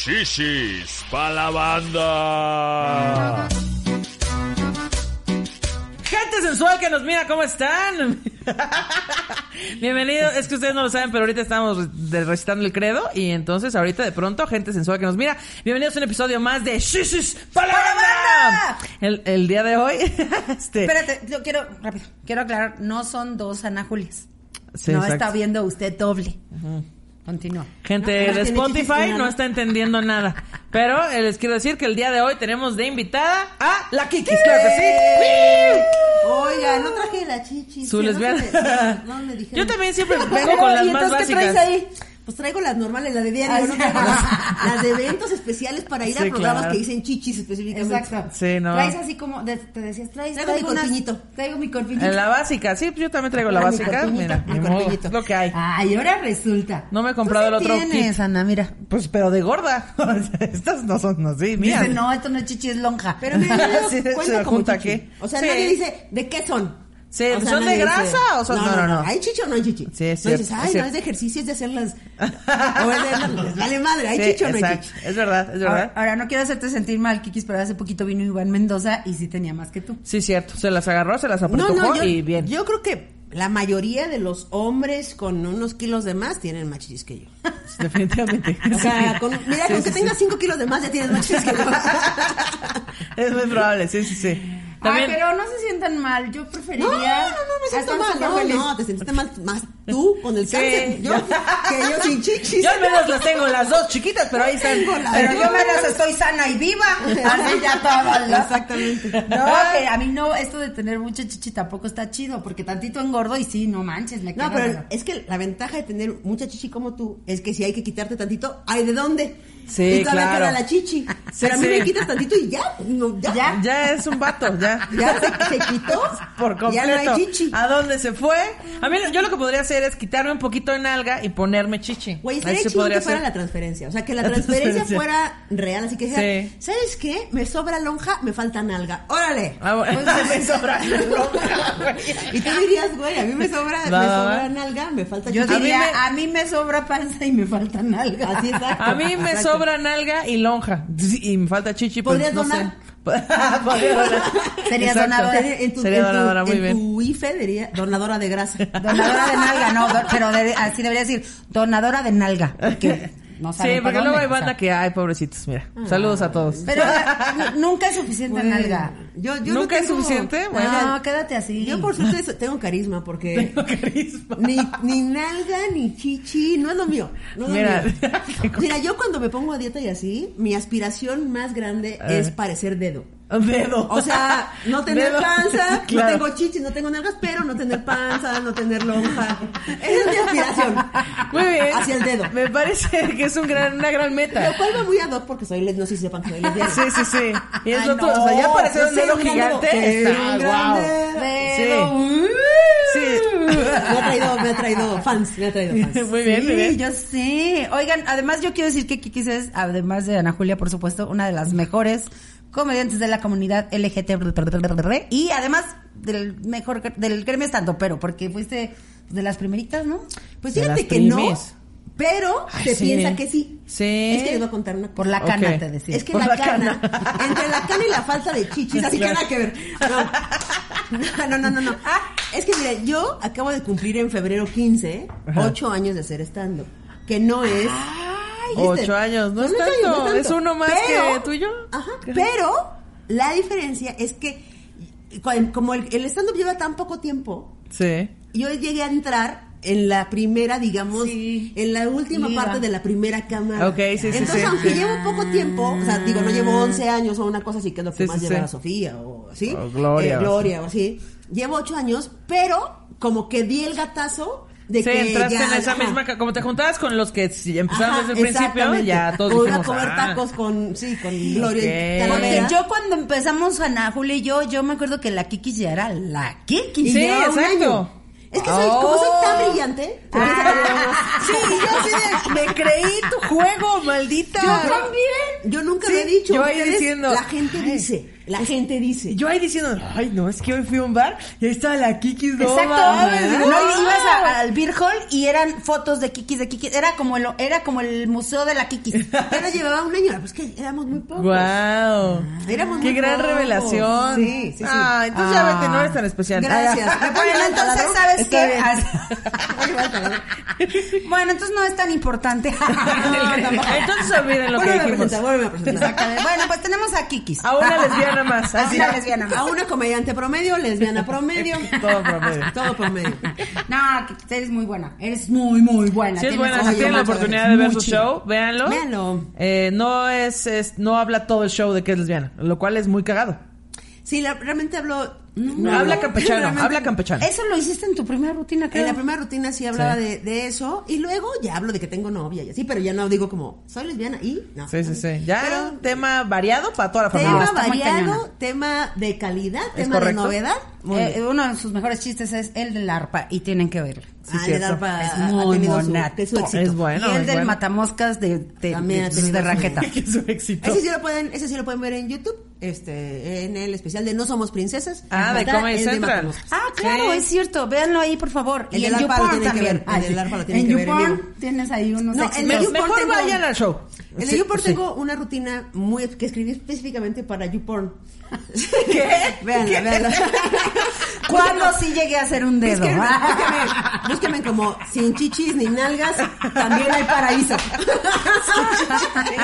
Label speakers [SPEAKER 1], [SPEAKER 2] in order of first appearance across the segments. [SPEAKER 1] Shishis pa' la banda.
[SPEAKER 2] Gente sensual que nos mira, ¿cómo están? Bienvenidos, es que ustedes no lo saben, pero ahorita estamos de- recitando el credo y entonces ahorita de pronto, gente sensual que nos mira, bienvenidos a un episodio más de Shishis para la banda. El, el día de hoy, este,
[SPEAKER 3] Espérate, yo quiero, rápido, quiero aclarar, no son dos Ana Julias.
[SPEAKER 2] Sí,
[SPEAKER 3] no
[SPEAKER 2] exacto.
[SPEAKER 3] está viendo usted doble. Continúa.
[SPEAKER 2] gente
[SPEAKER 3] No, no
[SPEAKER 2] de
[SPEAKER 3] tiene
[SPEAKER 2] Spotify
[SPEAKER 3] chiste,
[SPEAKER 2] no
[SPEAKER 3] nada.
[SPEAKER 2] está entendiendo nada, pero eh, les quiero decir que el día de hoy tenemos de invitada a la Kikis, claro que sí.
[SPEAKER 3] Oiga, no traje la chichi.
[SPEAKER 2] Su lesbiana.
[SPEAKER 3] No me dijeron.
[SPEAKER 2] Yo también siempre vengo
[SPEAKER 3] Pero,
[SPEAKER 2] con
[SPEAKER 3] ¿y
[SPEAKER 2] las más
[SPEAKER 3] entonces qué
[SPEAKER 2] básicas.
[SPEAKER 3] traes ahí? Ah, Pues traigo las normales, las de diario, no traigo las, las de eventos especiales para ir a
[SPEAKER 2] Sí,
[SPEAKER 3] programas
[SPEAKER 2] claro.
[SPEAKER 3] que dicen chichis específicamente.
[SPEAKER 4] Exacto.
[SPEAKER 2] Sí, no.
[SPEAKER 4] Traes así como, de- te decías, traes.
[SPEAKER 3] Traigo mi
[SPEAKER 4] unas-
[SPEAKER 3] corpiñito.
[SPEAKER 4] Traigo mi corpiñito.
[SPEAKER 2] En la básica, sí, pues yo también traigo la
[SPEAKER 3] Ah, mi
[SPEAKER 2] básica.
[SPEAKER 3] corpiñito,
[SPEAKER 2] Mira,
[SPEAKER 3] mi Ah.
[SPEAKER 2] ni modo,
[SPEAKER 3] corpiñito.
[SPEAKER 2] es lo que hay.
[SPEAKER 3] Ay, ahora resulta.
[SPEAKER 2] No me he
[SPEAKER 3] ¿Tú
[SPEAKER 2] comprado
[SPEAKER 3] sí
[SPEAKER 2] el otro
[SPEAKER 3] tienes,
[SPEAKER 2] kit.
[SPEAKER 3] Ana, mira.
[SPEAKER 2] Pues, pero de gorda. Estas no son así, mira.
[SPEAKER 4] Dice, no, esto no es chichi, es lonja.
[SPEAKER 3] Pero me da
[SPEAKER 2] Sí, se
[SPEAKER 3] cuenta como
[SPEAKER 2] junta
[SPEAKER 3] chichi.
[SPEAKER 2] qué.
[SPEAKER 3] O sea,
[SPEAKER 2] Sí.
[SPEAKER 3] nadie dice, ¿de qué son?
[SPEAKER 2] Sí,
[SPEAKER 3] O sea,
[SPEAKER 2] ¿son de
[SPEAKER 3] nadie
[SPEAKER 2] grasa o son- no, no, no.
[SPEAKER 3] ¿Hay chichi o no hay chichi?
[SPEAKER 2] Sí, es
[SPEAKER 3] no
[SPEAKER 2] cierto,
[SPEAKER 3] dices,
[SPEAKER 2] es
[SPEAKER 3] ay, no,
[SPEAKER 2] cierto.
[SPEAKER 3] es de ejercicio, es de hacerlas. o es de hacerlas, vale madre, ¿hay
[SPEAKER 2] Sí,
[SPEAKER 3] chichi o no hay
[SPEAKER 2] exacto.
[SPEAKER 3] chichi?
[SPEAKER 2] Es verdad, es
[SPEAKER 4] Ahora,
[SPEAKER 2] verdad.
[SPEAKER 4] ahora, no quiero hacerte sentir mal, Kikis, pero hace poquito vino Iván Mendoza y sí tenía más que tú.
[SPEAKER 2] Sí, cierto. Se las agarró, se las
[SPEAKER 3] No,
[SPEAKER 2] apretujó
[SPEAKER 3] no, yo,
[SPEAKER 2] y bien.
[SPEAKER 3] yo creo que la mayoría de los hombres con unos kilos de más tienen más chichis que yo.
[SPEAKER 2] Definitivamente.
[SPEAKER 3] O sea, con- mira,
[SPEAKER 2] Sí,
[SPEAKER 3] con
[SPEAKER 2] sí,
[SPEAKER 3] que
[SPEAKER 2] sí.
[SPEAKER 3] tengas 5 kilos de más ya tienes más chichis que yo.
[SPEAKER 2] Es muy probable, sí, sí, sí.
[SPEAKER 3] Ah,
[SPEAKER 2] También,
[SPEAKER 4] Ay, pero no se sientan mal, yo preferiría...
[SPEAKER 3] No, no, no, me siento
[SPEAKER 4] estar
[SPEAKER 3] mal.
[SPEAKER 4] súper
[SPEAKER 3] No,
[SPEAKER 4] feliz.
[SPEAKER 3] no, te sentiste mal más tú con el
[SPEAKER 2] Sí.
[SPEAKER 3] cáncer. Yo, que yo sin chichis.
[SPEAKER 2] yo al menos las tengo las dos chiquitas, pero ahí están.
[SPEAKER 3] Tengo las
[SPEAKER 4] Pero
[SPEAKER 3] dos.
[SPEAKER 4] yo al menos estoy sana y viva. Así ya todas las-
[SPEAKER 3] Exactamente.
[SPEAKER 4] No, que a mí no, esto de tener mucha chichi tampoco está chido, porque tantito engordo y sí, no manches, me queda...
[SPEAKER 3] No, pero es que la ventaja de tener mucha chichi como tú es que si hay que quitarte tantito, ¿hay de dónde?
[SPEAKER 2] Sí,
[SPEAKER 3] y todavía
[SPEAKER 2] claro.
[SPEAKER 3] queda la chichi. pero a mí
[SPEAKER 2] sí.
[SPEAKER 3] me quitas tantito y ya, no, ya, ya,
[SPEAKER 4] Ya,
[SPEAKER 2] Ya es un vato, ya.
[SPEAKER 3] se, se quitó.
[SPEAKER 2] Por completo.
[SPEAKER 3] Ya no hay chichi.
[SPEAKER 2] ¿A dónde se fue? A mí, yo lo que podría hacer es quitarme un poquito de nalga y ponerme chichi.
[SPEAKER 3] Güey,
[SPEAKER 2] Ahí
[SPEAKER 3] estaría
[SPEAKER 2] sí
[SPEAKER 3] chido
[SPEAKER 2] podría
[SPEAKER 3] que fuera
[SPEAKER 2] hacer.
[SPEAKER 3] la transferencia. O sea, que la,
[SPEAKER 2] La
[SPEAKER 3] transferencia,
[SPEAKER 2] transferencia.
[SPEAKER 3] fuera real. Así que, dijera,
[SPEAKER 2] Sí.
[SPEAKER 3] ¿sabes qué? Me sobra lonja, me falta nalga. ¡Órale!
[SPEAKER 2] Ah, bueno.
[SPEAKER 3] Entonces,
[SPEAKER 2] Me sobra lonja, güey.
[SPEAKER 3] Y tú dirías, güey, a mí me sobra,
[SPEAKER 2] Va,
[SPEAKER 3] me
[SPEAKER 2] va,
[SPEAKER 3] sobra
[SPEAKER 2] va.
[SPEAKER 3] nalga, me falta
[SPEAKER 4] Yo
[SPEAKER 3] chichi.
[SPEAKER 4] diría,
[SPEAKER 2] me-
[SPEAKER 4] a mí me sobra panza y me faltan algas.
[SPEAKER 3] Así exacto.
[SPEAKER 2] A mí me
[SPEAKER 3] Exacto.
[SPEAKER 2] sobra nalga y lonja. Y me falta chichi. pues,
[SPEAKER 3] ¿Podrías
[SPEAKER 2] no
[SPEAKER 3] donar? ¿eh?
[SPEAKER 2] sé. Podría donar.
[SPEAKER 4] Sería
[SPEAKER 2] Exacto.
[SPEAKER 4] donadora.
[SPEAKER 3] En tu,
[SPEAKER 2] Sería
[SPEAKER 3] en tu-
[SPEAKER 2] donadora, muy
[SPEAKER 3] en
[SPEAKER 2] bien.
[SPEAKER 3] tu IFE diría donadora de grasa.
[SPEAKER 4] Donadora de nalga, no, do- pero de- así debería decir, donadora de nalga. Porque no
[SPEAKER 2] sí,
[SPEAKER 4] saben pa'
[SPEAKER 2] porque
[SPEAKER 4] dónde,
[SPEAKER 2] luego
[SPEAKER 3] ¿eh?
[SPEAKER 2] hay
[SPEAKER 4] o sea.
[SPEAKER 2] banda que, ay, pobrecitos, mira.
[SPEAKER 3] Mm.
[SPEAKER 2] Saludos a todos.
[SPEAKER 4] Pero n- nunca es suficiente
[SPEAKER 3] Bueno,
[SPEAKER 4] nalga.
[SPEAKER 3] Yo, yo
[SPEAKER 2] ¿Nunca es
[SPEAKER 3] no tengo- Ah,
[SPEAKER 2] suficiente?
[SPEAKER 4] No,
[SPEAKER 2] Bueno.
[SPEAKER 4] quédate así.
[SPEAKER 3] Yo por suerte so- tengo carisma porque
[SPEAKER 2] Tengo carisma.
[SPEAKER 3] ni, ni nalga ni chichi, no es lo mío. no es lo
[SPEAKER 2] Mira.
[SPEAKER 3] mío. Mira, yo cuando me pongo a dieta y así, mi aspiración más grande es parecer dedo.
[SPEAKER 2] Dedo.
[SPEAKER 3] O sea, no tener
[SPEAKER 2] Dedo.
[SPEAKER 3] panza,
[SPEAKER 2] Claro.
[SPEAKER 3] no tengo chichis, no tengo nalgas, pero no tener panza, no tener lonja. Esa es mi aspiración.
[SPEAKER 2] Muy bien.
[SPEAKER 3] Hacia el dedo.
[SPEAKER 2] Me parece que es un gran, una gran meta.
[SPEAKER 3] Lo cual va muy ad hoc porque soy les no sé si sepan que soy lesbiana.
[SPEAKER 2] Sí, sí, sí. Y es
[SPEAKER 4] Ay,
[SPEAKER 2] lo otro.
[SPEAKER 4] no.
[SPEAKER 2] O sea, ya parecer un
[SPEAKER 3] Sí,
[SPEAKER 2] dedo
[SPEAKER 3] un gran
[SPEAKER 2] gigante.
[SPEAKER 3] dedo. Sí,
[SPEAKER 2] está
[SPEAKER 3] un gran dedo.
[SPEAKER 4] Pero,
[SPEAKER 2] Sí.
[SPEAKER 3] Me ha traído, me ha traído fans, me ha traído
[SPEAKER 2] Sí.
[SPEAKER 3] fans.
[SPEAKER 2] Muy bien, muy
[SPEAKER 4] Sí,
[SPEAKER 2] bien.
[SPEAKER 4] yo sí. Oigan, además yo quiero decir que Kikis es, además de Ana Julia, por supuesto, una de las mejores comediantes de la comunidad LGT y además del mejor del gremio estando, pero porque fuiste de las primeritas, ¿no?
[SPEAKER 3] Pues
[SPEAKER 2] De
[SPEAKER 3] fíjate
[SPEAKER 2] las
[SPEAKER 3] que
[SPEAKER 2] primis.
[SPEAKER 3] no, pero se
[SPEAKER 2] sí.
[SPEAKER 3] piensa que sí.
[SPEAKER 2] Sí.
[SPEAKER 3] Es que les voy a contar una cosa.
[SPEAKER 4] Por la cana
[SPEAKER 2] Ok.
[SPEAKER 4] te decía.
[SPEAKER 3] Es que
[SPEAKER 2] Por
[SPEAKER 3] la,
[SPEAKER 2] la
[SPEAKER 3] cana,
[SPEAKER 2] cana.
[SPEAKER 3] entre la cana y la falta de chichis, así que
[SPEAKER 2] Claro.
[SPEAKER 3] nada que ver. No, no, no, no. no. Ah, es que mira, yo acabo de cumplir en febrero 15,
[SPEAKER 2] Ajá.
[SPEAKER 3] 8 años de ser estando, que no es... este, ¿viste?
[SPEAKER 2] Ocho años, no es
[SPEAKER 3] Son ocho
[SPEAKER 2] tanto, es uno más
[SPEAKER 3] Pero-
[SPEAKER 2] que tú y yo.
[SPEAKER 3] Ajá, pero la diferencia es que cu- como el, el stand-up lleva tan poco tiempo,
[SPEAKER 2] Sí.
[SPEAKER 3] yo llegué a entrar en la primera, digamos,
[SPEAKER 4] Sí.
[SPEAKER 3] en la última
[SPEAKER 4] Liga.
[SPEAKER 3] parte de la primera cámara.
[SPEAKER 2] Ok, sí, sí,
[SPEAKER 3] Entonces,
[SPEAKER 2] sí.
[SPEAKER 3] aunque llevo poco tiempo, o sea, digo, no llevo 11 años o una cosa así, que es lo que
[SPEAKER 2] Sí,
[SPEAKER 3] más
[SPEAKER 2] sí,
[SPEAKER 3] lleva
[SPEAKER 2] sí.
[SPEAKER 3] a Sofía o así.
[SPEAKER 2] O Gloria,
[SPEAKER 3] Eh,
[SPEAKER 2] o
[SPEAKER 3] Gloria o así. Llevo 8 años, pero como que di el gatazo de
[SPEAKER 2] Sí,
[SPEAKER 3] que
[SPEAKER 2] entraste
[SPEAKER 3] ya-
[SPEAKER 2] en esa
[SPEAKER 3] ajá.
[SPEAKER 2] misma... ca- Como te juntabas con los que si empezaron
[SPEAKER 3] Ajá,
[SPEAKER 2] desde el principio,
[SPEAKER 3] exactamente.
[SPEAKER 2] ya todos
[SPEAKER 3] O ir
[SPEAKER 2] dijimos...
[SPEAKER 3] a comer
[SPEAKER 2] "Ah".
[SPEAKER 3] tacos con, sí, con Gloria y
[SPEAKER 2] Ok.
[SPEAKER 4] Porque
[SPEAKER 3] Talavera.
[SPEAKER 4] yo cuando empezamos Ana Julia y yo, yo me acuerdo que la Kiki ya era la Kiki.
[SPEAKER 2] Sí,
[SPEAKER 3] Y llevaba un
[SPEAKER 2] exacto.
[SPEAKER 3] año. Es que soy, como soy tan
[SPEAKER 2] Oh.
[SPEAKER 3] brillante, te piensas que yo no-
[SPEAKER 4] Sí, yo sí de- me creí tu juego, maldita.
[SPEAKER 3] Yo también. Yo nunca lo he dicho.
[SPEAKER 2] yo ahí
[SPEAKER 3] Ustedes-
[SPEAKER 2] diciendo,
[SPEAKER 3] La gente dice. La gente dice.
[SPEAKER 2] Yo ahí diciendo, ay, no, es que hoy fui a un bar y ahí estaba la Kiki no
[SPEAKER 4] Exacto.
[SPEAKER 2] mames,
[SPEAKER 4] No,
[SPEAKER 2] no,
[SPEAKER 4] y ibas a- al Beer Hall y eran fotos de Kikis, de Kikis. Era como el, era como el museo de la Kikis.
[SPEAKER 3] Pero llevaba un año. Pues que éramos muy pocos.
[SPEAKER 2] Wow.
[SPEAKER 3] Éramos muy
[SPEAKER 2] Qué gran
[SPEAKER 3] pocos.
[SPEAKER 2] revelación.
[SPEAKER 3] Ah, Sí, sí, sí.
[SPEAKER 2] Ah, entonces ya
[SPEAKER 4] Ah.
[SPEAKER 2] vete, no eres tan especial.
[SPEAKER 3] Gracias.
[SPEAKER 2] Ah,
[SPEAKER 3] Bueno,
[SPEAKER 4] Bueno, entonces, ¿sabes
[SPEAKER 3] Está bien.
[SPEAKER 4] qué? bueno, entonces no es tan importante.
[SPEAKER 2] entonces olviden lo que
[SPEAKER 3] Vuelve a
[SPEAKER 2] dijimos.
[SPEAKER 3] presentar, vuelve a presentar.
[SPEAKER 4] bueno, pues tenemos a Kikis.
[SPEAKER 2] A una lesbiana más.
[SPEAKER 4] A
[SPEAKER 2] Así.
[SPEAKER 4] una lesbiana.
[SPEAKER 3] A una comediante promedio, lesbiana promedio.
[SPEAKER 2] Todo promedio.
[SPEAKER 3] Todo promedio.
[SPEAKER 4] Ah, No, Kikis, eres muy buena. Eres muy, muy buena.
[SPEAKER 2] Si es
[SPEAKER 4] Tienes-
[SPEAKER 2] buena,
[SPEAKER 4] Oye,
[SPEAKER 2] si tienen la
[SPEAKER 4] muchas
[SPEAKER 2] oportunidad
[SPEAKER 4] gracias.
[SPEAKER 2] de ver
[SPEAKER 4] Muy
[SPEAKER 2] su
[SPEAKER 4] chida.
[SPEAKER 2] show, véanlo.
[SPEAKER 3] Véanlo.
[SPEAKER 2] Eh, no es, es- no habla todo el show de que es lesbiana, lo cual es muy cagado.
[SPEAKER 3] Sí, la- realmente habló.
[SPEAKER 2] No, habla campechano,
[SPEAKER 3] realmente-
[SPEAKER 2] habla campechano.
[SPEAKER 4] Eso lo hiciste en tu primera rutina, creo.
[SPEAKER 3] En la primera rutina sí hablaba de, de eso y luego ya hablo de que tengo novia y así, pero ya no digo como soy lesbiana y no.
[SPEAKER 2] Sí, sí, sí. Ya
[SPEAKER 3] Pero
[SPEAKER 2] un tema variado para toda la familia.
[SPEAKER 3] tema
[SPEAKER 4] está muy
[SPEAKER 3] variado,
[SPEAKER 4] cañona.
[SPEAKER 3] tema de calidad,
[SPEAKER 2] ¿Es
[SPEAKER 3] tema de
[SPEAKER 2] correcto?
[SPEAKER 3] novedad.
[SPEAKER 4] Eh, uno de sus mejores chistes es el del arpa y tienen que verlo.
[SPEAKER 2] Sí,
[SPEAKER 3] Ah,
[SPEAKER 2] cierto.
[SPEAKER 3] le da para-
[SPEAKER 4] es
[SPEAKER 3] ha
[SPEAKER 4] muy
[SPEAKER 3] tenido su-
[SPEAKER 4] monato.
[SPEAKER 3] de su éxito.
[SPEAKER 2] Es bueno,
[SPEAKER 4] y el
[SPEAKER 2] es
[SPEAKER 4] del
[SPEAKER 2] bueno.
[SPEAKER 4] matamoscas de, de,
[SPEAKER 3] También
[SPEAKER 4] de-
[SPEAKER 3] ha tenido
[SPEAKER 4] de
[SPEAKER 3] su-
[SPEAKER 4] raqueta.
[SPEAKER 2] que es un éxito.
[SPEAKER 3] Ese sí, lo pueden, ese sí lo pueden ver en YouTube, este, en el especial de No Somos Princesas.
[SPEAKER 2] Ah, de
[SPEAKER 3] Está
[SPEAKER 2] Comedy
[SPEAKER 3] el de
[SPEAKER 2] Central.
[SPEAKER 3] Matamoscas.
[SPEAKER 4] Ah, claro,
[SPEAKER 2] Sí.
[SPEAKER 4] es cierto. Véanlo ahí, por favor.
[SPEAKER 3] El
[SPEAKER 4] y
[SPEAKER 3] del
[SPEAKER 4] en
[SPEAKER 3] arpa lo
[SPEAKER 4] YouPorn
[SPEAKER 3] tienen que
[SPEAKER 4] también.
[SPEAKER 3] ver, el del arpa lo tienen
[SPEAKER 4] en
[SPEAKER 3] que ver en
[SPEAKER 4] YouPorn
[SPEAKER 3] vivo.
[SPEAKER 4] tienes ahí unos
[SPEAKER 3] No, el
[SPEAKER 4] éxitos.
[SPEAKER 3] de
[SPEAKER 2] Me-
[SPEAKER 3] YouPorn
[SPEAKER 2] mejor
[SPEAKER 3] tengo-
[SPEAKER 2] vayan al show.
[SPEAKER 3] En el
[SPEAKER 2] Sí, pues
[SPEAKER 3] YouPorn
[SPEAKER 2] sí.
[SPEAKER 3] tengo una rutina muy que escribí específicamente para YouPorn.
[SPEAKER 2] ¿Qué?
[SPEAKER 3] Véanla, véanla.
[SPEAKER 4] ¿Cuándo sí llegué a hacer un dedo?
[SPEAKER 3] Búsquenme, búsquenme,
[SPEAKER 4] Ah.
[SPEAKER 3] búsquenme como sin chichis ni nalgas, también hay paraíso.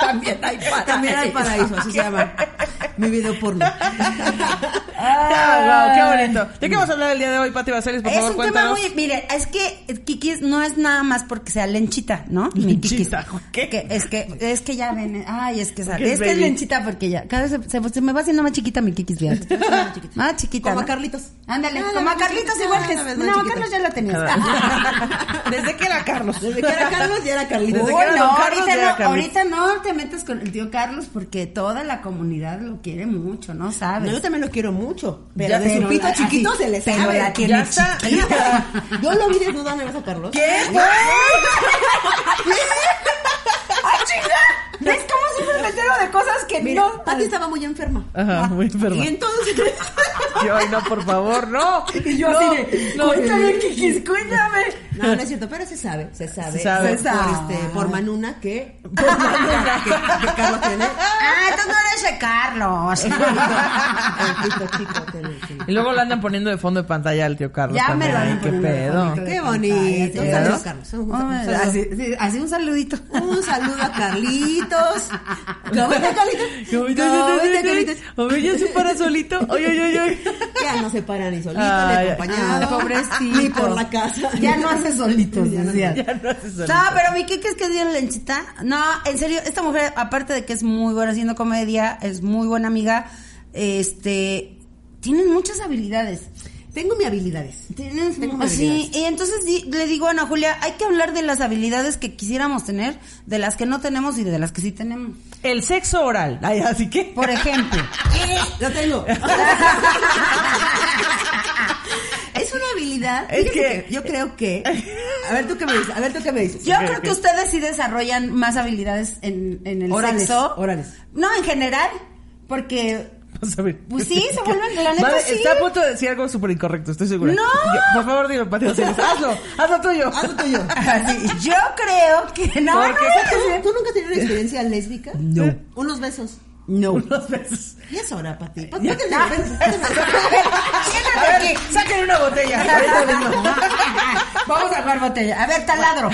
[SPEAKER 4] También hay paraíso.
[SPEAKER 3] También hay paraíso, así se llama. Mi video porno.
[SPEAKER 2] Ah, wow, qué bonito. ¿De qué vamos a hablar el día de hoy, Pati Baselis? Por
[SPEAKER 4] es
[SPEAKER 2] favor,
[SPEAKER 4] un
[SPEAKER 2] cuéntanos.
[SPEAKER 4] tema muy. Mire, es que Kikis no es nada más porque sea lenchita, ¿no? Mi Kikis.
[SPEAKER 2] Lenchita, ¿qué?
[SPEAKER 4] Que es que, es que ya ven. Ay, es que sabe.
[SPEAKER 2] es
[SPEAKER 4] Es, que es
[SPEAKER 2] baby.
[SPEAKER 4] lenchita porque ya. Cada vez se, se- se me va haciendo más chiquita mi Kikis, fíjate.
[SPEAKER 3] Más chiquita.
[SPEAKER 4] Más chiquita.
[SPEAKER 3] Como a
[SPEAKER 4] ¿no?
[SPEAKER 3] Carlitos.
[SPEAKER 4] Ándale,
[SPEAKER 3] Cada
[SPEAKER 4] como a
[SPEAKER 3] vez más
[SPEAKER 4] Carlitos
[SPEAKER 3] chiquita,
[SPEAKER 4] igual que.
[SPEAKER 3] cada vez más
[SPEAKER 4] No, a
[SPEAKER 3] chiquita.
[SPEAKER 4] Carlos ya lo tenías.
[SPEAKER 2] Desde que era Carlos.
[SPEAKER 3] Desde que era Carlos ya era Carlitos.
[SPEAKER 2] Desde
[SPEAKER 4] Uy,
[SPEAKER 2] que era
[SPEAKER 4] no,
[SPEAKER 2] don Carlos,
[SPEAKER 4] ahorita
[SPEAKER 2] ya era
[SPEAKER 4] no,
[SPEAKER 2] Carlos.
[SPEAKER 4] ahorita no te metas con el tío Carlos porque toda la comunidad lo quiere mucho, ¿no sabes?
[SPEAKER 3] No, yo también lo quiero mucho. Pero
[SPEAKER 4] Ya,
[SPEAKER 3] de
[SPEAKER 4] pero
[SPEAKER 3] su pito
[SPEAKER 4] la-
[SPEAKER 3] chiquito
[SPEAKER 4] así,
[SPEAKER 3] se le
[SPEAKER 4] pero
[SPEAKER 3] sabe.
[SPEAKER 4] la tiene
[SPEAKER 3] Ya está.
[SPEAKER 4] chiquita.
[SPEAKER 3] Yo lo vi desnudo a Ana Carlos.
[SPEAKER 2] ¿Qué?
[SPEAKER 4] ¿Ves cómo siempre me entero de cosas que
[SPEAKER 3] Mira,
[SPEAKER 4] no?
[SPEAKER 3] Pati estaba muy enferma.
[SPEAKER 2] Ajá, muy enferma.
[SPEAKER 3] Y entonces.
[SPEAKER 2] Y hoy no, por favor, no.
[SPEAKER 4] Y yo
[SPEAKER 2] no,
[SPEAKER 4] así de,
[SPEAKER 2] no.
[SPEAKER 4] cuéntame, Kikis, cuéntame.
[SPEAKER 3] No, no es cierto, pero se sabe, se sabe.
[SPEAKER 2] Se sabe.
[SPEAKER 3] Por,
[SPEAKER 4] Se sabe. Ah.
[SPEAKER 3] este, por Manuna que. Por Manuna que, que Carlos tiene.
[SPEAKER 4] Ah, entonces no eres de Carlos.
[SPEAKER 3] El pito chico tiene. tiene.
[SPEAKER 2] Y luego lo andan poniendo de fondo de pantalla al tío Carlos.
[SPEAKER 4] Ya
[SPEAKER 2] también.
[SPEAKER 4] me lo
[SPEAKER 2] Ay,
[SPEAKER 4] andan
[SPEAKER 2] qué
[SPEAKER 4] poniendo de
[SPEAKER 2] pedo.
[SPEAKER 4] fondo.
[SPEAKER 3] Qué bonito. Un saludo,
[SPEAKER 2] ¿Verdad?
[SPEAKER 3] Carlos. Un saludo.
[SPEAKER 4] Hombre, Oh, Así, sí, así un saludito.
[SPEAKER 3] Un saludo a Carlitos. ¿Cómo está Carlitos?
[SPEAKER 2] Ay,
[SPEAKER 3] ¿Cómo
[SPEAKER 2] ay, ay, ay,
[SPEAKER 3] está
[SPEAKER 2] ay,
[SPEAKER 3] Carlitos?
[SPEAKER 2] ay. Ay, ya se para solito. Ay, ay, ay, ay.
[SPEAKER 3] Ya no se para ni solito,
[SPEAKER 2] Ay,
[SPEAKER 3] ni acompañado.
[SPEAKER 4] ay, pobrecito.
[SPEAKER 3] Ni por la casa.
[SPEAKER 4] Ya no hace solitos, decía.
[SPEAKER 2] Ya no hace solito.
[SPEAKER 4] No, pero mi Kiki es que dio lenchita. No, en serio, esta mujer, aparte de que es muy buena haciendo comedia, es muy buena amiga, este, tienen muchas habilidades.
[SPEAKER 3] Tengo mis habilidades.
[SPEAKER 4] Tienes
[SPEAKER 3] Tengo
[SPEAKER 4] mu- sí,
[SPEAKER 3] habilidades.
[SPEAKER 4] y entonces di- le digo a Ana Julia, hay que hablar de las habilidades que quisiéramos tener, de las que no tenemos y de las que sí tenemos.
[SPEAKER 2] El sexo oral. Ay, así que.
[SPEAKER 4] Por ejemplo,
[SPEAKER 3] Lo tengo. es una habilidad.
[SPEAKER 2] Es
[SPEAKER 3] Fíjate
[SPEAKER 2] que-
[SPEAKER 3] yo creo que. A ver tú qué me dices. A ver tú qué me dices.
[SPEAKER 4] yo creo que ustedes sí desarrollan más habilidades en, en el
[SPEAKER 3] Orales,
[SPEAKER 4] sexo.
[SPEAKER 3] orales.
[SPEAKER 4] No, en general, porque
[SPEAKER 2] Vamos a ver.
[SPEAKER 4] Pues sí, se vuelven- la neta
[SPEAKER 2] Vale,
[SPEAKER 4] sí.
[SPEAKER 2] Está a punto de decir algo súper incorrecto, estoy segura.
[SPEAKER 4] ¡No!
[SPEAKER 2] Yo- por favor, dilo, Pati Baselis. Hazlo. Hazlo tuyo.
[SPEAKER 3] Hazlo tuyo.
[SPEAKER 4] así, yo creo que no, no,
[SPEAKER 3] Porque,
[SPEAKER 4] no,
[SPEAKER 3] ¿tú, ¿Tú nunca has tenido una experiencia lésbica?
[SPEAKER 2] No.
[SPEAKER 3] Unos besos.
[SPEAKER 2] No. Unos besos.
[SPEAKER 3] Y es hora, Pati. Pues, Pati,
[SPEAKER 2] Ya.
[SPEAKER 3] Pati, besos. Pati,
[SPEAKER 4] Siéntate
[SPEAKER 2] A ver,
[SPEAKER 4] aquí.
[SPEAKER 2] saquen una botella. Ahorita mismo.
[SPEAKER 4] Vamos a jugar botella. A ver, taladro.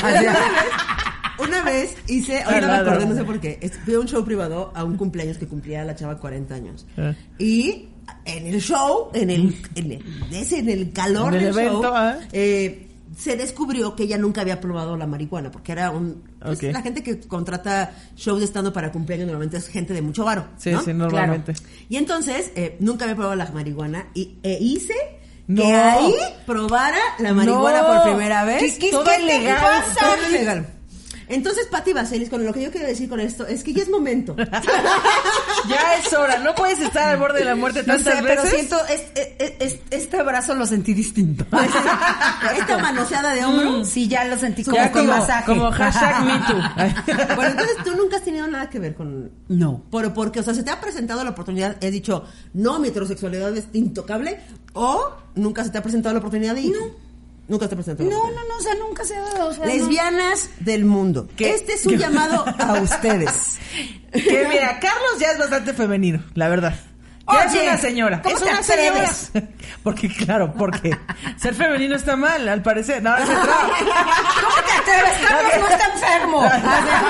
[SPEAKER 3] Una vez hice, ahorita me
[SPEAKER 2] Taladro.
[SPEAKER 3] acordé, no sé por qué, es- fui a un show privado a un cumpleaños que cumplía la chava 40 años.
[SPEAKER 2] Ah.
[SPEAKER 3] Y en el show, en el, en el, ese- en el calor
[SPEAKER 2] En el
[SPEAKER 3] del show,
[SPEAKER 2] evento, ah.
[SPEAKER 3] eh, se descubrió que ella nunca había probado la marihuana, porque era un... pues,
[SPEAKER 2] Ok.
[SPEAKER 3] La gente que contrata shows de estando para cumpleaños normalmente es gente de mucho varo.
[SPEAKER 2] Sí,
[SPEAKER 3] ¿no?
[SPEAKER 2] sí, normalmente.
[SPEAKER 3] Y entonces, eh, nunca había probado la marihuana y e hice
[SPEAKER 2] No.
[SPEAKER 3] que ahí probara la marihuana
[SPEAKER 2] No.
[SPEAKER 3] por primera vez.
[SPEAKER 4] Chiquis,
[SPEAKER 3] Todo
[SPEAKER 4] ¿qué
[SPEAKER 3] es
[SPEAKER 4] te pasa?
[SPEAKER 3] Todo es legal. Entonces, Pati Vaselis, con lo que yo quiero decir con esto es que ya es momento.
[SPEAKER 2] Ya es hora. No puedes estar al borde de la muerte
[SPEAKER 4] No
[SPEAKER 2] tantas
[SPEAKER 4] sé, pero
[SPEAKER 2] veces.
[SPEAKER 4] siento, es- es- es- este brazo lo sentí distinto.
[SPEAKER 3] Esta manoseada de hombro.
[SPEAKER 4] Sí, ya lo sentí
[SPEAKER 2] Mm. Ya
[SPEAKER 4] como con
[SPEAKER 2] como-
[SPEAKER 4] masaje.
[SPEAKER 2] como hashtag me too.
[SPEAKER 3] Bueno, entonces tú nunca has tenido nada que ver con.
[SPEAKER 4] No.
[SPEAKER 3] Pero porque, o sea, se te ha presentado la oportunidad, has dicho, no, mi heterosexualidad es intocable, o nunca se te ha presentado la oportunidad de ir. Nunca se te ha presentado. la
[SPEAKER 4] No,
[SPEAKER 3] oportunidad.
[SPEAKER 4] no, no, o sea, nunca se ha dado. o sea, no.
[SPEAKER 3] Lesbianas del mundo.
[SPEAKER 2] ¿Qué?
[SPEAKER 3] Este es un
[SPEAKER 2] ¿Qué?
[SPEAKER 3] llamado a ustedes.
[SPEAKER 2] Que mira, Carlos ya es bastante femenino, la verdad. Ya
[SPEAKER 4] Oye,
[SPEAKER 2] es una señora.
[SPEAKER 4] ¿cómo
[SPEAKER 2] es
[SPEAKER 4] te
[SPEAKER 2] una
[SPEAKER 4] atreves?
[SPEAKER 2] señora. Porque, claro, porque ser femenino está mal, al parecer. No, no, no,
[SPEAKER 4] ¿Cómo te atreves? Carlos no está enfermo.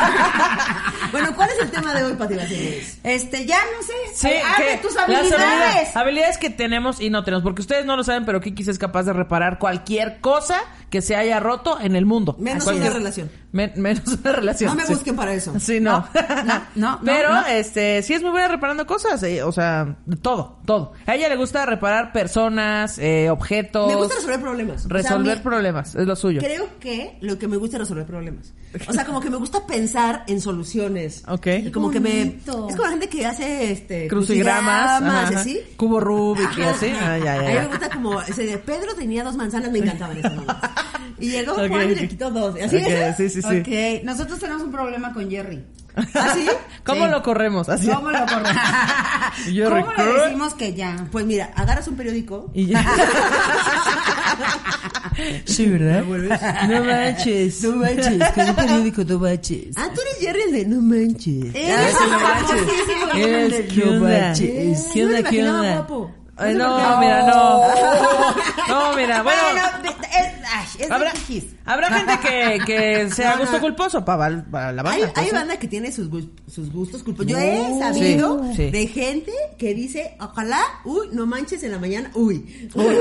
[SPEAKER 3] bueno, ¿cuál es el tema de hoy, Pati Vaselis?
[SPEAKER 4] Este, ya no sé.
[SPEAKER 2] Sí,
[SPEAKER 3] Eh,
[SPEAKER 4] Abre
[SPEAKER 2] que
[SPEAKER 4] tus
[SPEAKER 2] las
[SPEAKER 4] habilidades.
[SPEAKER 2] habilidades que tenemos y no tenemos. Porque ustedes no lo saben, pero Kiki sí es capaz de reparar cualquier cosa que se haya roto en el mundo.
[SPEAKER 3] Menos
[SPEAKER 2] Cualquier-
[SPEAKER 3] una relación.
[SPEAKER 2] Men- menos una relación.
[SPEAKER 3] No me
[SPEAKER 2] sí.
[SPEAKER 3] busquen para eso.
[SPEAKER 2] Sí, no.
[SPEAKER 4] No, no, no,
[SPEAKER 2] Pero,
[SPEAKER 4] no.
[SPEAKER 2] este, sí es muy buena reparando cosas. eh, o sea, todo, todo. A ella le gusta reparar personas, eh, objetos.
[SPEAKER 3] Me gusta resolver problemas. O sea,
[SPEAKER 2] Resolver
[SPEAKER 3] mi-
[SPEAKER 2] problemas, es lo suyo.
[SPEAKER 3] Creo que lo que me gusta es resolver problemas. O sea, como que me gusta pensar en soluciones.
[SPEAKER 2] Ok.
[SPEAKER 3] Y como que me. Es
[SPEAKER 4] Bonito.
[SPEAKER 3] como la gente que hace este.
[SPEAKER 2] Crucigramas,
[SPEAKER 3] crucigramas,
[SPEAKER 2] ajá,
[SPEAKER 3] así.
[SPEAKER 2] ajá. cubo Rubik y
[SPEAKER 3] Ajá,
[SPEAKER 2] así.
[SPEAKER 3] ajá.
[SPEAKER 2] Ah, ya, ya,
[SPEAKER 3] A mí
[SPEAKER 2] ya.
[SPEAKER 3] me gusta como ese de Pedro tenía dos manzanas, me encantaban esas mamadas. Y llegó
[SPEAKER 2] Ok,
[SPEAKER 3] Juan y
[SPEAKER 2] ok.
[SPEAKER 3] le quitó dos. ¿Así
[SPEAKER 2] Ok,
[SPEAKER 3] es?
[SPEAKER 2] sí, sí, sí.
[SPEAKER 4] Ok, nosotros tenemos un problema con Jerry.
[SPEAKER 3] ¿Ah, sí?
[SPEAKER 2] ¿Cómo
[SPEAKER 4] Sí.
[SPEAKER 2] lo corremos? Así.
[SPEAKER 4] ¿Cómo lo corremos?
[SPEAKER 2] Jerry,
[SPEAKER 4] ¿Cómo
[SPEAKER 2] ¿qué?
[SPEAKER 4] le decimos que ya?
[SPEAKER 3] Pues mira, agarras un periódico.
[SPEAKER 2] Y ya. sí, ¿verdad? No manches. No manches. Con un periódico no manches. Ah,
[SPEAKER 3] Ah, tú eres Jerry el de no manches. Ah,
[SPEAKER 4] Eres famosísimo con el
[SPEAKER 2] Eres
[SPEAKER 4] del-
[SPEAKER 2] ¿Qué onda?
[SPEAKER 3] manches.
[SPEAKER 2] ¿Qué
[SPEAKER 3] No me
[SPEAKER 2] onda? ¿Qué
[SPEAKER 3] imaginaba
[SPEAKER 2] onda?
[SPEAKER 3] guapo.
[SPEAKER 2] Ay,
[SPEAKER 3] No
[SPEAKER 2] no,
[SPEAKER 3] me
[SPEAKER 2] mira, no. No, mira, bueno.
[SPEAKER 4] Bueno, es, ay, es de
[SPEAKER 2] Habrá,
[SPEAKER 4] Kikis.
[SPEAKER 2] habrá gente que, que sea
[SPEAKER 3] No, no.
[SPEAKER 2] gusto culposo para, para la
[SPEAKER 3] Hay,
[SPEAKER 2] banda. pues,
[SPEAKER 3] hay
[SPEAKER 2] ¿eh?
[SPEAKER 3] banda que tiene sus, gus- sus gustos culposos. Yo he sabido
[SPEAKER 2] Sí, sí.
[SPEAKER 3] de gente que dice, ojalá, uy, no manches en la mañana, uy. Uy,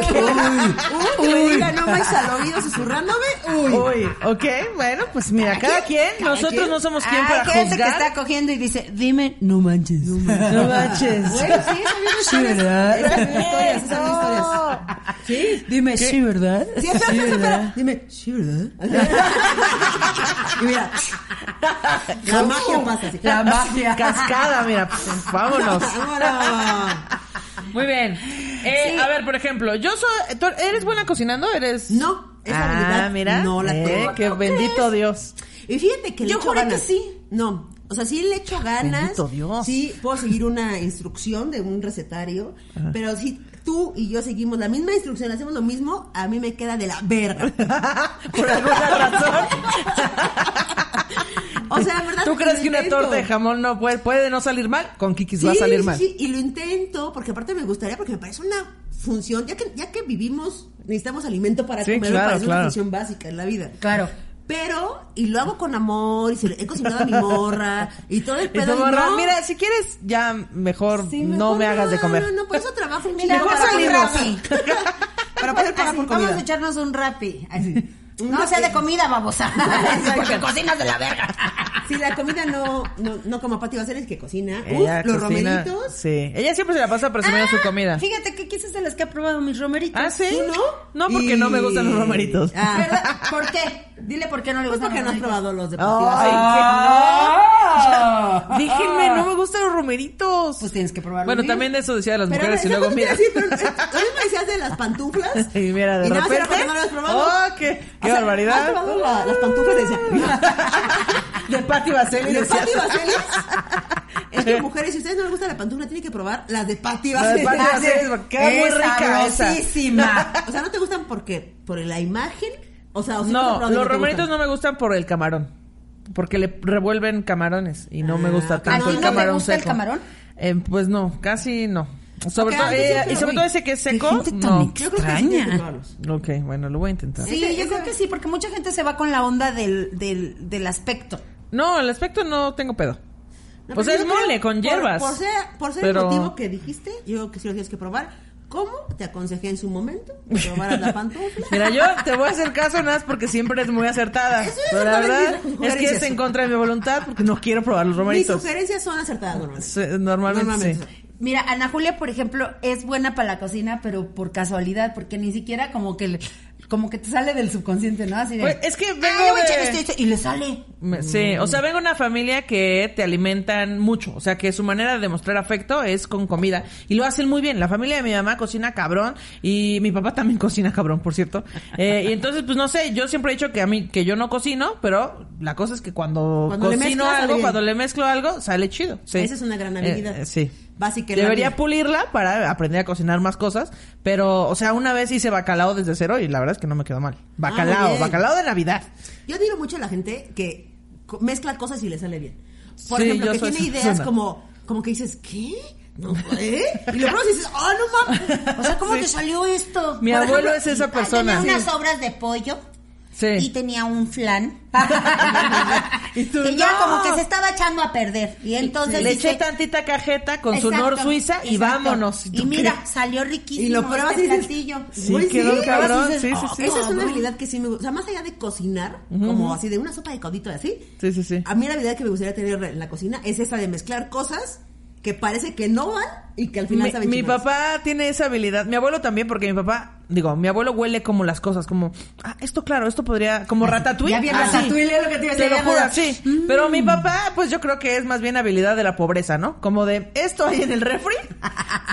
[SPEAKER 3] que me diga, no manches al oído susurrándome, uy.
[SPEAKER 2] Uy, ok, bueno, pues mira, cada quien,
[SPEAKER 3] cada
[SPEAKER 2] nosotros
[SPEAKER 3] quien.
[SPEAKER 2] no somos quien
[SPEAKER 4] Hay
[SPEAKER 2] para
[SPEAKER 4] gente
[SPEAKER 2] juzgar.
[SPEAKER 4] que está cogiendo y dice, dime, no manches.
[SPEAKER 2] No manches.
[SPEAKER 3] Bueno, sí, he sabido historias.
[SPEAKER 2] ¿verdad?
[SPEAKER 3] Esas son historias, esas son historias. Sí.
[SPEAKER 4] Dime, sí, ¿verdad?
[SPEAKER 3] Sí, espera, espera, espera. Dime, sí, ¿verdad? Y mira, la magia pasa así.
[SPEAKER 4] La magia.
[SPEAKER 2] Cascada, mira, pf, vámonos.
[SPEAKER 3] Ahora.
[SPEAKER 2] Muy bien. Eh, A ver, por ejemplo, yo soy. ¿tú ¿Eres buena cocinando? ¿Eres.?
[SPEAKER 3] No, esa
[SPEAKER 2] ah,
[SPEAKER 3] habilidad
[SPEAKER 2] mira.
[SPEAKER 3] no la
[SPEAKER 2] eh,
[SPEAKER 3] tengo.
[SPEAKER 2] Que bendito Dios.
[SPEAKER 3] Y fíjate que le
[SPEAKER 4] Yo
[SPEAKER 3] echo
[SPEAKER 4] juré que
[SPEAKER 3] ganas.
[SPEAKER 4] sí.
[SPEAKER 3] No. O sea, sí le echo ganas.
[SPEAKER 2] Bendito Dios.
[SPEAKER 3] Sí, puedo seguir una instrucción de un recetario.
[SPEAKER 2] Ah.
[SPEAKER 3] Pero si tú y yo seguimos la misma instrucción, hacemos lo mismo, a mí me queda de la verga.
[SPEAKER 2] Por alguna razón.
[SPEAKER 3] O sea, la verdad.
[SPEAKER 2] ¿Tú
[SPEAKER 3] es
[SPEAKER 2] crees
[SPEAKER 3] lo
[SPEAKER 2] que una
[SPEAKER 3] intento.
[SPEAKER 2] torta de jamón no puede, puede no salir mal? Con Kikis va a
[SPEAKER 3] Sí,
[SPEAKER 2] salir
[SPEAKER 3] sí,
[SPEAKER 2] mal.
[SPEAKER 3] sí, y lo intento, porque aparte me gustaría, porque me parece una función, ya que, ya que vivimos, necesitamos alimento para
[SPEAKER 2] Sí,
[SPEAKER 3] comer,
[SPEAKER 2] claro,
[SPEAKER 3] me parece
[SPEAKER 2] claro.
[SPEAKER 3] una función básica en la vida.
[SPEAKER 4] Claro.
[SPEAKER 3] Pero, y lo hago con amor, y se lo he cocinado a mi morra, y todo el
[SPEAKER 2] Y
[SPEAKER 3] pedo.
[SPEAKER 2] tu
[SPEAKER 3] y
[SPEAKER 2] morra,
[SPEAKER 3] no.
[SPEAKER 2] Mira, si quieres, ya mejor
[SPEAKER 3] Sí,
[SPEAKER 2] no
[SPEAKER 3] mejor
[SPEAKER 2] me hagas de comer.
[SPEAKER 3] No, no, por eso trabajo un
[SPEAKER 4] Mira,
[SPEAKER 3] chingo
[SPEAKER 2] Mejor
[SPEAKER 4] vamos
[SPEAKER 3] para
[SPEAKER 4] a un
[SPEAKER 2] salimos.
[SPEAKER 4] rapi.
[SPEAKER 3] Para poder pagar
[SPEAKER 4] Así,
[SPEAKER 3] por
[SPEAKER 4] vamos
[SPEAKER 3] comida.
[SPEAKER 4] a echarnos un rapi. Así.
[SPEAKER 3] Un
[SPEAKER 4] No
[SPEAKER 3] rapi.
[SPEAKER 4] sea de comida, babosa.
[SPEAKER 3] Exacto.
[SPEAKER 4] Porque cocinas de la verga.
[SPEAKER 3] Si la comida no, no, no como Pati Baseles que cocina. Uh,
[SPEAKER 2] Ella
[SPEAKER 3] los
[SPEAKER 2] cocina-
[SPEAKER 3] romeritos. Ah,
[SPEAKER 2] Sí. Ella siempre se la pasa presumiendo su comida.
[SPEAKER 4] Ah, Fíjate que quizás de las que ha probado mis romeritos.
[SPEAKER 2] ¿Ah, sí?
[SPEAKER 3] ¿Tú
[SPEAKER 2] No, porque no me gustan los romeritos.
[SPEAKER 3] Ah.
[SPEAKER 4] ¿Verdad? ¿Por qué? Dile por qué no le
[SPEAKER 3] Pues
[SPEAKER 4] gustan
[SPEAKER 3] porque no
[SPEAKER 4] los
[SPEAKER 3] has
[SPEAKER 4] romeritos.
[SPEAKER 3] probado los de Pati
[SPEAKER 2] Ay,
[SPEAKER 3] Baselis.
[SPEAKER 2] que no. Déjenme, no me gustan los romeritos.
[SPEAKER 4] Pues tienes que probarlo.
[SPEAKER 2] bueno,
[SPEAKER 4] mío.
[SPEAKER 2] también eso decía de las
[SPEAKER 3] Pero
[SPEAKER 2] mujeres y luego mira.
[SPEAKER 3] Sí, pero eh, a mí me decías de las pantuflas.
[SPEAKER 2] Y mira, de
[SPEAKER 3] nada más
[SPEAKER 2] repente.
[SPEAKER 3] era porque no lo has probado.
[SPEAKER 2] ¡Oh, qué,
[SPEAKER 3] O
[SPEAKER 2] qué
[SPEAKER 3] sea, ¿Has
[SPEAKER 2] barbaridad!
[SPEAKER 3] probado la- las pantuflas de
[SPEAKER 2] De Patti Vaseli.
[SPEAKER 3] ¿De
[SPEAKER 2] decías.
[SPEAKER 3] Pati Baselis? Es que mujeres, si a ustedes no les gusta la pantufla, tienen que probar las de Pati
[SPEAKER 2] La de
[SPEAKER 3] Baselis.
[SPEAKER 2] Patti Baselis, porque queda muy
[SPEAKER 4] Es
[SPEAKER 2] rica esa.
[SPEAKER 4] sabrosísima.
[SPEAKER 3] O sea, ¿no te gustan porque por la imagen? O sea, ¿o sí te has
[SPEAKER 2] No,
[SPEAKER 3] probado y
[SPEAKER 2] los
[SPEAKER 3] te
[SPEAKER 2] romeritos
[SPEAKER 3] gustan?
[SPEAKER 2] no me gustan por el camarón. Porque le revuelven camarones y no me gusta
[SPEAKER 3] ok.
[SPEAKER 2] tanto
[SPEAKER 4] ¿A ti
[SPEAKER 2] el
[SPEAKER 4] no te
[SPEAKER 2] camarón
[SPEAKER 4] gusta el
[SPEAKER 2] seco.
[SPEAKER 4] camarón?
[SPEAKER 2] Eh, pues no, casi no. Sobre
[SPEAKER 3] Ok, ah,
[SPEAKER 2] todo,
[SPEAKER 3] antes
[SPEAKER 2] eh,
[SPEAKER 3] siempre
[SPEAKER 2] y
[SPEAKER 3] lo
[SPEAKER 2] sobre
[SPEAKER 3] vi.
[SPEAKER 2] todo ese que es
[SPEAKER 4] Qué
[SPEAKER 2] seco.
[SPEAKER 4] gente tan
[SPEAKER 2] No.
[SPEAKER 4] ex-
[SPEAKER 3] Yo creo que sí tienes que
[SPEAKER 4] Extraña.
[SPEAKER 3] probarlos.
[SPEAKER 2] Ok, bueno, lo voy a intentar.
[SPEAKER 4] Sí,
[SPEAKER 3] Ese-
[SPEAKER 4] yo
[SPEAKER 3] ese-
[SPEAKER 4] creo que sí, porque mucha gente se va con la onda del, del, del aspecto.
[SPEAKER 2] No, el aspecto no tengo pedo.
[SPEAKER 3] No,
[SPEAKER 2] pues
[SPEAKER 3] pero
[SPEAKER 2] es
[SPEAKER 3] yo creo-
[SPEAKER 2] mole con
[SPEAKER 3] por-
[SPEAKER 2] hierbas.
[SPEAKER 3] Por, ser, por ser
[SPEAKER 2] Pero-
[SPEAKER 3] el motivo que dijiste, yo creo que sí lo tienes que probar. ¿Cómo te aconsejé en su momento que probaras la pantufla?
[SPEAKER 2] Mira, yo te voy a hacer caso, Nas, porque siempre es muy acertada.
[SPEAKER 3] Eso es
[SPEAKER 2] Pero la
[SPEAKER 3] acertada,
[SPEAKER 2] verdad
[SPEAKER 3] mis
[SPEAKER 2] es que
[SPEAKER 3] sugerencias.
[SPEAKER 2] es en contra de mi voluntad porque no quiero probar los
[SPEAKER 3] Mis
[SPEAKER 2] romeritos.
[SPEAKER 3] sugerencias son acertadas normalmente.
[SPEAKER 2] Sí, Normalmente,
[SPEAKER 3] Normalmente.
[SPEAKER 2] sí.
[SPEAKER 4] Mira, Ana Julia, por ejemplo, es buena para la cocina, pero por casualidad, porque ni siquiera como que le- como que te sale del subconsciente, ¿no? Así de,
[SPEAKER 2] Pues, es que
[SPEAKER 4] "Ah,
[SPEAKER 2] vengo
[SPEAKER 4] le voy a echar
[SPEAKER 2] de-
[SPEAKER 3] este,
[SPEAKER 4] esto y esto", y le sale.
[SPEAKER 2] Me- Sí, o sea, vengo de una familia que te alimentan mucho, o sea, que su manera de demostrar afecto es con comida y lo hacen muy bien. La familia de mi mamá cocina cabrón y mi papá también cocina cabrón, por cierto. Eh, y entonces, pues no sé, yo siempre he dicho que a mí que yo no cocino, pero la cosa es que cuando,
[SPEAKER 3] Cuando le
[SPEAKER 2] cocino
[SPEAKER 3] mezclas, sale
[SPEAKER 2] algo,
[SPEAKER 3] bien.
[SPEAKER 2] cuando le mezclo algo, sale chido. sí.
[SPEAKER 3] Esa es una gran habilidad.
[SPEAKER 2] Eh, eh, sí.
[SPEAKER 3] Básica en la
[SPEAKER 2] Debería
[SPEAKER 3] vida.
[SPEAKER 2] pulirla para aprender a cocinar más cosas, pero, o sea, una vez hice bacalao desde cero y la verdad es que no me quedó mal. Bacalao,
[SPEAKER 3] Ah, bien.
[SPEAKER 2] bacalao de Navidad.
[SPEAKER 3] Yo admiro mucho a la gente que co- mezcla cosas y le sale bien. Por
[SPEAKER 2] Sí,
[SPEAKER 3] ejemplo,
[SPEAKER 2] yo
[SPEAKER 3] que
[SPEAKER 2] soy
[SPEAKER 3] tiene
[SPEAKER 2] esa
[SPEAKER 3] ideas
[SPEAKER 2] persona.
[SPEAKER 3] como como que dices, ¿qué? No, ¿eh? Y lo pruebas y dices, ¡ah, no mames!
[SPEAKER 4] O sea, ¿cómo
[SPEAKER 2] Sí.
[SPEAKER 4] te salió esto?
[SPEAKER 2] Mi
[SPEAKER 4] Por
[SPEAKER 2] abuelo
[SPEAKER 4] ejemplo,
[SPEAKER 2] es esa
[SPEAKER 4] ah,
[SPEAKER 2] persona.
[SPEAKER 4] Tenía unas
[SPEAKER 2] Sí.
[SPEAKER 4] sobras de pollo.
[SPEAKER 2] Sí.
[SPEAKER 4] y tenía un flan.
[SPEAKER 2] Y
[SPEAKER 4] y
[SPEAKER 2] tú,
[SPEAKER 4] ya
[SPEAKER 2] "No".
[SPEAKER 4] como que se estaba echando a perder. Y entonces
[SPEAKER 2] le
[SPEAKER 4] dice,
[SPEAKER 2] eché tantita cajeta con su
[SPEAKER 4] "Exacto,
[SPEAKER 2] nor suiza y
[SPEAKER 4] exacto".
[SPEAKER 2] vámonos.
[SPEAKER 4] Y mira, salió riquísimo
[SPEAKER 3] Y lo pruebas
[SPEAKER 4] este
[SPEAKER 3] y dices,
[SPEAKER 4] platillo.
[SPEAKER 2] Sí,
[SPEAKER 3] Güey,
[SPEAKER 2] quedó
[SPEAKER 3] sí,
[SPEAKER 2] cabrón.
[SPEAKER 3] a veces
[SPEAKER 2] Sí,
[SPEAKER 3] dices,
[SPEAKER 2] sí,
[SPEAKER 3] "Ah,
[SPEAKER 2] sí.
[SPEAKER 3] Esa es una
[SPEAKER 2] Cabrón.
[SPEAKER 3] habilidad que sí me gusta. O sea, más allá de cocinar, como así de una sopa de codito y así.
[SPEAKER 2] Sí, sí, sí.
[SPEAKER 3] A mí la habilidad que me gustaría tener en la cocina es esa de mezclar cosas que parece que no van y que al final
[SPEAKER 2] Mi,
[SPEAKER 3] saben
[SPEAKER 2] mi
[SPEAKER 3] chingones.
[SPEAKER 2] papá tiene esa habilidad, mi abuelo también, porque mi papá, digo, mi abuelo huele como las cosas, como, ah, esto claro, esto podría, como ratatouille.
[SPEAKER 4] Ya bien
[SPEAKER 2] Así.
[SPEAKER 4] ratatouille, es lo que te iba
[SPEAKER 2] Ah,
[SPEAKER 4] a
[SPEAKER 2] Te
[SPEAKER 4] decir,
[SPEAKER 2] lo
[SPEAKER 4] ya Mm.
[SPEAKER 2] juro,
[SPEAKER 4] nada.
[SPEAKER 2] sí. Pero mi papá, pues yo creo que es más bien habilidad de la pobreza, ¿no? Como de, esto hay en el refri,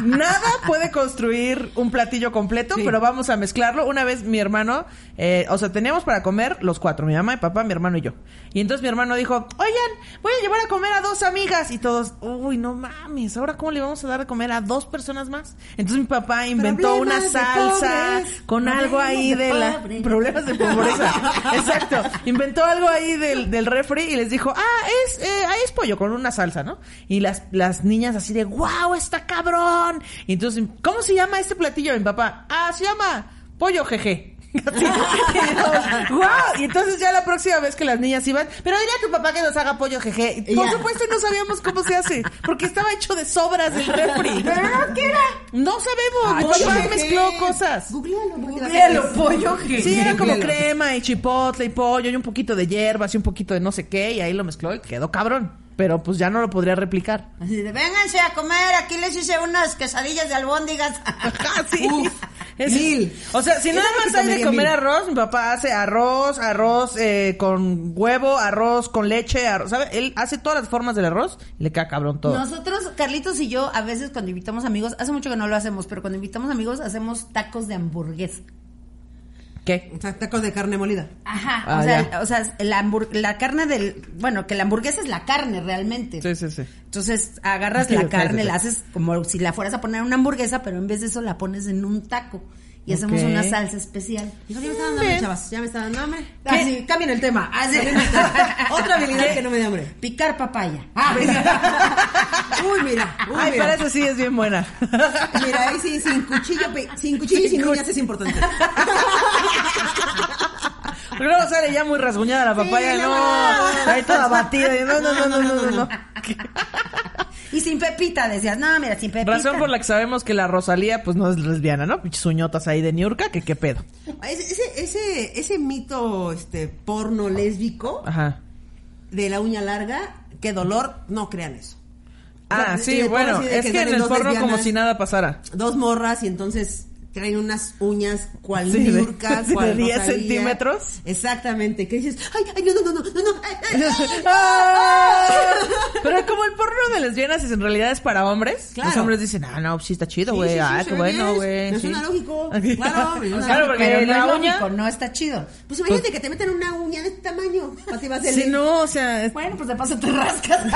[SPEAKER 2] nada puede construir un platillo completo, pero vamos a mezclarlo. Una vez mi hermano, eh, o sea, teníamos para comer los cuatro, mi mamá, mi papá, mi hermano y yo. Y entonces mi hermano dijo, oigan, voy a llevar a comer a dos amigas. Y todos, uy, no mames, ¿ahora cómo le vamos a dar de comer a dos personas más? Entonces mi papá inventó una
[SPEAKER 3] Problemas de
[SPEAKER 2] salsa
[SPEAKER 3] pobres.
[SPEAKER 2] con algo ahí de,
[SPEAKER 4] Problemas de
[SPEAKER 2] la...
[SPEAKER 4] pobres.
[SPEAKER 2] Problemas de pobreza. Exacto. Inventó algo ahí del, del refri y les dijo, ah, es, eh, ahí es pollo con una salsa, ¿no? Y las, las niñas así de, wow, está cabrón. Y entonces, ¿cómo se llama este platillo, mi papá? Ah, se llama pollo jeje. Así. y, todos, "Guau". Y entonces ya la próxima vez que las niñas iban, pero dile a tu papá que nos haga pollo jeje. Y Por
[SPEAKER 3] Ya.
[SPEAKER 2] supuesto no sabíamos cómo se hace, porque estaba hecho de sobras del refri.
[SPEAKER 4] ¿Pero qué era?
[SPEAKER 2] No sabemos, mi
[SPEAKER 3] Pollo
[SPEAKER 2] papá
[SPEAKER 3] jeje.
[SPEAKER 2] mezcló cosas.
[SPEAKER 3] Googlealo. porque te
[SPEAKER 4] Míralo,
[SPEAKER 3] vas a-
[SPEAKER 4] pollo.
[SPEAKER 2] Sí, era como
[SPEAKER 3] Googlealo.
[SPEAKER 2] crema y chipotle y pollo y un poquito de hierbas y un poquito de no sé qué y ahí lo mezcló y quedó cabrón. Pero pues ya no lo podría replicar.
[SPEAKER 4] Así de, vénganse a comer, aquí les hice unas quesadillas de albóndigas.
[SPEAKER 2] sí. Es-
[SPEAKER 3] mil.
[SPEAKER 2] O sea, si
[SPEAKER 3] Es
[SPEAKER 2] nada
[SPEAKER 3] algo que
[SPEAKER 2] más hay de
[SPEAKER 3] comería
[SPEAKER 2] comer
[SPEAKER 3] mil.
[SPEAKER 2] arroz, mi papá hace arroz, arroz eh, con huevo, arroz con leche, arroz, ¿sabe? Él hace todas las formas del arroz y le queda cabrón todo.
[SPEAKER 4] Nosotros, Carlitos y yo, a veces cuando invitamos amigos, hace mucho que no lo hacemos, pero cuando invitamos amigos hacemos tacos de hamburguesa.
[SPEAKER 2] ¿Qué?
[SPEAKER 3] O sea, tacos de carne molida.
[SPEAKER 4] Ajá,
[SPEAKER 2] Ah,
[SPEAKER 4] o, sea,
[SPEAKER 2] ya.
[SPEAKER 4] o sea, la, hambur- la carne del... Bueno, que la hamburguesa es la carne realmente.
[SPEAKER 2] Sí, sí, sí.
[SPEAKER 4] Entonces agarras
[SPEAKER 2] Sí,
[SPEAKER 4] la
[SPEAKER 2] ok,
[SPEAKER 4] carne,
[SPEAKER 2] ok.
[SPEAKER 4] la haces como si la fueras a poner en una hamburguesa, pero en vez de eso la pones en un taco y hacemos
[SPEAKER 2] Ok.
[SPEAKER 4] una salsa especial.
[SPEAKER 3] Hijo, ya me está dando hambre, chavas. Ya me está dando hambre.
[SPEAKER 4] ¿Qué?
[SPEAKER 3] Así, cambien el tema.
[SPEAKER 4] Ah,
[SPEAKER 3] Así. Otra habilidad que no me dé hambre.
[SPEAKER 4] Picar papaya. Ah.
[SPEAKER 3] Uy, mira. Uy,
[SPEAKER 2] Ay,
[SPEAKER 3] mira.
[SPEAKER 2] para eso sí es bien buena.
[SPEAKER 3] Mira, ahí sí, sin cuchillo, pe- sin cuchillo y sin uñas es importante.
[SPEAKER 2] Porque luego sale ya muy rasguñada la papaya, no. Ahí toda batida. y No, no, no, no, no, no. no.
[SPEAKER 4] y sin pepita, decías, no, mira, sin pepita.
[SPEAKER 2] Razón por la que sabemos que la Rosalía, pues no es lesbiana, ¿no? Pinches uñotas ahí de Niurka, que qué pedo.
[SPEAKER 3] Ese, ese, ese, ese mito este, porno lésbico
[SPEAKER 2] Ajá.
[SPEAKER 3] de la uña larga, qué dolor, no crean eso.
[SPEAKER 2] Ah,
[SPEAKER 3] No, y
[SPEAKER 2] sí,
[SPEAKER 3] de
[SPEAKER 2] bueno,
[SPEAKER 3] por sí de
[SPEAKER 2] es que
[SPEAKER 3] salen
[SPEAKER 2] en el
[SPEAKER 3] dos
[SPEAKER 2] porno
[SPEAKER 3] lesbianas,
[SPEAKER 2] como si nada pasara.
[SPEAKER 3] Dos morras y entonces traen unas uñas cual
[SPEAKER 2] Sí, de-
[SPEAKER 3] niurca,
[SPEAKER 2] sí, de
[SPEAKER 3] cual
[SPEAKER 2] 10
[SPEAKER 3] Rosalía.
[SPEAKER 2] centímetros.
[SPEAKER 3] Exactamente, que dices, ay, ay, no, no, no, no, no, no, ay, ay, ay,
[SPEAKER 2] Ah, Pero como el porno de lesbianas es- en realidad es para hombres,
[SPEAKER 3] Claro.
[SPEAKER 2] los hombres dicen, ah, no, sí está chido,
[SPEAKER 3] Sí,
[SPEAKER 2] güey,
[SPEAKER 3] sí, sí,
[SPEAKER 2] ah,
[SPEAKER 3] se
[SPEAKER 2] qué
[SPEAKER 3] ve
[SPEAKER 2] bueno,
[SPEAKER 3] bien,
[SPEAKER 2] güey.
[SPEAKER 3] me
[SPEAKER 2] sí".
[SPEAKER 3] suena lógico, claro, me suena
[SPEAKER 2] claro,
[SPEAKER 3] lógico,
[SPEAKER 2] porque
[SPEAKER 4] pero no
[SPEAKER 2] la
[SPEAKER 4] es
[SPEAKER 2] uña...
[SPEAKER 4] lógico, no está chido.
[SPEAKER 3] Pues imagínate que te meten una uña de este tamaño. Así va a ser.
[SPEAKER 2] Sí, no, o sea, es-
[SPEAKER 4] Bueno, pues de paso te rascas.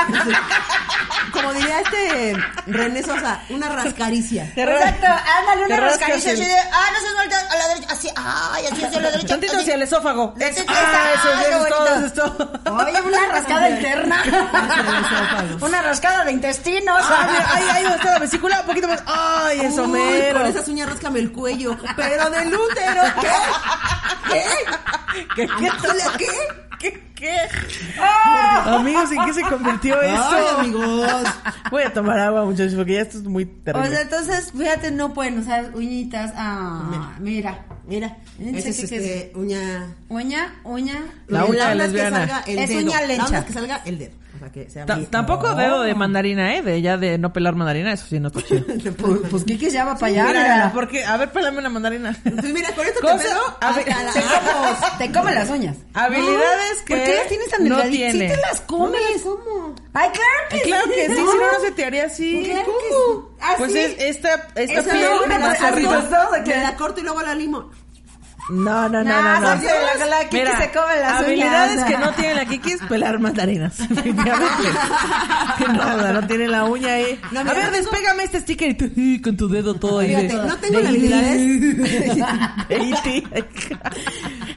[SPEAKER 3] Como diría este René Sosa, una rascaricia.
[SPEAKER 2] Te rascas.
[SPEAKER 4] Exacto, ándale
[SPEAKER 2] Te
[SPEAKER 4] una
[SPEAKER 2] rascas el-
[SPEAKER 4] rascadilla así de, ah, no se voltea a la derecha, así, ay, así hacia la derecha.
[SPEAKER 2] Tantito
[SPEAKER 4] así".
[SPEAKER 2] hacia el esófago.
[SPEAKER 4] La
[SPEAKER 2] Eso,
[SPEAKER 4] teta,
[SPEAKER 2] ah, eso,
[SPEAKER 4] ay,
[SPEAKER 2] eso
[SPEAKER 4] qué
[SPEAKER 2] es todo, eso
[SPEAKER 4] bonito.
[SPEAKER 2] es todo.
[SPEAKER 4] Oye, una rascada interna.
[SPEAKER 3] esófago.
[SPEAKER 4] una rascada de intestinos.
[SPEAKER 2] Ah, mira, ahí, ahí donde está la vesícula, un poquito más. Ay, eso
[SPEAKER 3] Uy,
[SPEAKER 2] mero.
[SPEAKER 3] Con esas uñas ráscame el cuello. Pero del útero, ¿qué?
[SPEAKER 2] ¿Qué, qué,
[SPEAKER 3] ¿Híjole, ¿Qué?
[SPEAKER 2] qué, qué? Amigos, ¿en qué se convirtió
[SPEAKER 3] Ay,
[SPEAKER 2] eso?
[SPEAKER 3] amigos.
[SPEAKER 2] Voy a tomar agua, muchachos, porque ya esto es muy
[SPEAKER 4] O
[SPEAKER 2] terrible.
[SPEAKER 4] sea, entonces, fíjate, no pueden usar uñitas. Ah, mira, mira.
[SPEAKER 3] Esa es
[SPEAKER 4] Fíjense que-
[SPEAKER 3] este, uña.
[SPEAKER 4] Uña, uña.
[SPEAKER 2] La uña
[SPEAKER 3] onda es que
[SPEAKER 2] lesbiana.
[SPEAKER 3] salga el
[SPEAKER 4] Es
[SPEAKER 3] dedo.
[SPEAKER 4] uña
[SPEAKER 3] La onda
[SPEAKER 4] lencha.
[SPEAKER 3] es que salga el dedo. O sea, que sea
[SPEAKER 2] Ta-
[SPEAKER 3] mi-
[SPEAKER 2] tampoco
[SPEAKER 3] No.
[SPEAKER 2] dedo de mandarina, ¿eh? De ya de no pelar mandarina, eso sí, no está chido.
[SPEAKER 4] Pues, pues Kiki ya va para allá.
[SPEAKER 2] Mira,
[SPEAKER 4] mira.
[SPEAKER 2] porque, a ver, pelame una mandarina.
[SPEAKER 3] Pues mira, con esto
[SPEAKER 2] Cosa-
[SPEAKER 3] te veo
[SPEAKER 2] a ver,
[SPEAKER 3] hasta la...
[SPEAKER 4] Te como, te come las uñas.
[SPEAKER 2] Habilidades
[SPEAKER 4] ¿Eh? No,
[SPEAKER 2] que
[SPEAKER 4] ¿Por qué las tienes tan
[SPEAKER 2] no
[SPEAKER 4] delgaditas?
[SPEAKER 2] tiene.
[SPEAKER 4] Sí te las
[SPEAKER 3] No me
[SPEAKER 4] comes.
[SPEAKER 3] la como.
[SPEAKER 4] Ay, claro que
[SPEAKER 2] Claro
[SPEAKER 4] sí.
[SPEAKER 2] que sí, si no, no se te haría así.
[SPEAKER 4] Claro que
[SPEAKER 3] ¿Cómo?
[SPEAKER 4] sí. Ah,
[SPEAKER 2] Pues
[SPEAKER 4] sí.
[SPEAKER 2] es esta, esta
[SPEAKER 4] Esa
[SPEAKER 2] piel
[SPEAKER 4] no, me la
[SPEAKER 2] más
[SPEAKER 4] saco.
[SPEAKER 2] arriba.
[SPEAKER 3] Me la corto y luego la limo.
[SPEAKER 2] No, no, no,
[SPEAKER 4] Nah,
[SPEAKER 2] no. no.
[SPEAKER 4] sí, la- la Kiki se come las
[SPEAKER 2] habilidades
[SPEAKER 4] uñas.
[SPEAKER 2] que no tiene la Kiki es pelar mandarinas. Definitivamente. no, no, no tiene la uña ahí.
[SPEAKER 3] No,
[SPEAKER 2] a
[SPEAKER 3] mira,
[SPEAKER 2] ver,
[SPEAKER 3] tengo-
[SPEAKER 2] despégame este sticker y tú, ¡ay! con tu dedo todo ahí.
[SPEAKER 3] Fíjate,
[SPEAKER 2] de-
[SPEAKER 3] no tengo
[SPEAKER 2] de-
[SPEAKER 3] las habilidades.
[SPEAKER 2] de IT.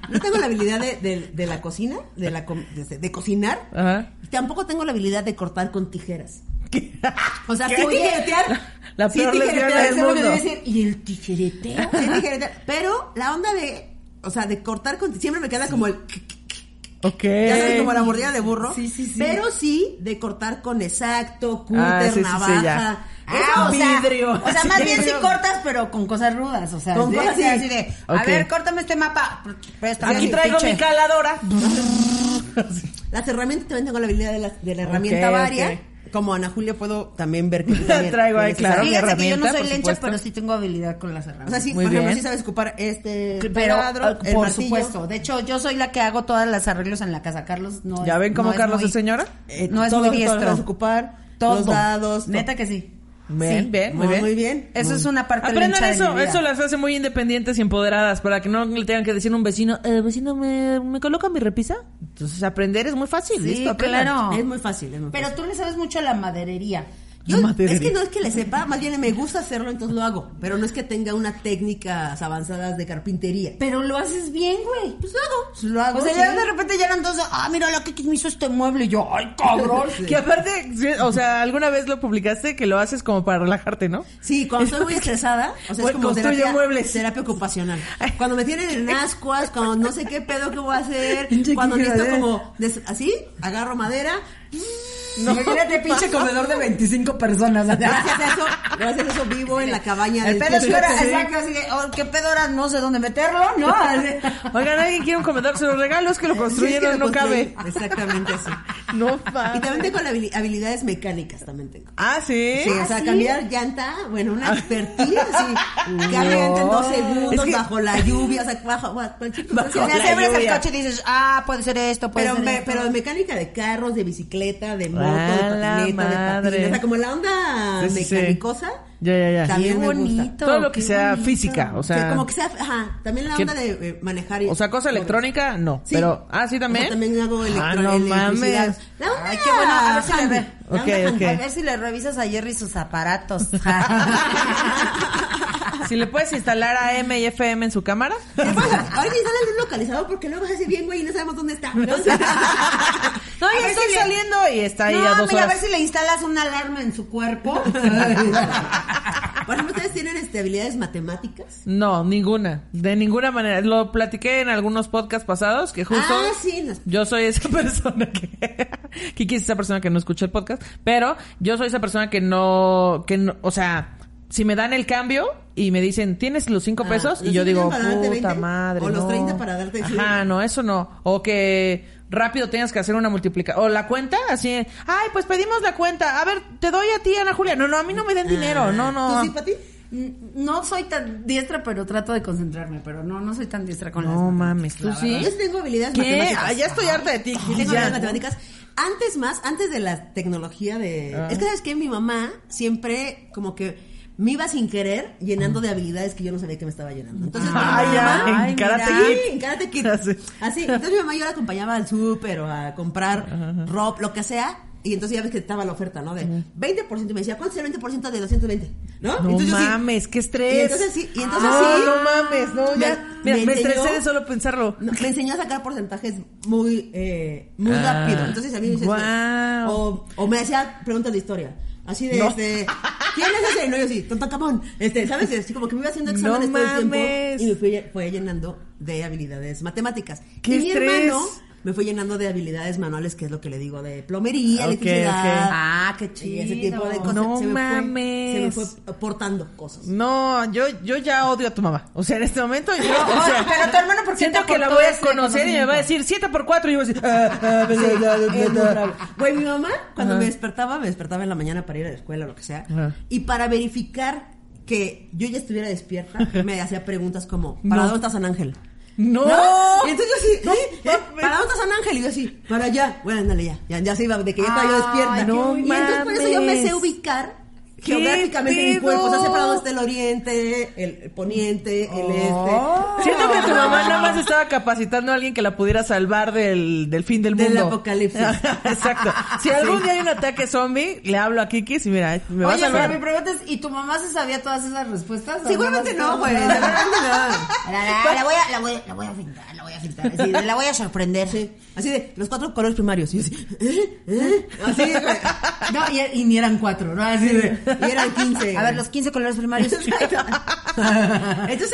[SPEAKER 3] No tengo la habilidad de, de- de la cocina, de, la com- de, de cocinar.
[SPEAKER 2] Ajá.
[SPEAKER 3] Y Tampoco tengo la habilidad de cortar con tijeras.
[SPEAKER 2] ¿Qué?
[SPEAKER 3] O sea,
[SPEAKER 2] ¿Qué?
[SPEAKER 3] sí tijeretear.
[SPEAKER 2] La
[SPEAKER 3] sí
[SPEAKER 2] peor
[SPEAKER 3] tijeretear,
[SPEAKER 2] lesbiana del
[SPEAKER 3] eso es lo que te
[SPEAKER 2] mundo.
[SPEAKER 3] iba a decir. Y el tijereteo. sí tijeretear. Pero la onda de, o sea, de cortar con... Siempre me queda como el...
[SPEAKER 2] Ok.
[SPEAKER 3] Ya sabes, como la mordida de burro.
[SPEAKER 4] Sí, sí, sí.
[SPEAKER 3] Pero sí de cortar con exacto, cúter,
[SPEAKER 2] Ah, sí, sí, sí,
[SPEAKER 3] navaja.
[SPEAKER 2] ya.
[SPEAKER 4] Ah, o sea,
[SPEAKER 2] vidrio.
[SPEAKER 4] o sea, más
[SPEAKER 2] Sí.
[SPEAKER 4] bien sí cortas, pero con cosas rudas, o sea,
[SPEAKER 3] Con
[SPEAKER 4] de-
[SPEAKER 3] cosas
[SPEAKER 4] de-
[SPEAKER 3] así.
[SPEAKER 4] así de, a
[SPEAKER 2] Ok.
[SPEAKER 4] ver, córtame este mapa. Pues,
[SPEAKER 2] Aquí traigo mi
[SPEAKER 4] pinche.
[SPEAKER 2] caladora.
[SPEAKER 3] Las herramientas también tengo la habilidad de la, de la herramienta
[SPEAKER 2] Ok,
[SPEAKER 3] varia.
[SPEAKER 2] ok.
[SPEAKER 3] Como Ana Julia puedo también ver que tú también
[SPEAKER 2] Traigo ahí,
[SPEAKER 3] tienes
[SPEAKER 2] claro,
[SPEAKER 3] esa-
[SPEAKER 2] mi
[SPEAKER 4] Fíjate que yo no
[SPEAKER 2] herramienta,
[SPEAKER 4] soy
[SPEAKER 2] por
[SPEAKER 4] lencha,
[SPEAKER 2] supuesto.
[SPEAKER 4] pero sí tengo habilidad con las herramientas.
[SPEAKER 3] O sea, sí,
[SPEAKER 2] Muy
[SPEAKER 3] por ejemplo,
[SPEAKER 2] bien.
[SPEAKER 3] sí sabes ocupar este
[SPEAKER 4] Pero,
[SPEAKER 3] taladro,
[SPEAKER 4] eh,
[SPEAKER 3] el
[SPEAKER 4] por
[SPEAKER 3] martillo.
[SPEAKER 4] supuesto. De hecho, yo soy la que hago todas las arreglos en la casa. Carlos no
[SPEAKER 2] ¿Ya
[SPEAKER 4] es-
[SPEAKER 2] ven cómo
[SPEAKER 4] no es
[SPEAKER 2] Carlos
[SPEAKER 4] muy-
[SPEAKER 2] es señora?
[SPEAKER 3] Eh,
[SPEAKER 4] no es
[SPEAKER 3] todo
[SPEAKER 4] muy
[SPEAKER 3] lo que
[SPEAKER 4] diestro.
[SPEAKER 3] puedas ocupar,
[SPEAKER 4] Todo.
[SPEAKER 3] los dados. to-
[SPEAKER 4] Neta que sí.
[SPEAKER 2] Bien,
[SPEAKER 4] Sí.
[SPEAKER 2] bien, muy
[SPEAKER 3] Muy,
[SPEAKER 2] bien.
[SPEAKER 3] muy bien.
[SPEAKER 4] Eso es una parte
[SPEAKER 2] Aprendan
[SPEAKER 4] lencha de
[SPEAKER 2] eso,
[SPEAKER 4] mi vida.
[SPEAKER 2] eso las hace muy independientes y empoderadas para que no le tengan que decir a un vecino, eh, vecino, ¿me, me coloca mi repisa? Entonces aprender es muy fácil,
[SPEAKER 4] Sí,
[SPEAKER 2] listo, aprendan.
[SPEAKER 4] claro.
[SPEAKER 3] Es muy fácil. es muy
[SPEAKER 4] Pero
[SPEAKER 3] fácil.
[SPEAKER 4] tú le sabes mucho a la maderería.
[SPEAKER 3] Yo-
[SPEAKER 2] No, madre
[SPEAKER 3] es
[SPEAKER 2] mía.
[SPEAKER 3] que no es que le sepa, más bien me gusta hacerlo, entonces lo hago. Pero no es que tenga unas técnicas avanzadas de carpintería.
[SPEAKER 4] Pero lo haces bien, güey.
[SPEAKER 3] Pues lo hago. Pues lo hago.
[SPEAKER 4] O sea,
[SPEAKER 3] sí.
[SPEAKER 4] ya de repente ya eran dos, ah, mira la que me hizo este mueble. Y yo, ay, cabrón.
[SPEAKER 3] Sí.
[SPEAKER 2] Que aparte, sí, o sea, alguna vez lo publicaste que lo haces como para relajarte, ¿no?
[SPEAKER 3] Sí, cuando estoy muy estresada, o sea,
[SPEAKER 2] Pues
[SPEAKER 3] es como
[SPEAKER 2] construye
[SPEAKER 3] terapia,
[SPEAKER 2] muebles.
[SPEAKER 3] terapia ocupacional. Cuando me tienen en ascuas, cuando no sé qué pedo que voy a hacer,
[SPEAKER 2] Pinche
[SPEAKER 3] cuando
[SPEAKER 2] Kiki
[SPEAKER 3] necesito
[SPEAKER 2] Madera.
[SPEAKER 3] como des- así, agarro madera.
[SPEAKER 4] Imagínate, pinche comedor de 25 personas. o sea.
[SPEAKER 3] Gracias a eso, gracias a eso vivo en la cabaña
[SPEAKER 4] El
[SPEAKER 3] del
[SPEAKER 4] pedo es que
[SPEAKER 3] tío.
[SPEAKER 4] ahora,
[SPEAKER 3] Sí.
[SPEAKER 4] exacto, así de, oh, qué pedo ahora, no sé dónde meterlo, ¿no? Así.
[SPEAKER 2] Oigan, alguien quiere un comedor, se los regalos que lo
[SPEAKER 3] Sí, es que
[SPEAKER 2] construyeron,
[SPEAKER 3] lo
[SPEAKER 2] no cabe.
[SPEAKER 3] construí. Exactamente así.
[SPEAKER 2] No,
[SPEAKER 3] Y también
[SPEAKER 2] mames.
[SPEAKER 3] tengo la habili- habilidades mecánicas, también tengo.
[SPEAKER 2] Ah, sí. Ah.
[SPEAKER 3] Sí, o sea,
[SPEAKER 4] ¿sí?
[SPEAKER 3] cambiar llanta, bueno, una expertise, así. Cambia llanta en dos segundos,
[SPEAKER 2] Es que-
[SPEAKER 3] bajo la lluvia, o sea, bajo, cualquier cosa.
[SPEAKER 2] Bajo
[SPEAKER 4] O sea,
[SPEAKER 2] la
[SPEAKER 4] si abres el
[SPEAKER 2] lluvia.
[SPEAKER 4] coche y dices, ah, puede ser esto, puede
[SPEAKER 3] Pero,
[SPEAKER 4] ser
[SPEAKER 3] me-
[SPEAKER 4] esto.
[SPEAKER 3] pero de mecánica de carros, de bicicleta, de moto,
[SPEAKER 2] Ah,
[SPEAKER 3] de
[SPEAKER 2] la
[SPEAKER 3] patineta, de
[SPEAKER 2] madre.
[SPEAKER 3] patina. O sea, como la onda
[SPEAKER 2] Sí, sí, sí.
[SPEAKER 3] mecanicosa.
[SPEAKER 2] Ya, ya, ya.
[SPEAKER 3] También
[SPEAKER 4] Qué
[SPEAKER 3] me gusta.
[SPEAKER 4] bonito.
[SPEAKER 2] Todo lo que
[SPEAKER 4] qué
[SPEAKER 2] sea
[SPEAKER 4] bonito.
[SPEAKER 2] física, o
[SPEAKER 3] O sea,
[SPEAKER 2] sea,
[SPEAKER 3] como que sea, ajá, también la
[SPEAKER 2] que-
[SPEAKER 3] onda de eh, manejar. y-
[SPEAKER 2] o sea, cosa electrónica, no,
[SPEAKER 3] Sí.
[SPEAKER 2] pero, ah, sí también.
[SPEAKER 3] O sea, también hago electro,
[SPEAKER 2] Ah, no
[SPEAKER 3] electricidad.
[SPEAKER 2] mames.
[SPEAKER 3] La onda
[SPEAKER 4] Ay, qué Ah, bueno, a ver si le
[SPEAKER 3] handy.
[SPEAKER 4] ve.
[SPEAKER 3] La onda
[SPEAKER 2] Ok,
[SPEAKER 3] handy.
[SPEAKER 2] ok.
[SPEAKER 4] A ver si le revisas a Jerry sus aparatos.
[SPEAKER 2] Si le puedes instalar AM y FM en su cámara.
[SPEAKER 3] Te puedes- Ahorita instalan un localizador porque luego vas a decir bien, güey, y no sabemos dónde está. Entonces-
[SPEAKER 2] No,
[SPEAKER 4] A
[SPEAKER 2] ya
[SPEAKER 4] ver
[SPEAKER 2] estoy
[SPEAKER 4] si le-
[SPEAKER 2] saliendo y está ahí
[SPEAKER 4] no,
[SPEAKER 2] a dos
[SPEAKER 4] mira, a ver
[SPEAKER 2] horas.
[SPEAKER 4] si le instalas una alarma en su cuerpo.
[SPEAKER 3] Por ejemplo, ¿ustedes tienen este, habilidades matemáticas?
[SPEAKER 2] No, ninguna. De ninguna manera. Lo platiqué en algunos podcasts pasados que justo.
[SPEAKER 3] Ah, sí, nos-
[SPEAKER 2] Yo soy esa persona que. Kiki es esa persona que no escucha el podcast. Pero yo soy esa persona que no. que no, O sea, si me dan el cambio y me dicen, ¿tienes los cinco
[SPEAKER 3] Ah,
[SPEAKER 2] pesos?
[SPEAKER 3] ¿los
[SPEAKER 2] Y yo
[SPEAKER 3] 50
[SPEAKER 2] digo,
[SPEAKER 3] para darte
[SPEAKER 2] puta
[SPEAKER 3] 20?
[SPEAKER 2] madre.
[SPEAKER 3] ¿O los
[SPEAKER 2] no.
[SPEAKER 3] 30 para darte
[SPEAKER 2] Ajá,
[SPEAKER 3] cien?
[SPEAKER 2] no, eso no. O que rápido tengas que hacer una multiplicación. O la cuenta, así. Ay, pues pedimos la cuenta. A ver, te doy a ti, Ana Julia. No, no, a mí no me den dinero. No, no.
[SPEAKER 3] Ah. ¿Tú sí, Pati?
[SPEAKER 4] No soy tan diestra, pero trato de concentrarme, pero no, no soy tan diestra con las
[SPEAKER 2] No
[SPEAKER 4] manos.
[SPEAKER 2] mames, tú
[SPEAKER 4] la
[SPEAKER 2] sí.
[SPEAKER 4] verdad.
[SPEAKER 3] Yo sí tengo habilidades
[SPEAKER 2] ¿Qué?
[SPEAKER 3] matemáticas.
[SPEAKER 2] Ah, ya estoy harta de ti.
[SPEAKER 3] Sí,
[SPEAKER 2] Gigi,
[SPEAKER 3] tengo
[SPEAKER 2] ya.
[SPEAKER 3] las matemáticas. Antes más, antes de la tecnología de...
[SPEAKER 2] Ah.
[SPEAKER 3] Es que, ¿sabes qué? Mi mamá siempre como que me iba sin querer llenando de habilidades que yo no sabía que me estaba llenando. Entonces, mi
[SPEAKER 2] Ay,
[SPEAKER 3] mamá-
[SPEAKER 2] Ah, ya, en
[SPEAKER 3] Ay,
[SPEAKER 2] Karate
[SPEAKER 3] mira.
[SPEAKER 2] Kid.
[SPEAKER 3] Sí, en Karate Kid.
[SPEAKER 2] Así.
[SPEAKER 3] Así. Entonces, mi mamá yo la acompañaba al súper o a comprar ropa, lo que sea. Y entonces ya ves que estaba la oferta, ¿no? De 20%. Y me decía, ¿cuánto es el 20% de 220? ¿no?
[SPEAKER 2] No
[SPEAKER 3] Entonces yo sí-
[SPEAKER 2] mames, qué estrés.
[SPEAKER 3] Y entonces sí, y entonces
[SPEAKER 2] no,
[SPEAKER 3] sí.
[SPEAKER 2] no mames, no,
[SPEAKER 3] Me-
[SPEAKER 2] ya. Mira, me,
[SPEAKER 3] enseñó-
[SPEAKER 2] estresé de solo pensarlo.
[SPEAKER 3] no, me enseñó a sacar porcentajes muy, eh, muy
[SPEAKER 2] Ah,
[SPEAKER 3] rápido. Entonces a mí me dice,
[SPEAKER 2] guau.
[SPEAKER 3] o, o me hacía preguntas de historia. Así de,
[SPEAKER 2] No.
[SPEAKER 3] este, ¿quién es ese? No, yo sí, Tontacamón. Este, ¿sabes? Así como que me iba haciendo
[SPEAKER 2] No
[SPEAKER 3] exámenes todo el tiempo.
[SPEAKER 2] mames.
[SPEAKER 3] Y me fui, fue llenando de habilidades matemáticas.
[SPEAKER 2] ¡Qué
[SPEAKER 3] y mi
[SPEAKER 2] estrés!
[SPEAKER 3] hermano me fui llenando de habilidades manuales, que es lo que le digo, de plomería,
[SPEAKER 2] Ok,
[SPEAKER 3] electricidad.
[SPEAKER 2] ok.
[SPEAKER 4] Ah, qué
[SPEAKER 3] Y ese tipo de cosas.
[SPEAKER 2] No
[SPEAKER 3] se me fue-
[SPEAKER 2] mames.
[SPEAKER 3] se me fue aportando cosas.
[SPEAKER 2] No, yo, yo ya odio a tu mamá. O sea, en este momento yo. o sea,
[SPEAKER 4] pero tu hermano, ¿por qué
[SPEAKER 2] Siento
[SPEAKER 4] te
[SPEAKER 2] que la
[SPEAKER 4] cortó
[SPEAKER 2] voy a
[SPEAKER 3] este
[SPEAKER 4] ese
[SPEAKER 2] conocer y me va a decir 7 por 4 y yo voy a decir. ah, ah, bla, bla, bla, bla,
[SPEAKER 3] Es muy
[SPEAKER 2] bla.
[SPEAKER 3] bravo. Güey, mi mamá, cuando
[SPEAKER 2] Ajá.
[SPEAKER 3] me despertaba, me despertaba en la mañana para ir a la escuela o lo que sea.
[SPEAKER 2] Ajá.
[SPEAKER 3] Y para verificar que yo ya estuviera despierta, me hacía preguntas como, ¿para
[SPEAKER 2] No.
[SPEAKER 3] dónde está San Ángel?
[SPEAKER 2] No.
[SPEAKER 3] Y entonces yo así,
[SPEAKER 2] No,
[SPEAKER 3] ¿eh? ¿eh?
[SPEAKER 2] mames.
[SPEAKER 3] ¿para dónde está San Ángel? Y yo así, para allá. Bueno, ándale ya. Ya, ya se iba, de que ya estaba yo
[SPEAKER 4] Ay,
[SPEAKER 3] despierta.
[SPEAKER 2] no
[SPEAKER 3] y entonces por eso yo me sé
[SPEAKER 2] mames.
[SPEAKER 3] ubicar
[SPEAKER 2] ¡Qué
[SPEAKER 3] geográficamente mi
[SPEAKER 2] pedo!
[SPEAKER 3] cuerpo. O sea, separado está el oriente, el, el poniente, el este.
[SPEAKER 2] Siento que tu mamá nada más estaba capacitando a alguien que la pudiera salvar del, del fin del
[SPEAKER 3] Del
[SPEAKER 2] mundo.
[SPEAKER 3] apocalipsis.
[SPEAKER 2] Exacto. Si algún día hay un ataque zombie, le hablo a Kikis y mira, me va
[SPEAKER 4] Oye,
[SPEAKER 2] a
[SPEAKER 4] pero
[SPEAKER 2] salvar.
[SPEAKER 4] mi pregunta es, ¿y tu mamá se sabía todas esas respuestas?
[SPEAKER 3] Seguramente no, güey. Seguramente no.
[SPEAKER 4] La, la, la voy a, la voy, a- la voy a fintar, la voy a fintar. Sí, la voy a sorprender.
[SPEAKER 3] Sí, así de los cuatro colores primarios. Y yo así, ¿eh? ¿eh? Así, güey.
[SPEAKER 4] No, y, y ni eran cuatro, ¿no? Así de.
[SPEAKER 3] Y eran 15.
[SPEAKER 4] A ver, los 15 colores primarios.
[SPEAKER 3] Entonces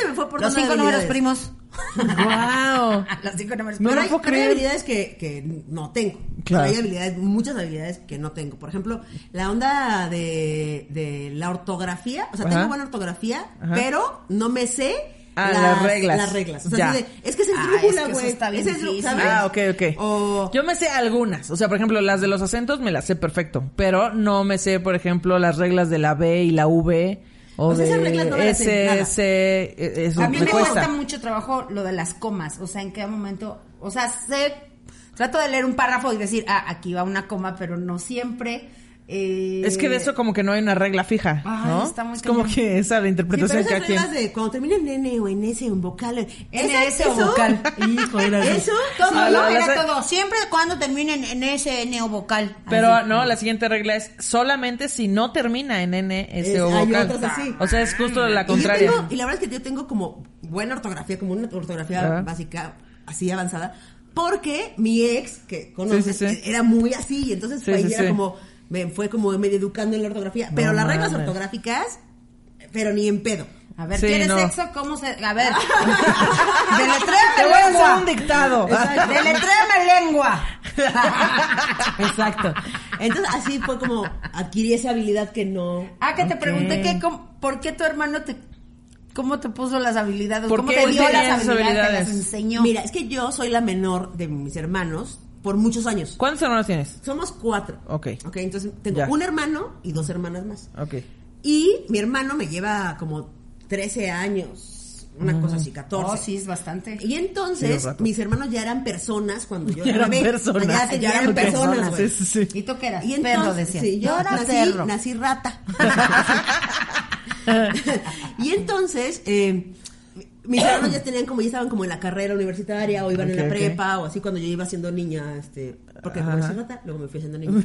[SPEAKER 3] me fue por
[SPEAKER 4] los
[SPEAKER 3] zona de
[SPEAKER 4] cinco números
[SPEAKER 3] habilidades.
[SPEAKER 4] primos.
[SPEAKER 2] Wow.
[SPEAKER 4] Los cinco números
[SPEAKER 2] No lo
[SPEAKER 3] Pero hay,
[SPEAKER 2] puedo
[SPEAKER 3] pero hay
[SPEAKER 2] creer.
[SPEAKER 3] habilidades que, que no tengo.
[SPEAKER 2] Claro.
[SPEAKER 3] Hay habilidades, muchas habilidades que no tengo. Por ejemplo, la onda de, de la ortografía. O sea,
[SPEAKER 2] Ajá.
[SPEAKER 3] tengo buena ortografía,
[SPEAKER 2] Ajá.
[SPEAKER 3] pero no me sé.
[SPEAKER 2] Ah, las reglas.
[SPEAKER 3] Las reglas. O sea,
[SPEAKER 2] Ya.
[SPEAKER 3] así de, es que es el
[SPEAKER 4] Ah, es
[SPEAKER 3] trújula,
[SPEAKER 4] que eso
[SPEAKER 3] güey.
[SPEAKER 4] está bien
[SPEAKER 3] es el trú-
[SPEAKER 4] difícil.
[SPEAKER 3] ¿sabes?
[SPEAKER 2] Ah, ok, ok.
[SPEAKER 3] O,
[SPEAKER 2] Yo me sé algunas. O sea, por ejemplo, las de los acentos me las sé perfecto. Pero no me sé, por ejemplo, las reglas de la B y la V. O,
[SPEAKER 3] O sea, esas
[SPEAKER 2] de
[SPEAKER 3] reglas no me las sé,
[SPEAKER 2] S,
[SPEAKER 3] nada.
[SPEAKER 2] S, eh, eso
[SPEAKER 4] A mí me,
[SPEAKER 2] me
[SPEAKER 4] cuesta.
[SPEAKER 2] cuesta.
[SPEAKER 4] mucho trabajo lo de las comas, o sea, en qué momento, o sea, sé, trato de leer un párrafo y decir, ah, aquí va una coma, pero no siempre. eh,
[SPEAKER 2] Es que de eso como que no hay una regla fija,
[SPEAKER 4] Ay,
[SPEAKER 2] ¿no?
[SPEAKER 4] está muy
[SPEAKER 2] es como
[SPEAKER 4] cañón.
[SPEAKER 2] que esa la
[SPEAKER 3] Sí, pero
[SPEAKER 2] interpretación
[SPEAKER 3] esas
[SPEAKER 2] que aquí.
[SPEAKER 3] reglas de cuando termina en N o en S en vocal. en-
[SPEAKER 4] N,
[SPEAKER 3] esas-
[SPEAKER 4] S o
[SPEAKER 3] eso-
[SPEAKER 4] vocal.
[SPEAKER 3] Hijo, era eso.
[SPEAKER 4] Todo,
[SPEAKER 2] Ah,
[SPEAKER 4] ¿no?
[SPEAKER 2] la-
[SPEAKER 4] Era
[SPEAKER 2] las-
[SPEAKER 4] todo. Siempre cuando terminen en ese N o vocal.
[SPEAKER 2] Pero
[SPEAKER 4] Así.
[SPEAKER 2] no, la siguiente regla es solamente si no termina en N, S
[SPEAKER 3] Es-
[SPEAKER 2] o
[SPEAKER 3] hay
[SPEAKER 2] vocal.
[SPEAKER 3] otras así.
[SPEAKER 2] O sea, es justo la
[SPEAKER 3] Y yo
[SPEAKER 2] contraria.
[SPEAKER 3] tengo- Y, la verdad es que yo tengo como buena ortografía, como una ortografía
[SPEAKER 2] Ajá.
[SPEAKER 3] básica, así avanzada, porque mi ex, que conoces,
[SPEAKER 2] Sí, sí, sí.
[SPEAKER 3] era muy así, y entonces
[SPEAKER 2] Sí,
[SPEAKER 3] fue,
[SPEAKER 2] sí,
[SPEAKER 3] era
[SPEAKER 2] sí.
[SPEAKER 3] como, me fue como medio educando en la ortografía, pero las reglas
[SPEAKER 2] mames.
[SPEAKER 3] ortográficas, pero ni en pedo.
[SPEAKER 4] A ver,
[SPEAKER 2] Sí,
[SPEAKER 4] ¿quieres
[SPEAKER 2] no.
[SPEAKER 4] sexo? ¿Cómo se...? A ver.
[SPEAKER 2] Te voy a hacer un
[SPEAKER 4] Deletréame
[SPEAKER 2] dictado.
[SPEAKER 4] lengua. Deletréame lengua.
[SPEAKER 2] Exacto.
[SPEAKER 3] Entonces así fue como adquirí esa habilidad que no...
[SPEAKER 4] Ah, que te
[SPEAKER 2] Ok.
[SPEAKER 4] pregunté que cómo- por qué tu hermano te cómo te puso las habilidades,
[SPEAKER 2] ¿Por
[SPEAKER 4] cómo
[SPEAKER 2] qué
[SPEAKER 4] te
[SPEAKER 2] él
[SPEAKER 4] dio
[SPEAKER 2] tenía
[SPEAKER 4] las
[SPEAKER 2] esas
[SPEAKER 4] habilidades, te
[SPEAKER 2] habilidades?
[SPEAKER 4] las enseñó.
[SPEAKER 3] Mira, es que yo soy la menor de mis hermanos por muchos años.
[SPEAKER 2] ¿Cuántos hermanos tienes?
[SPEAKER 3] Somos cuatro.
[SPEAKER 2] Ok.
[SPEAKER 3] Ok, entonces tengo
[SPEAKER 2] Ya.
[SPEAKER 3] un hermano y dos hermanas más.
[SPEAKER 2] Ok.
[SPEAKER 3] Y mi hermano me lleva como 13 años, una cosa así, 14.
[SPEAKER 4] oh, sí, es bastante.
[SPEAKER 3] Y entonces,
[SPEAKER 2] Sí, un rato.
[SPEAKER 3] mis hermanos ya eran personas cuando yo
[SPEAKER 2] Ya eran
[SPEAKER 3] bebé.
[SPEAKER 2] personas.
[SPEAKER 3] Ya, te- ya eran
[SPEAKER 2] Ok.
[SPEAKER 3] personas, güey.
[SPEAKER 2] Sí, sí, sí.
[SPEAKER 4] ¿Y tú qué eras?
[SPEAKER 3] Y
[SPEAKER 4] perro,
[SPEAKER 3] entonces,
[SPEAKER 4] decía.
[SPEAKER 3] sí, yo
[SPEAKER 4] era
[SPEAKER 3] nací,
[SPEAKER 4] perro.
[SPEAKER 3] nací rata. y entonces, eh, mis hermanos ya tenían como, ya estaban como en la carrera universitaria o iban
[SPEAKER 2] Ok,
[SPEAKER 3] en
[SPEAKER 2] ok.
[SPEAKER 3] la prepa o así cuando yo iba siendo niña, este, porque como
[SPEAKER 2] Ajá.
[SPEAKER 3] nací rata, luego me fui haciendo niña.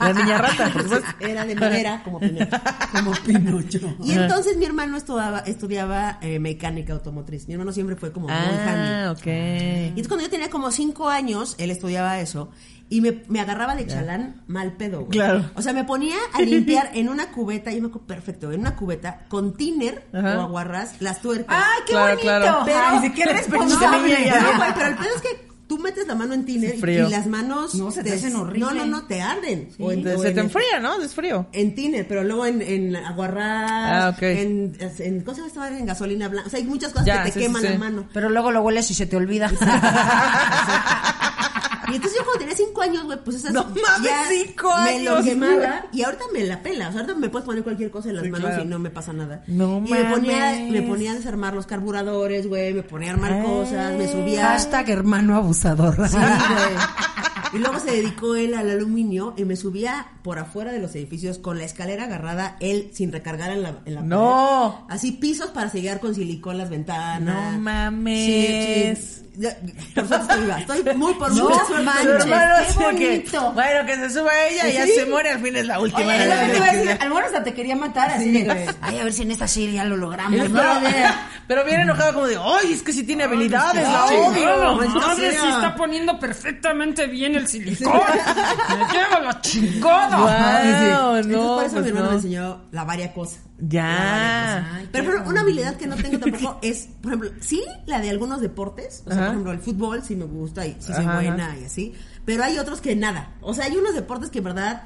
[SPEAKER 2] La niña rata, por supuesto.
[SPEAKER 3] Era de madera, como Pinocho.
[SPEAKER 4] como Pinocho.
[SPEAKER 3] Y entonces mi hermano estudiaba, estudiaba eh, mecánica automotriz. Mi hermano siempre fue como muy handy.
[SPEAKER 2] Ah,
[SPEAKER 3] Y
[SPEAKER 2] ok.
[SPEAKER 3] entonces cuando yo tenía como cinco años, él estudiaba eso. Y me, me agarraba de chalán mal pedo, güey.
[SPEAKER 2] Claro.
[SPEAKER 3] O sea, me ponía a limpiar en una cubeta, yo me acuerdo perfecto, en una cubeta con tiner
[SPEAKER 2] Ajá.
[SPEAKER 3] o aguarrás las tuercas.
[SPEAKER 4] ¡Ay, qué
[SPEAKER 2] Claro,
[SPEAKER 4] bonito!
[SPEAKER 2] claro.
[SPEAKER 4] Pero,
[SPEAKER 3] Pero-
[SPEAKER 4] Ay, qué
[SPEAKER 3] No,
[SPEAKER 4] responsable.
[SPEAKER 3] güey, no, güey, pero el pedo es que tú metes la mano en tiner
[SPEAKER 2] Sí,
[SPEAKER 3] y,
[SPEAKER 2] frío.
[SPEAKER 3] y las manos...
[SPEAKER 4] No, se te
[SPEAKER 3] des-
[SPEAKER 4] hacen horrible.
[SPEAKER 3] No, no, no, te arden. O en-
[SPEAKER 2] Entonces,
[SPEAKER 3] o
[SPEAKER 2] Se
[SPEAKER 3] en
[SPEAKER 2] te
[SPEAKER 3] el-
[SPEAKER 2] enfría, ¿no? Es frío.
[SPEAKER 3] en tiner, pero luego en, en aguarrás,
[SPEAKER 2] Ah, ok.
[SPEAKER 3] en, en ¿cómo se llama esta madre? En gasolina blanca. O sea, hay muchas cosas
[SPEAKER 2] Ya,
[SPEAKER 3] que te
[SPEAKER 2] sí, sí,
[SPEAKER 3] queman
[SPEAKER 2] sí.
[SPEAKER 3] la mano.
[SPEAKER 4] Pero luego lo hueles y se te olvida.
[SPEAKER 3] Y entonces yo cuando tenía cinco años, güey, pues esas...
[SPEAKER 2] No mames,
[SPEAKER 3] ya
[SPEAKER 2] cinco
[SPEAKER 3] Me lo
[SPEAKER 2] años.
[SPEAKER 3] quemaba y ahorita me la pela. O sea, ahorita me puedes poner cualquier cosa en las
[SPEAKER 2] Sí,
[SPEAKER 3] manos
[SPEAKER 2] claro.
[SPEAKER 3] y no me pasa nada.
[SPEAKER 2] No
[SPEAKER 3] y me ponía,
[SPEAKER 2] mames.
[SPEAKER 3] me ponía a desarmar los carburadores, güey, me ponía a armar
[SPEAKER 2] Ah.
[SPEAKER 3] cosas, me subía...
[SPEAKER 4] Hashtag hermano abusador.
[SPEAKER 3] Sí, güey. Y luego se dedicó él al aluminio y me subía por afuera de los edificios con la escalera agarrada, él sin recargar en la, en la
[SPEAKER 2] ¡No!
[SPEAKER 3] pared. Así pisos para sellar con silicón las
[SPEAKER 2] ¡No
[SPEAKER 3] ventanas.
[SPEAKER 2] mames!
[SPEAKER 3] Sí, sí. Ya, Por suerte estoy viva. Estoy muy por
[SPEAKER 4] No
[SPEAKER 3] mucha suerte.
[SPEAKER 4] manches.
[SPEAKER 3] viva.
[SPEAKER 4] Hermano,
[SPEAKER 2] Hermanos,
[SPEAKER 4] qué
[SPEAKER 2] o que-
[SPEAKER 4] bonito.
[SPEAKER 2] bueno, que se suba ella y ya
[SPEAKER 3] Sí.
[SPEAKER 2] se muere. Al fin es la última.
[SPEAKER 4] Oye, es lo que te iba a decir,
[SPEAKER 2] Ya.
[SPEAKER 4] a lo mejor hasta te quería matar así.
[SPEAKER 3] Sí,
[SPEAKER 4] de,
[SPEAKER 3] güey.
[SPEAKER 4] Ay, a ver si en esta serie ya lo logramos.
[SPEAKER 2] Pero,
[SPEAKER 4] ¿no?
[SPEAKER 2] pero bien enojado como de, ¡ay, es que sí tiene
[SPEAKER 4] pues
[SPEAKER 2] habilidades! ¡La
[SPEAKER 3] Ay,
[SPEAKER 2] odio!
[SPEAKER 3] no, maldita
[SPEAKER 5] Madre,
[SPEAKER 3] sea.
[SPEAKER 5] si está poniendo perfectamente bien el silicón. Me lleva la
[SPEAKER 4] chingón.
[SPEAKER 2] Guau,
[SPEAKER 3] Entonces,
[SPEAKER 2] no,
[SPEAKER 3] por eso
[SPEAKER 2] pues
[SPEAKER 3] mi hermano
[SPEAKER 2] no.
[SPEAKER 3] me enseñó la varia cosa.
[SPEAKER 2] Ya.
[SPEAKER 3] La varia cosa. Pero por ejemplo, una habilidad que no tengo tampoco es, por ejemplo, sí, la de algunos deportes. O sea,
[SPEAKER 2] Ajá.
[SPEAKER 3] por ejemplo, el fútbol sí me gusta y sí soy
[SPEAKER 2] Ajá,
[SPEAKER 3] buena y así. Pero hay otros que nada. O sea, hay unos deportes que en verdad.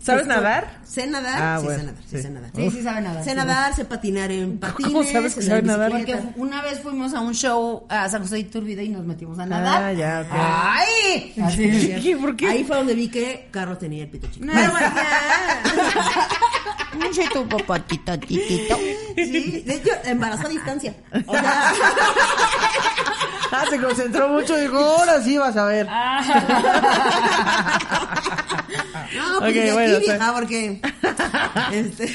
[SPEAKER 2] ¿Sabes
[SPEAKER 3] pues, esto-
[SPEAKER 2] nadar?
[SPEAKER 3] Sé nadar,
[SPEAKER 2] Ah,
[SPEAKER 3] sí,
[SPEAKER 2] bueno,
[SPEAKER 3] sé nadar, sí,
[SPEAKER 2] sí.
[SPEAKER 3] sé nadar.
[SPEAKER 4] Sí, sí sabe nadar.
[SPEAKER 3] Sé
[SPEAKER 4] sí.
[SPEAKER 3] nadar, sé patinar en patines.
[SPEAKER 2] sabes que
[SPEAKER 3] en
[SPEAKER 2] sabe
[SPEAKER 3] la
[SPEAKER 2] nadar?
[SPEAKER 3] bicicleta.
[SPEAKER 4] Porque una vez fuimos a un show a San José de Iturbide y nos metimos a nadar.
[SPEAKER 2] Ah, ya, ok.
[SPEAKER 4] ¡Ay! Así.
[SPEAKER 2] ¿Qué? ¿Por qué?
[SPEAKER 3] Ahí fue donde vi que Carlos tenía el pito chico.
[SPEAKER 4] Bueno, bueno, ya. No soy tu popotito chiquito.
[SPEAKER 3] Sí, de hecho, embarazó a distancia. O sea,
[SPEAKER 2] Ah, se concentró mucho y dijo, ahora sí vas a ver.
[SPEAKER 3] Ah. no, pues
[SPEAKER 2] Ok,
[SPEAKER 3] de aquí,
[SPEAKER 2] bueno, o sea-
[SPEAKER 3] vieja, porque. Este,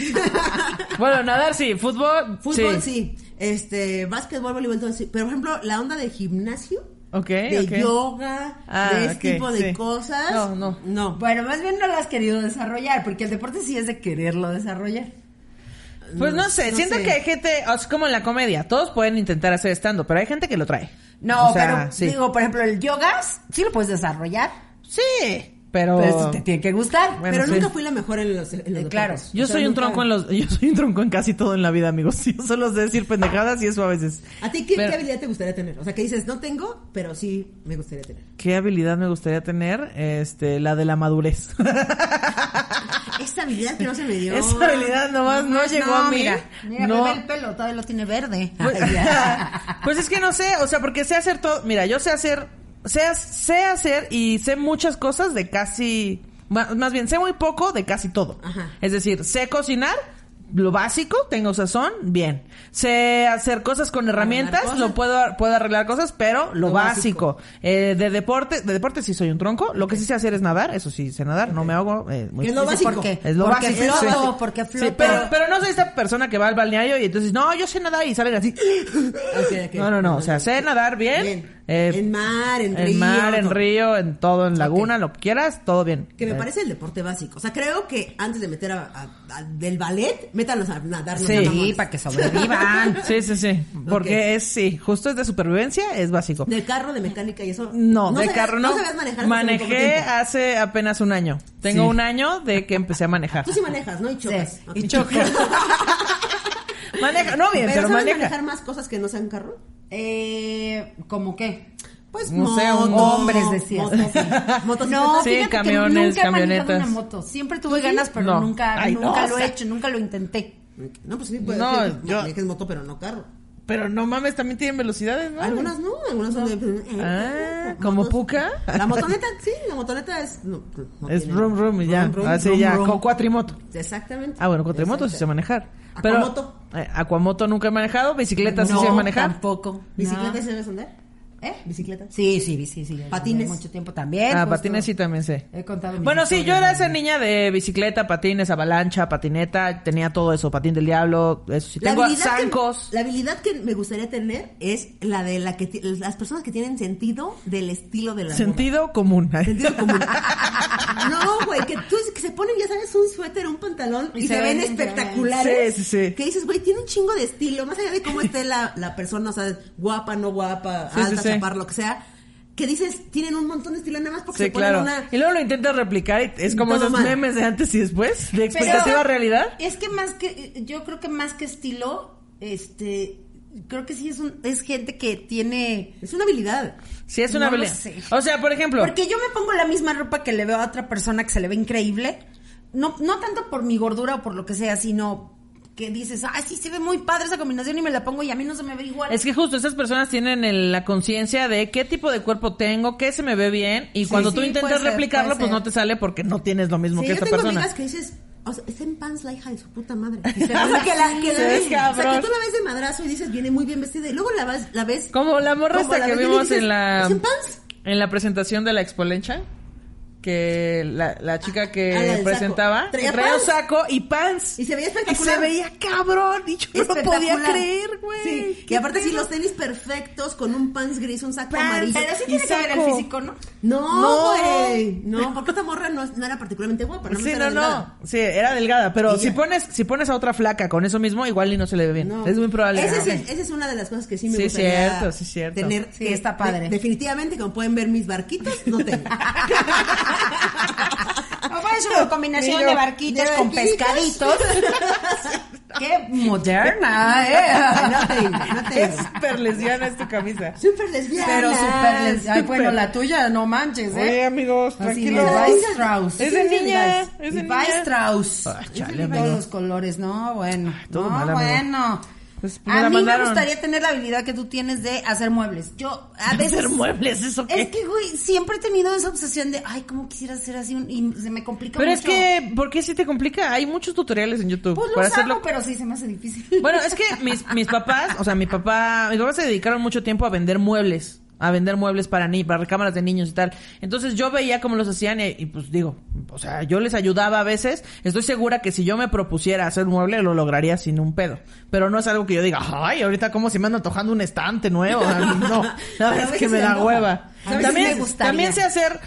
[SPEAKER 2] Bueno, nadar sí, fútbol,
[SPEAKER 3] fútbol sí. este, básquetbol, voleibol, todo eso. Pero, por ejemplo, la onda de gimnasio,
[SPEAKER 2] Ok,
[SPEAKER 3] de
[SPEAKER 2] ok.
[SPEAKER 3] yoga,
[SPEAKER 2] Ah,
[SPEAKER 3] de este
[SPEAKER 2] ok,
[SPEAKER 3] tipo de
[SPEAKER 2] sí.
[SPEAKER 3] cosas.
[SPEAKER 2] No, no.
[SPEAKER 3] No.
[SPEAKER 4] Bueno, más bien no lo has querido desarrollar, porque el deporte sí es de quererlo desarrollar.
[SPEAKER 2] Pues no sé,
[SPEAKER 3] Mm, No
[SPEAKER 2] siento
[SPEAKER 3] sé.
[SPEAKER 2] que hay gente, o sea, como en la comedia, todos pueden intentar hacer estando, pero hay gente que lo trae.
[SPEAKER 4] No,
[SPEAKER 2] O sea,
[SPEAKER 4] pero
[SPEAKER 2] sí.
[SPEAKER 4] digo, por ejemplo, el yoga sí lo puedes desarrollar,
[SPEAKER 2] Sí, pero...
[SPEAKER 4] pero este esto te tiene que gustar.
[SPEAKER 2] Oh. Bueno,
[SPEAKER 3] pero
[SPEAKER 2] sí.
[SPEAKER 3] nunca fui la mejor en los, en los
[SPEAKER 4] Eh, claro.
[SPEAKER 3] deportes.
[SPEAKER 2] Yo
[SPEAKER 3] O sea,
[SPEAKER 2] soy un
[SPEAKER 3] nunca-
[SPEAKER 2] tronco en los, yo soy un tronco en casi todo en la vida, amigos. Yo solo sé decir pendejadas y eso a veces.
[SPEAKER 3] ¿A ti qué,
[SPEAKER 2] Pero-
[SPEAKER 3] qué habilidad te gustaría tener? O sea, que dices, no tengo, pero sí me gustaría tener.
[SPEAKER 2] ¿Qué habilidad me gustaría tener? Este, la de la madurez.
[SPEAKER 3] Esa habilidad que no se me dio.
[SPEAKER 2] Esa habilidad nomás no llegó a mí.
[SPEAKER 4] Mira, mira
[SPEAKER 2] No.
[SPEAKER 4] ve el pelo, todavía lo tiene verde.
[SPEAKER 2] Pues,
[SPEAKER 4] Ay, ya.
[SPEAKER 2] pues es que no sé, o sea, porque sé hacer todo. Mira, yo sé hacer, sé, ha- sé hacer y sé muchas cosas de casi, ma- más bien sé muy poco de casi todo.
[SPEAKER 3] Ajá.
[SPEAKER 2] Es decir, sé cocinar. Lo básico, tengo sazón, bien. Sé hacer cosas con herramientas,
[SPEAKER 3] cosas.
[SPEAKER 2] lo puedo, ar- puedo arreglar cosas, pero lo,
[SPEAKER 3] Lo
[SPEAKER 2] básico.
[SPEAKER 3] básico.
[SPEAKER 2] Eh, de deporte, de deporte sí soy un tronco. Lo que sí sé hacer es nadar, eso sí sé nadar, no me ahogo. eh, muy
[SPEAKER 3] Que es lo
[SPEAKER 2] fácil.
[SPEAKER 3] básico.
[SPEAKER 4] porque-
[SPEAKER 2] Es lo
[SPEAKER 4] porque
[SPEAKER 2] básico.
[SPEAKER 4] floto,
[SPEAKER 2] sí.
[SPEAKER 4] porque
[SPEAKER 2] Sí,
[SPEAKER 4] floto.
[SPEAKER 2] pero, pero no soy esta persona que va al balneario y entonces, no, yo sé nadar y salen así.
[SPEAKER 3] Ok, ok.
[SPEAKER 2] No, no, no. O sea, sé nadar bien.
[SPEAKER 3] Bien.
[SPEAKER 2] eh,
[SPEAKER 3] en mar, en,
[SPEAKER 2] en
[SPEAKER 3] río.
[SPEAKER 2] mar, en
[SPEAKER 3] todo.
[SPEAKER 2] río, en todo, en laguna, lo que quieras, todo bien.
[SPEAKER 3] Que me
[SPEAKER 2] Eh,
[SPEAKER 3] parece el deporte básico. O sea, creo que antes de meter a, a- a- del ballet, métanos a nadar.
[SPEAKER 2] Sí.
[SPEAKER 4] Sí, para que sobrevivan.
[SPEAKER 2] Sí, sí, sí. Porque
[SPEAKER 3] Ok.
[SPEAKER 2] es, sí, justo es de supervivencia, es básico.
[SPEAKER 3] Del carro, de mecánica y eso.
[SPEAKER 2] No, de
[SPEAKER 3] sabías-
[SPEAKER 2] carro no.
[SPEAKER 3] No sabías manejar. hace muy poco
[SPEAKER 2] Manejé
[SPEAKER 3] tiempo.
[SPEAKER 2] hace apenas un año. Tengo un año de que empecé a manejar.
[SPEAKER 3] Tú sí manejas, ¿no? Y chocas.
[SPEAKER 4] Sí,
[SPEAKER 3] Ok.
[SPEAKER 4] y chocas.
[SPEAKER 2] Maneja, no bien,
[SPEAKER 3] Pero,
[SPEAKER 2] pero,
[SPEAKER 3] ¿sabes
[SPEAKER 2] maneja.
[SPEAKER 3] manejar más cosas que no sean carro?
[SPEAKER 4] Eh, ¿Cómo qué?
[SPEAKER 3] Pues
[SPEAKER 2] No sé, un-
[SPEAKER 4] Hombres, decías.
[SPEAKER 3] Motos, motocicletas.
[SPEAKER 4] No,
[SPEAKER 2] Sí,
[SPEAKER 4] fíjate
[SPEAKER 2] camiones,
[SPEAKER 4] que nunca he manejado
[SPEAKER 2] camionetas.
[SPEAKER 4] una moto. Siempre tuve ganas, pero
[SPEAKER 2] No.
[SPEAKER 4] nunca,
[SPEAKER 2] Ay, no,
[SPEAKER 4] nunca
[SPEAKER 2] o
[SPEAKER 4] lo
[SPEAKER 2] sea.
[SPEAKER 4] he hecho, nunca lo intenté.
[SPEAKER 3] No, pues sí, puede
[SPEAKER 2] No,
[SPEAKER 3] ser que
[SPEAKER 2] yo-
[SPEAKER 3] manejes moto, pero no carro.
[SPEAKER 2] Pero no mames, también tienen velocidades, ¿no?
[SPEAKER 3] Algunas no, algunas son de... pues, eh,
[SPEAKER 2] Ah, ¿como
[SPEAKER 3] motos.
[SPEAKER 2] puca?
[SPEAKER 3] La motoneta, sí, la motoneta es... No, no
[SPEAKER 2] Es
[SPEAKER 3] tiene-
[SPEAKER 2] rum rum y ya.
[SPEAKER 3] Rum, rum,
[SPEAKER 2] así
[SPEAKER 3] rum,
[SPEAKER 2] ya,
[SPEAKER 3] rum.
[SPEAKER 2] con cuatrimoto.
[SPEAKER 3] Exactamente.
[SPEAKER 2] Ah, bueno, cuatrimoto sí
[SPEAKER 3] Exacto.
[SPEAKER 2] sé manejar.
[SPEAKER 3] Aquamoto.
[SPEAKER 2] Pero, eh, aquamoto nunca he manejado, bicicleta sí
[SPEAKER 4] No,
[SPEAKER 2] sé manejar.
[SPEAKER 4] Tampoco.
[SPEAKER 3] ¿Bicicleta
[SPEAKER 4] No.
[SPEAKER 3] se debe andar?
[SPEAKER 4] ¿Eh?
[SPEAKER 3] ¿Bicicleta?
[SPEAKER 4] Sí, sí, sí, sí.
[SPEAKER 3] Patines.
[SPEAKER 4] Mucho tiempo también.
[SPEAKER 2] Ah,
[SPEAKER 4] justo.
[SPEAKER 2] patines sí también sé.
[SPEAKER 4] He contado mis
[SPEAKER 2] Bueno, sí, yo
[SPEAKER 4] historias
[SPEAKER 2] era
[SPEAKER 4] de-
[SPEAKER 2] esa niña de bicicleta, patines, avalancha, patineta, tenía todo eso, patín del diablo, eso sí. Tengo zancos.
[SPEAKER 3] Que, la habilidad que me gustaría tener es la de la que ti- las personas que tienen sentido del estilo de la moda.
[SPEAKER 2] Sentido común.
[SPEAKER 3] Sentido común. No, güey, que tú que se ponen, ya sabes, un suéter, un pantalón y, se, ven espectaculares.
[SPEAKER 2] Sí, sí, sí.
[SPEAKER 3] Que dices, güey, tiene un chingo de estilo, más allá de cómo esté la, la persona, o sea, guapa, no guapa,
[SPEAKER 2] Sí,
[SPEAKER 3] alta,
[SPEAKER 2] sí, sí.
[SPEAKER 3] chapar, lo que sea. Que dices, tienen un montón de estilo, nada más porque
[SPEAKER 2] Sí,
[SPEAKER 3] se ponen
[SPEAKER 2] claro.
[SPEAKER 3] una.
[SPEAKER 2] Y luego lo intentas replicar y es como
[SPEAKER 3] Todo
[SPEAKER 2] esos
[SPEAKER 3] mal.
[SPEAKER 2] memes de antes y después, de
[SPEAKER 4] Pero-
[SPEAKER 2] expectativa a realidad.
[SPEAKER 4] Es que más que, yo creo que más que estilo, este, creo que sí es un, es gente que tiene
[SPEAKER 3] Es una habilidad.
[SPEAKER 2] Sí, es una
[SPEAKER 4] No lo
[SPEAKER 2] habilidad.
[SPEAKER 4] sé.
[SPEAKER 2] O sea, por ejemplo,
[SPEAKER 4] Porque yo me pongo la misma ropa que le veo a otra persona que se le ve increíble. No, no tanto por mi gordura o por lo que sea, sino que dices, ah, sí, se ve muy padre esa combinación y me la pongo y a mí no se me ve igual.
[SPEAKER 2] Es que justo estas personas tienen el- la conciencia de qué tipo de cuerpo tengo, qué se me ve bien, y cuando
[SPEAKER 4] sí,
[SPEAKER 2] tú intentas
[SPEAKER 4] puede ser,
[SPEAKER 2] replicarlo,
[SPEAKER 4] puede
[SPEAKER 2] pues
[SPEAKER 4] ser.
[SPEAKER 2] no te sale porque no tienes lo mismo
[SPEAKER 3] Sí,
[SPEAKER 2] que
[SPEAKER 3] yo
[SPEAKER 2] esta
[SPEAKER 3] tengo
[SPEAKER 2] persona.
[SPEAKER 3] amigas que dices, o sea, está en pants la hija de su puta madre. O sea, que la, que la
[SPEAKER 2] Sí,
[SPEAKER 3] ves,
[SPEAKER 2] es cabrón.
[SPEAKER 3] o sea, que tú la ves de madrazo y dices, viene muy bien vestida. Y luego la, vas- la ves.
[SPEAKER 2] Como la morra
[SPEAKER 3] Como
[SPEAKER 2] esta
[SPEAKER 3] la
[SPEAKER 2] que
[SPEAKER 3] ves bien y
[SPEAKER 2] vimos
[SPEAKER 3] dices,
[SPEAKER 2] en la
[SPEAKER 3] "¿Es en pants?"
[SPEAKER 2] en la presentación de la Expolencha, que la, la chica que
[SPEAKER 3] Ah, la del saco.
[SPEAKER 2] presentaba
[SPEAKER 3] Traía
[SPEAKER 2] un
[SPEAKER 3] pants.
[SPEAKER 2] saco y pants.
[SPEAKER 3] Y se veía
[SPEAKER 2] Y
[SPEAKER 3] espectacular.
[SPEAKER 2] se veía cabrón, y yo no lo podía
[SPEAKER 3] Espectacular.
[SPEAKER 2] creer, güey.
[SPEAKER 3] Sí. Y
[SPEAKER 2] ¿Qué
[SPEAKER 3] aparte, sí,
[SPEAKER 2] pedo?
[SPEAKER 3] los tenis perfectos con un pants gris, un saco
[SPEAKER 4] Pants,
[SPEAKER 3] amarillo.
[SPEAKER 4] pero sí
[SPEAKER 3] Y-
[SPEAKER 4] tiene que ver el
[SPEAKER 2] saco.
[SPEAKER 4] físico, ¿no?
[SPEAKER 3] No,
[SPEAKER 2] No.
[SPEAKER 3] güey. No, porque esta morra no, es- no era particularmente guapa. No me
[SPEAKER 2] Sí,
[SPEAKER 3] estaba
[SPEAKER 2] no,
[SPEAKER 3] delgada.
[SPEAKER 2] no. Sí, era delgada, pero
[SPEAKER 3] Y
[SPEAKER 2] si
[SPEAKER 3] ya.
[SPEAKER 2] pones si pones a otra flaca con eso mismo, igual y no se le ve bien.
[SPEAKER 3] No.
[SPEAKER 2] Es muy probable.
[SPEAKER 3] Ese es
[SPEAKER 2] Ah,
[SPEAKER 3] el-
[SPEAKER 2] ok.
[SPEAKER 3] Esa es, una de las cosas que sí me
[SPEAKER 2] Sí,
[SPEAKER 3] gustaría
[SPEAKER 2] cierto, sí, cierto.
[SPEAKER 3] tener.
[SPEAKER 4] Sí,
[SPEAKER 3] que
[SPEAKER 4] está padre.
[SPEAKER 3] de- definitivamente, como pueden ver mis barquitos, no tengo.
[SPEAKER 4] Papá, Ah, es una combinación
[SPEAKER 2] Ni yo.
[SPEAKER 4] de barquitas
[SPEAKER 3] De
[SPEAKER 4] con
[SPEAKER 3] barquitas.
[SPEAKER 4] pescaditos. Qué moderna, ¿eh?
[SPEAKER 3] No te digo, no te
[SPEAKER 2] Ah, Es
[SPEAKER 3] digo.
[SPEAKER 2] súper lesbiana esta camisa.
[SPEAKER 3] Súper lesbiana.
[SPEAKER 4] Pero súper les- Ay,
[SPEAKER 2] Súper.
[SPEAKER 4] bueno, la tuya, no manches,
[SPEAKER 2] Oye,
[SPEAKER 4] ¿eh?
[SPEAKER 2] amigos,
[SPEAKER 4] Así
[SPEAKER 2] tranquilos.
[SPEAKER 4] de Weistraus.
[SPEAKER 2] Es de niña, es de niña.
[SPEAKER 4] Weistraus.
[SPEAKER 2] chale,
[SPEAKER 4] Todos los colores, no, bueno.
[SPEAKER 2] Todo
[SPEAKER 4] no,
[SPEAKER 2] mal, amigo.
[SPEAKER 4] bueno.
[SPEAKER 2] Pues, me la
[SPEAKER 4] a mí me
[SPEAKER 2] mandaron.
[SPEAKER 4] gustaría tener la habilidad que tú tienes de hacer muebles. Yo a veces
[SPEAKER 2] muebles, eso
[SPEAKER 4] es que güey, siempre he tenido esa obsesión de, ay, cómo quisiera hacer así un- y se me complica
[SPEAKER 2] Pero es
[SPEAKER 4] mucho.
[SPEAKER 2] que, ¿por qué si te complica? Hay muchos tutoriales en YouTube
[SPEAKER 4] pues lo
[SPEAKER 2] para
[SPEAKER 4] hago,
[SPEAKER 2] hacerlo.
[SPEAKER 4] pero sí se me hace difícil.
[SPEAKER 2] Bueno, es que mis, mis papás, o sea, mi papá, mis papás se dedicaron mucho tiempo a vender muebles, a vender muebles para ni, para recámaras de niños y tal. Entonces yo veía cómo los hacían y, y, pues digo, o sea, yo les ayudaba a veces. Estoy segura que si yo me propusiera hacer un mueble lo lograría sin un pedo. Pero no es algo que yo diga, ay, ahorita como si me ando antojando un estante nuevo. A mí No, la
[SPEAKER 4] Pero a
[SPEAKER 2] verdad es que
[SPEAKER 4] veces
[SPEAKER 2] me
[SPEAKER 4] se
[SPEAKER 2] da
[SPEAKER 4] antoja.
[SPEAKER 2] hueva.
[SPEAKER 4] A veces
[SPEAKER 2] También,
[SPEAKER 4] me gustaría.
[SPEAKER 2] también sé hacer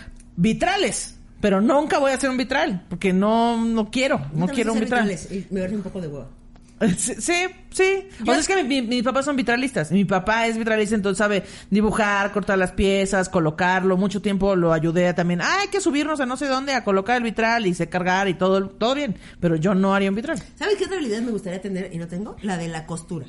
[SPEAKER 2] vitrales. Pero nunca voy a hacer un vitral, porque no, no quiero, no quiero un vitral.
[SPEAKER 3] Y me parece un poco de huevo.
[SPEAKER 2] Sí, sí, sí. O sea, es que mi- mi- mis papás son vitralistas. Mi papá es vitralista, entonces sabe dibujar, cortar las piezas, colocarlo. Mucho tiempo lo ayudé también. Ah, hay que subirnos a no sé dónde a colocar el vitral y se cargar y todo, todo bien. Pero yo no haría un vitral.
[SPEAKER 3] ¿Sabes qué otra habilidad me gustaría tener y no tengo? La de la costura.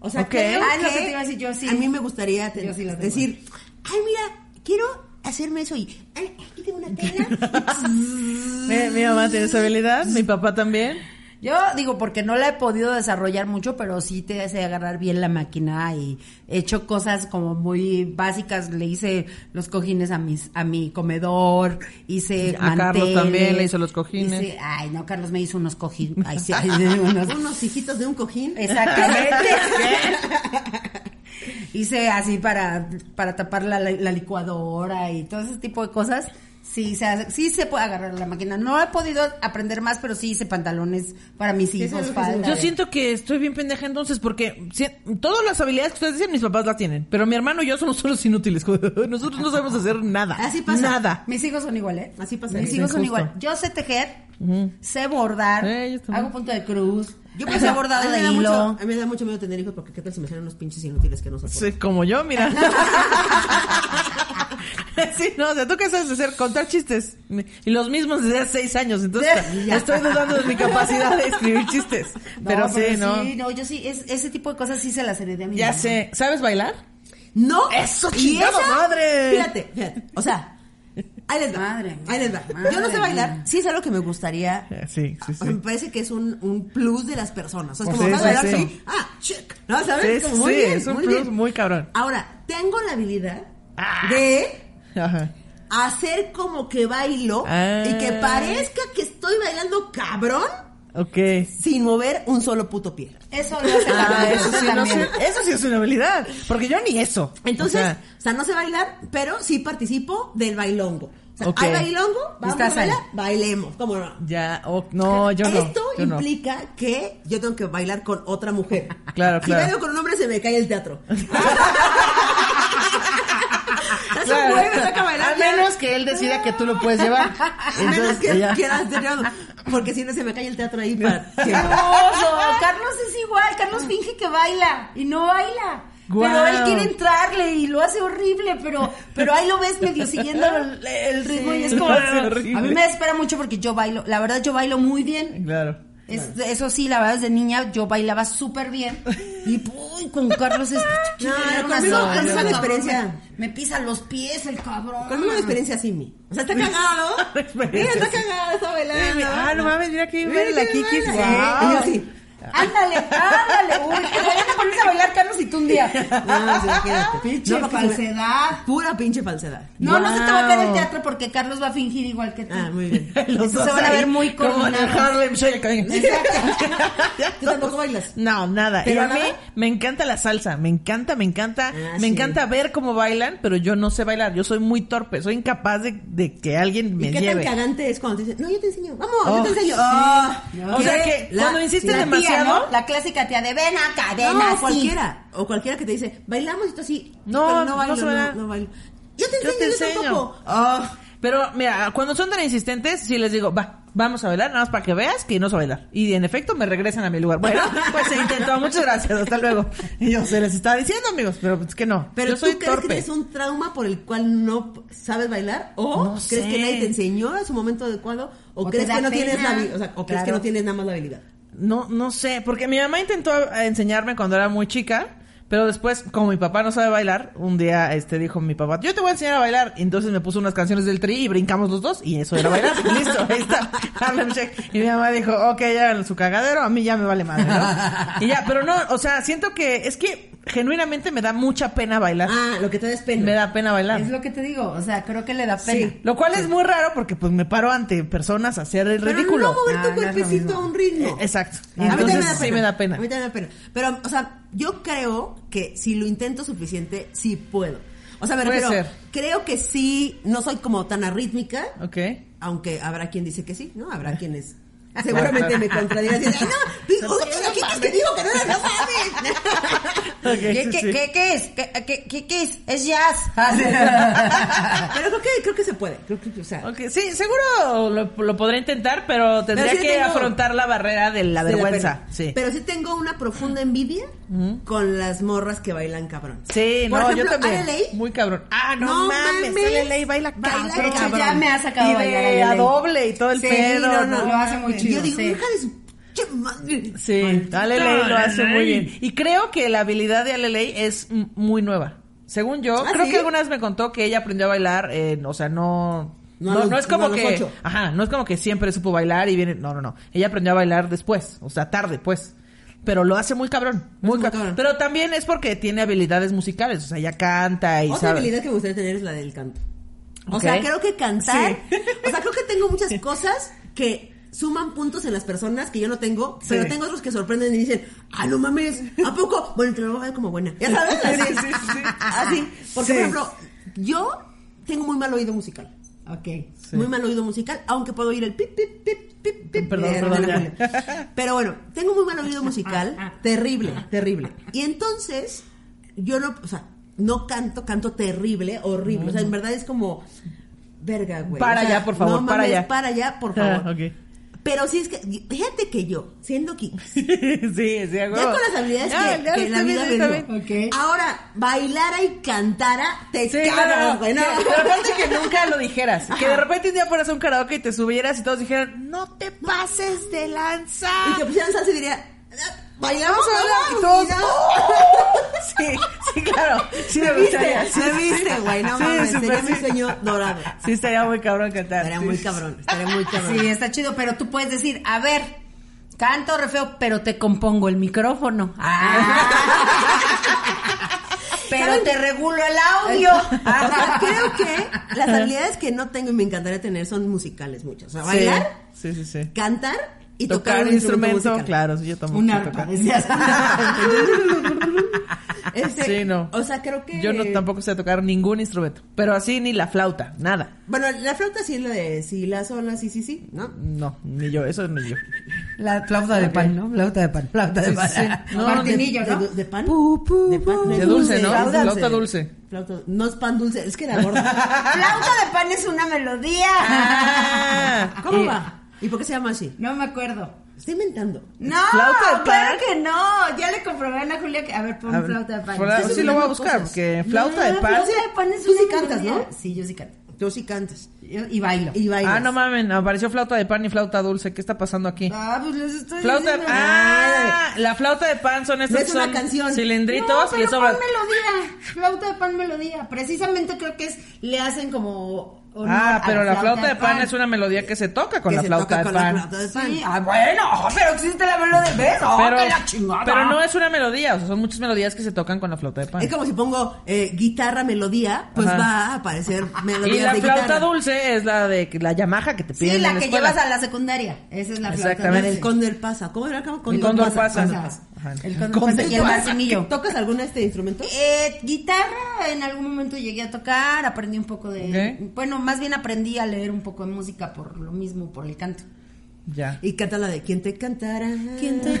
[SPEAKER 3] O sea,
[SPEAKER 2] Ok.
[SPEAKER 3] creo
[SPEAKER 4] Ah, es lo que te iba a decir, yo sí.
[SPEAKER 3] A mí me gustaría te-
[SPEAKER 4] Yo sí la tengo.
[SPEAKER 3] decir, ay, mira, quiero hacerme eso y ay, aquí tengo una tela.
[SPEAKER 2] Mi, mi mamá tiene esa habilidad, mi papá también.
[SPEAKER 4] Yo digo porque no la he podido desarrollar mucho, pero sí te hace agarrar bien la máquina y he hecho cosas como muy básicas. Le hice los cojines a mis a mi comedor, hice
[SPEAKER 2] A Carlos
[SPEAKER 4] manteles,
[SPEAKER 2] también le hizo los cojines.
[SPEAKER 4] hice- ay, no, Carlos me hizo unos cojines. Ay, sí, ay, unos-
[SPEAKER 3] unos hijitos de un cojín.
[SPEAKER 4] Exactamente. Hice así para, para tapar la, la- la licuadora y todo ese tipo de cosas. Sí se, hace- sí se puede agarrar la máquina. No he podido aprender más, pero sí hice pantalones para mis
[SPEAKER 3] es
[SPEAKER 4] hijos.
[SPEAKER 3] lo que
[SPEAKER 4] falda.
[SPEAKER 3] se-
[SPEAKER 2] Yo siento que estoy bien pendeja entonces porque si- todas las habilidades que ustedes dicen mis papás las tienen, pero mi hermano y yo somos unos inútiles. Nosotros no sabemos hacer nada.
[SPEAKER 3] Así pasa.
[SPEAKER 2] Nada.
[SPEAKER 4] Mis hijos son igual, ¿eh?
[SPEAKER 3] Así pasa.
[SPEAKER 4] Mis
[SPEAKER 3] Sí,
[SPEAKER 4] hijos son
[SPEAKER 2] justo.
[SPEAKER 4] igual. Yo sé tejer, sé bordar,
[SPEAKER 2] Eh, yo también.
[SPEAKER 4] hago punto de cruz. Yo pues
[SPEAKER 3] he
[SPEAKER 4] he bordado de hilo.
[SPEAKER 3] a mí me da mucho miedo tener hijos porque qué tal si me salen unos pinches inútiles que no se
[SPEAKER 2] Sí, como yo, mira. Sí, no, o sea, tú qué sabes hacer, contar chistes. Y los mismos desde hace seis años. Entonces,
[SPEAKER 4] Ya.
[SPEAKER 2] estoy dudando de mi capacidad de escribir chistes.
[SPEAKER 4] No,
[SPEAKER 2] Pero, sí, no.
[SPEAKER 4] yo sí, es- ese tipo de cosas sí se las heredé a mi
[SPEAKER 2] Ya
[SPEAKER 4] mamá.
[SPEAKER 2] sé. ¿Sabes bailar?
[SPEAKER 3] No.
[SPEAKER 2] Eso,
[SPEAKER 3] Y
[SPEAKER 2] chingada
[SPEAKER 3] esa-
[SPEAKER 2] madre.
[SPEAKER 3] Fíjate, fíjate. O sea, ahí les va.
[SPEAKER 4] Madre
[SPEAKER 3] ahí les va.
[SPEAKER 4] mía.
[SPEAKER 3] Yo no sé
[SPEAKER 4] Madre
[SPEAKER 3] bailar.
[SPEAKER 4] mía.
[SPEAKER 3] Sí es algo que me gustaría.
[SPEAKER 2] Eh, sí, sí, sí.
[SPEAKER 3] Me parece que es un, un plus de las personas. O sea, es
[SPEAKER 2] Pues
[SPEAKER 3] como
[SPEAKER 2] sí,
[SPEAKER 3] ¿sabes
[SPEAKER 2] sí,
[SPEAKER 3] bailar?
[SPEAKER 2] sí.
[SPEAKER 3] Sí. Ah, check. No, ¿sabes?
[SPEAKER 2] Sí,
[SPEAKER 3] Como muy
[SPEAKER 2] sí,
[SPEAKER 3] bien,
[SPEAKER 2] es un
[SPEAKER 3] muy
[SPEAKER 2] plus
[SPEAKER 3] bien.
[SPEAKER 2] muy cabrón.
[SPEAKER 3] Ahora, tengo la habilidad
[SPEAKER 2] Ah.
[SPEAKER 3] de
[SPEAKER 2] Ajá.
[SPEAKER 3] hacer como que bailo
[SPEAKER 2] Ah.
[SPEAKER 3] y que parezca que estoy bailando cabrón
[SPEAKER 2] Ok.
[SPEAKER 3] sin mover un solo puto pie.
[SPEAKER 4] Eso lo hace la
[SPEAKER 2] Ah,
[SPEAKER 4] mamá
[SPEAKER 2] eso, sí, no
[SPEAKER 4] también.
[SPEAKER 2] sé. Eso sí es una habilidad. Porque yo ni eso.
[SPEAKER 3] Entonces,
[SPEAKER 2] O
[SPEAKER 3] o
[SPEAKER 2] sea,
[SPEAKER 3] sea, no sé bailar, pero sí participo del bailongo. O sea,
[SPEAKER 2] Ok.
[SPEAKER 3] hay bailongo, vamos
[SPEAKER 4] Estás
[SPEAKER 3] a bailar,
[SPEAKER 4] ahí.
[SPEAKER 3] bailemos, cómo no.
[SPEAKER 2] ya. oh, no, yo no.
[SPEAKER 3] Esto
[SPEAKER 2] yo no.
[SPEAKER 3] implica que yo tengo que bailar con otra mujer.
[SPEAKER 2] Claro,
[SPEAKER 3] si
[SPEAKER 2] claro.
[SPEAKER 3] bailo con un hombre se me cae el teatro. Eso
[SPEAKER 2] Claro.
[SPEAKER 3] güey me saca a bailar.
[SPEAKER 2] A
[SPEAKER 3] ya.
[SPEAKER 2] menos que él decida que tú lo puedes llevar.
[SPEAKER 3] A menos
[SPEAKER 2] Entonces,
[SPEAKER 3] que
[SPEAKER 2] ya.
[SPEAKER 3] quieras tenerlo, porque si no se me cae el teatro ahí para
[SPEAKER 4] ¡Qué
[SPEAKER 3] siempre.
[SPEAKER 4] oso! Carlos es igual, Carlos finge que baila y no baila. Pero
[SPEAKER 2] Guau.
[SPEAKER 4] él quiere entrarle y lo hace horrible, pero, pero ahí lo ves medio siguiendo el, el ritmo y es
[SPEAKER 2] Sí,
[SPEAKER 4] como...
[SPEAKER 2] lo hace
[SPEAKER 4] A
[SPEAKER 2] horrible.
[SPEAKER 4] mí me desespera mucho porque yo bailo, la verdad yo bailo muy bien.
[SPEAKER 2] Claro.
[SPEAKER 4] Es- eso sí, la verdad desde niña yo bailaba súper bien y uy, con Carlos es...
[SPEAKER 3] No,
[SPEAKER 4] era una
[SPEAKER 3] conmigo-
[SPEAKER 4] zorra,
[SPEAKER 3] conmigo la
[SPEAKER 4] cabrón,
[SPEAKER 3] experiencia-
[SPEAKER 4] Me, me pisa los pies el cabrón.
[SPEAKER 3] Conmigo la experiencia así, mi. O sea, está cagado.
[SPEAKER 2] La
[SPEAKER 3] Mira,
[SPEAKER 2] experiencia
[SPEAKER 3] está
[SPEAKER 2] sí.
[SPEAKER 3] kagado, está bailando.
[SPEAKER 2] Ah, no mames, mira que
[SPEAKER 3] Mira
[SPEAKER 2] bien la
[SPEAKER 3] que
[SPEAKER 2] Kiki.
[SPEAKER 3] baila.
[SPEAKER 2] Guau.
[SPEAKER 3] Y yo así.
[SPEAKER 4] Ándale, ándale, uy, te pones a bailar Carlos y tú un día.
[SPEAKER 3] No, sí, quédate.
[SPEAKER 4] Pinche
[SPEAKER 3] No, porque se me-
[SPEAKER 4] falsedad.
[SPEAKER 3] Pura pinche falsedad.
[SPEAKER 4] No, no se te va a caer el
[SPEAKER 2] Wow.
[SPEAKER 4] teatro porque Carlos va a fingir igual que tú.
[SPEAKER 3] Ah, muy bien.
[SPEAKER 2] Los
[SPEAKER 4] Entonces
[SPEAKER 2] dos
[SPEAKER 4] se van a ver
[SPEAKER 2] ahí,
[SPEAKER 4] muy
[SPEAKER 2] como en el
[SPEAKER 4] coronados.
[SPEAKER 2] Harlem Shake.
[SPEAKER 3] ¿Tú tampoco bailas?
[SPEAKER 2] No, nada. Y
[SPEAKER 3] ¿Pero
[SPEAKER 2] a mí
[SPEAKER 3] nada?
[SPEAKER 2] me encanta la salsa, me encanta, me encanta,
[SPEAKER 3] Ah,
[SPEAKER 2] me
[SPEAKER 3] sí.
[SPEAKER 2] encanta ver cómo bailan, pero yo no sé bailar, yo soy muy torpe, soy incapaz de, de que alguien me
[SPEAKER 3] ¿Y qué
[SPEAKER 2] lleve.
[SPEAKER 3] tan cagante es cuando te dicen, no, yo te enseño, vamos, yo
[SPEAKER 2] Oh,
[SPEAKER 3] te enseño?
[SPEAKER 2] sí.
[SPEAKER 3] Ah,
[SPEAKER 2] O sea que
[SPEAKER 3] la-
[SPEAKER 2] cuando insisten
[SPEAKER 3] la tía,
[SPEAKER 2] demasiado,
[SPEAKER 4] ¿no? La clásica tía de ven acá, ven
[SPEAKER 3] no,
[SPEAKER 4] así.
[SPEAKER 3] cualquiera. O cualquiera que te dice, bailamos y tú así.
[SPEAKER 2] No,
[SPEAKER 3] pero
[SPEAKER 2] no
[SPEAKER 3] no bailo,
[SPEAKER 2] se
[SPEAKER 3] no,
[SPEAKER 2] baila.
[SPEAKER 3] no bailo. Yo te
[SPEAKER 2] Yo
[SPEAKER 3] enseño,
[SPEAKER 2] te
[SPEAKER 3] yo,
[SPEAKER 2] enseño. Oh,
[SPEAKER 3] tampoco.
[SPEAKER 2] Ah, pero mira, cuando son tan insistentes, sí les digo, va, vamos a bailar, nada más para que veas que no sé bailar. Y en efecto me regresan a mi lugar. Bueno, pues se intentó, muchas gracias, hasta luego. Y yo se les estaba diciendo, amigos, pero es que no.
[SPEAKER 3] Pero
[SPEAKER 2] yo
[SPEAKER 3] tú
[SPEAKER 2] soy
[SPEAKER 3] crees
[SPEAKER 2] torpe.
[SPEAKER 3] que tienes un trauma por el cual no p- sabes bailar o
[SPEAKER 2] No
[SPEAKER 3] crees
[SPEAKER 2] sé.
[SPEAKER 3] que nadie te enseñó a su momento adecuado o,
[SPEAKER 4] O te
[SPEAKER 3] crees
[SPEAKER 4] da
[SPEAKER 3] que no tienes
[SPEAKER 4] pena.
[SPEAKER 3] la habi- o sea, o crees que
[SPEAKER 4] Claro.
[SPEAKER 3] no tienes nada más la habilidad.
[SPEAKER 2] No, no sé, porque mi mamá intentó eh, enseñarme cuando era muy chica, pero después, como mi papá no sabe bailar, un día este dijo mi papá, yo te voy a enseñar a bailar. Y entonces me puso unas canciones del tri y brincamos los dos y eso era bailar. Listo, ahí está, Harlem Shake. Y mi mamá dijo, ok, ya en su cagadero, a mí ya me vale madre, ¿no? Y ya, pero no, o sea, siento que es que genuinamente me da mucha pena bailar.
[SPEAKER 3] Ah, lo que te da es pena.
[SPEAKER 2] Me da pena bailar.
[SPEAKER 4] Es lo que te digo, o sea, creo que le da pena.
[SPEAKER 2] Lo cual es muy raro porque pues me paro ante personas a hacer el
[SPEAKER 3] Pero
[SPEAKER 2] ridículo.
[SPEAKER 3] no mover
[SPEAKER 4] Ah, no
[SPEAKER 3] tu
[SPEAKER 4] es lo
[SPEAKER 3] cuerpecito
[SPEAKER 4] mismo.
[SPEAKER 3] a un ritmo.
[SPEAKER 2] Eh, exacto.
[SPEAKER 3] a mí también
[SPEAKER 2] Entonces, sí me da pena.
[SPEAKER 3] A mí también me da pena. Pero, o sea, yo creo que si lo intento suficiente, sí puedo. O sea, me
[SPEAKER 2] Puede
[SPEAKER 3] refiero,
[SPEAKER 2] ser.
[SPEAKER 3] creo que sí, no soy como tan arrítmica,
[SPEAKER 2] Ah, Ok.
[SPEAKER 3] aunque habrá quien dice que sí, ¿no? Habrá quienes seguramente me contradirán. y dirán, "Ay, no, oye, ¿a quién es que digo que no era no mames?"
[SPEAKER 2] Ok,
[SPEAKER 4] ¿Qué,
[SPEAKER 2] sí,
[SPEAKER 4] qué-
[SPEAKER 2] sí.
[SPEAKER 4] qué- qué es? ¿Qué, qué- qué- qué es? Es jazz.
[SPEAKER 3] Pero creo que, creo que se puede. Creo que, o sea,
[SPEAKER 2] Ok, sí, seguro lo, lo podré intentar, pero tendría
[SPEAKER 3] sí
[SPEAKER 2] que
[SPEAKER 3] tengo-
[SPEAKER 2] afrontar la barrera de la
[SPEAKER 3] sí da
[SPEAKER 2] vergüenza.
[SPEAKER 3] pena.
[SPEAKER 2] sí.
[SPEAKER 3] Pero sí tengo una profunda envidia con las morras que bailan cabrón.
[SPEAKER 2] Sí,
[SPEAKER 3] Por
[SPEAKER 2] no,
[SPEAKER 3] ejemplo,
[SPEAKER 2] yo también.
[SPEAKER 3] RLA,
[SPEAKER 2] Muy cabrón. Ah, no,
[SPEAKER 3] No
[SPEAKER 2] mames,
[SPEAKER 3] mames.
[SPEAKER 2] LLA baila
[SPEAKER 3] Baila
[SPEAKER 2] cabrón.
[SPEAKER 3] cabrón.
[SPEAKER 4] Ya me ha sacado
[SPEAKER 2] y
[SPEAKER 4] a bailar
[SPEAKER 2] de
[SPEAKER 4] a
[SPEAKER 2] a
[SPEAKER 4] LLA.
[SPEAKER 2] doble y todo el
[SPEAKER 3] Sí,
[SPEAKER 2] pedo.
[SPEAKER 3] no, no,
[SPEAKER 4] lo hace muy
[SPEAKER 3] Y
[SPEAKER 4] chido,
[SPEAKER 3] Yo digo,
[SPEAKER 4] sí.
[SPEAKER 3] hija de su pinche madre.
[SPEAKER 2] Sí, Aleley lo hace muy bien. Y creo que la habilidad de Aleley es m- muy nueva. Según yo,
[SPEAKER 3] ¿Ah,
[SPEAKER 2] creo
[SPEAKER 3] sí?
[SPEAKER 2] que alguna vez me contó que ella aprendió a bailar, eh, o sea, no...
[SPEAKER 3] No
[SPEAKER 2] No,
[SPEAKER 3] a los-
[SPEAKER 2] no es como
[SPEAKER 3] no a los
[SPEAKER 2] que...
[SPEAKER 3] ocho.
[SPEAKER 2] Ajá, no es como que siempre supo bailar y viene... No, no, no. Ella aprendió a bailar después, o sea, tarde, pues. Pero lo hace muy cabrón. Muy,
[SPEAKER 3] muy
[SPEAKER 2] ca-
[SPEAKER 3] cabrón.
[SPEAKER 2] Pero también es porque tiene habilidades musicales, o sea, ella canta y
[SPEAKER 3] Otra
[SPEAKER 2] sabe.
[SPEAKER 3] habilidad que me gustaría tener es la del canto. O sea,
[SPEAKER 2] Ok.
[SPEAKER 3] creo que cantar. O sea, creo que tengo muchas cosas que suman puntos en las personas que yo no tengo, pero tengo otros que sorprenden y dicen, ah, no mames, ¿a poco? Bueno, te lo voy a ver como buena. ¿Ya sabes? Así, Así. Porque, por ejemplo, yo tengo muy mal oído musical.
[SPEAKER 4] ok.
[SPEAKER 3] Muy mal oído musical, aunque puedo oír el pip, pip, pip, pip, pip.
[SPEAKER 2] Perdón,
[SPEAKER 3] de-
[SPEAKER 2] perdón,
[SPEAKER 3] de la
[SPEAKER 2] ya. Ah,
[SPEAKER 3] Julia. Pero bueno, tengo muy mal oído musical, terrible, terrible. Y entonces, yo no, o sea, no canto, canto terrible, horrible. O sea, en verdad es como, verga, güey.
[SPEAKER 2] Para
[SPEAKER 3] O sea,
[SPEAKER 2] allá, por favor,
[SPEAKER 3] no
[SPEAKER 2] para
[SPEAKER 3] mames,
[SPEAKER 2] allá.
[SPEAKER 3] Para allá, por favor.
[SPEAKER 2] Ah, ok.
[SPEAKER 3] Pero sí es que, fíjate que yo, siendo que
[SPEAKER 2] sí, sí, a
[SPEAKER 3] ya
[SPEAKER 2] huevo.
[SPEAKER 3] con las habilidades
[SPEAKER 2] Ya,
[SPEAKER 3] que,
[SPEAKER 2] ya,
[SPEAKER 3] que en la
[SPEAKER 2] está
[SPEAKER 3] vida
[SPEAKER 2] bien, está
[SPEAKER 3] me dio.
[SPEAKER 2] bien.
[SPEAKER 4] bien. Ok.
[SPEAKER 3] Ahora, bailara y cantara, te
[SPEAKER 2] Sí,
[SPEAKER 3] cagas,
[SPEAKER 2] claro.
[SPEAKER 3] güey. No.
[SPEAKER 2] Que- Pero aparte que nunca lo dijeras. Que de repente un día fueras a un karaoke y te subieras y todos dijeran, no te pases de lanza.
[SPEAKER 3] y que pusieran salsa y diría, vayamos
[SPEAKER 2] Vamos a bailar y todos, "Oh". Sí, sí, claro. Sí, me
[SPEAKER 3] Me viste,
[SPEAKER 2] gustaría. Sí,
[SPEAKER 3] me viste, güey, no
[SPEAKER 2] Sí,
[SPEAKER 3] mames,
[SPEAKER 2] súper,
[SPEAKER 3] sería mi
[SPEAKER 2] sí.
[SPEAKER 3] sueño dorado.
[SPEAKER 2] sí, estaría muy cabrón cantar.
[SPEAKER 3] Estaría
[SPEAKER 2] Sí,
[SPEAKER 3] muy
[SPEAKER 2] sí,
[SPEAKER 3] cabrón, estaría muy cabrón.
[SPEAKER 4] Sí, está chido, pero tú puedes decir, a ver, canto re feo, pero te compongo el micrófono.
[SPEAKER 3] Ah.
[SPEAKER 4] pero te regulo el audio.
[SPEAKER 3] O sea, creo que las habilidades que no tengo y me encantaría tener son musicales muchas. O sea,
[SPEAKER 2] sí.
[SPEAKER 3] bailar,
[SPEAKER 2] Sí, sí, sí.
[SPEAKER 3] cantar y tocar,
[SPEAKER 2] Tocar un instrumento,
[SPEAKER 3] musical.
[SPEAKER 2] claro, sí, yo tomo
[SPEAKER 4] Un
[SPEAKER 2] sí,
[SPEAKER 4] arpa,
[SPEAKER 2] tocar.
[SPEAKER 4] decías.
[SPEAKER 3] Este,
[SPEAKER 2] Sí, no.
[SPEAKER 3] O sea, creo que
[SPEAKER 2] Yo no, tampoco sé tocar ningún instrumento. Pero así ni la flauta, nada.
[SPEAKER 3] Bueno, la flauta sí es la de si la sola, sí, sí, sí, ¿no?
[SPEAKER 2] No, ni yo, eso ni yo.
[SPEAKER 4] La flauta de pan, ¿no? Flauta de pan, flauta de pan.
[SPEAKER 2] No,
[SPEAKER 4] Martinillo,
[SPEAKER 3] de,
[SPEAKER 4] ¿no?
[SPEAKER 3] de- de pan.
[SPEAKER 4] Pu, pu,
[SPEAKER 3] de pan.
[SPEAKER 4] pu.
[SPEAKER 2] De dulce, ¿no?
[SPEAKER 3] Flauta
[SPEAKER 2] Flauta dulce.
[SPEAKER 3] Flauta- no es pan dulce, es que era gorda.
[SPEAKER 4] Flauta de pan es una melodía.
[SPEAKER 2] Ah.
[SPEAKER 3] ¿Cómo
[SPEAKER 2] Y-
[SPEAKER 3] va? ¿Y por qué se llama así?
[SPEAKER 4] No me acuerdo.
[SPEAKER 3] Estoy inventando.
[SPEAKER 4] No,
[SPEAKER 2] ¿Flauta de pan?
[SPEAKER 4] claro que no. Ya le comprobé a Ana Julia que. A ver, pon
[SPEAKER 2] A ver,
[SPEAKER 4] flauta de pan.
[SPEAKER 2] por-
[SPEAKER 4] Estás
[SPEAKER 2] sí lo voy a
[SPEAKER 4] inventando
[SPEAKER 2] buscar,
[SPEAKER 4] cosas.
[SPEAKER 2] porque flauta de pan-
[SPEAKER 4] Flauta de pan es
[SPEAKER 3] Tú sí
[SPEAKER 4] una
[SPEAKER 3] cantas,
[SPEAKER 4] melodía.
[SPEAKER 3] ¿no?
[SPEAKER 4] Sí, yo sí canto.
[SPEAKER 3] Tú sí cantas.
[SPEAKER 4] Yo- y bailo.
[SPEAKER 3] Y bailas.
[SPEAKER 2] Ah, no mamen, apareció flauta de pan y flauta dulce. ¿Qué está pasando aquí?
[SPEAKER 4] Ah, pues les estoy
[SPEAKER 2] Flauta de
[SPEAKER 4] diciendo.
[SPEAKER 2] Ah, la flauta de pan son estos
[SPEAKER 3] No es una
[SPEAKER 2] son
[SPEAKER 3] canción.
[SPEAKER 2] cilindritos
[SPEAKER 4] no,
[SPEAKER 2] y
[SPEAKER 4] pero
[SPEAKER 2] es sobre-
[SPEAKER 4] pan melodía. Flauta de pan melodía. Precisamente creo que es le hacen como honor
[SPEAKER 2] Ah,
[SPEAKER 4] a
[SPEAKER 2] pero la flauta de pan es una melodía que se toca con
[SPEAKER 3] Que
[SPEAKER 2] la
[SPEAKER 3] se
[SPEAKER 2] flauta
[SPEAKER 3] toca
[SPEAKER 2] de
[SPEAKER 3] con la
[SPEAKER 2] pan.
[SPEAKER 3] flauta de pan.
[SPEAKER 4] Sí, ah, bueno, pero existe la melodía, ¿ves? Ah,
[SPEAKER 2] Pero,
[SPEAKER 4] que la chingada.
[SPEAKER 2] pero no es una melodía, o sea, son muchas melodías que se tocan con la flauta de pan.
[SPEAKER 3] Es como si pongo eh, guitarra, melodía, pues
[SPEAKER 2] Ajá.
[SPEAKER 3] va a aparecer melodía.
[SPEAKER 2] Y la
[SPEAKER 3] de
[SPEAKER 2] flauta
[SPEAKER 3] guitarra.
[SPEAKER 2] dulce es la de la Yamaha que te piden
[SPEAKER 4] Sí,
[SPEAKER 2] en
[SPEAKER 4] la
[SPEAKER 2] la
[SPEAKER 4] que
[SPEAKER 2] escuela.
[SPEAKER 4] llevas a la secundaria. Esa es la flauta.
[SPEAKER 3] La
[SPEAKER 2] Exactamente.
[SPEAKER 3] del cóndor pasa. ¿Cómo era? ¿Cómo?
[SPEAKER 2] El cóndor pasa. Ajá.
[SPEAKER 4] El cóndor pasa y el martinillo.
[SPEAKER 3] ¿Tocas algún este instrumento?
[SPEAKER 4] Eh, guitarra en algún momento llegué a tocar, aprendí un poco de...
[SPEAKER 2] Ok.
[SPEAKER 4] Bueno, más bien aprendí a leer un poco de música por lo mismo, por el canto.
[SPEAKER 2] Ya.
[SPEAKER 3] Y canta la de ¿Quién te cantará?
[SPEAKER 4] ¿Quién te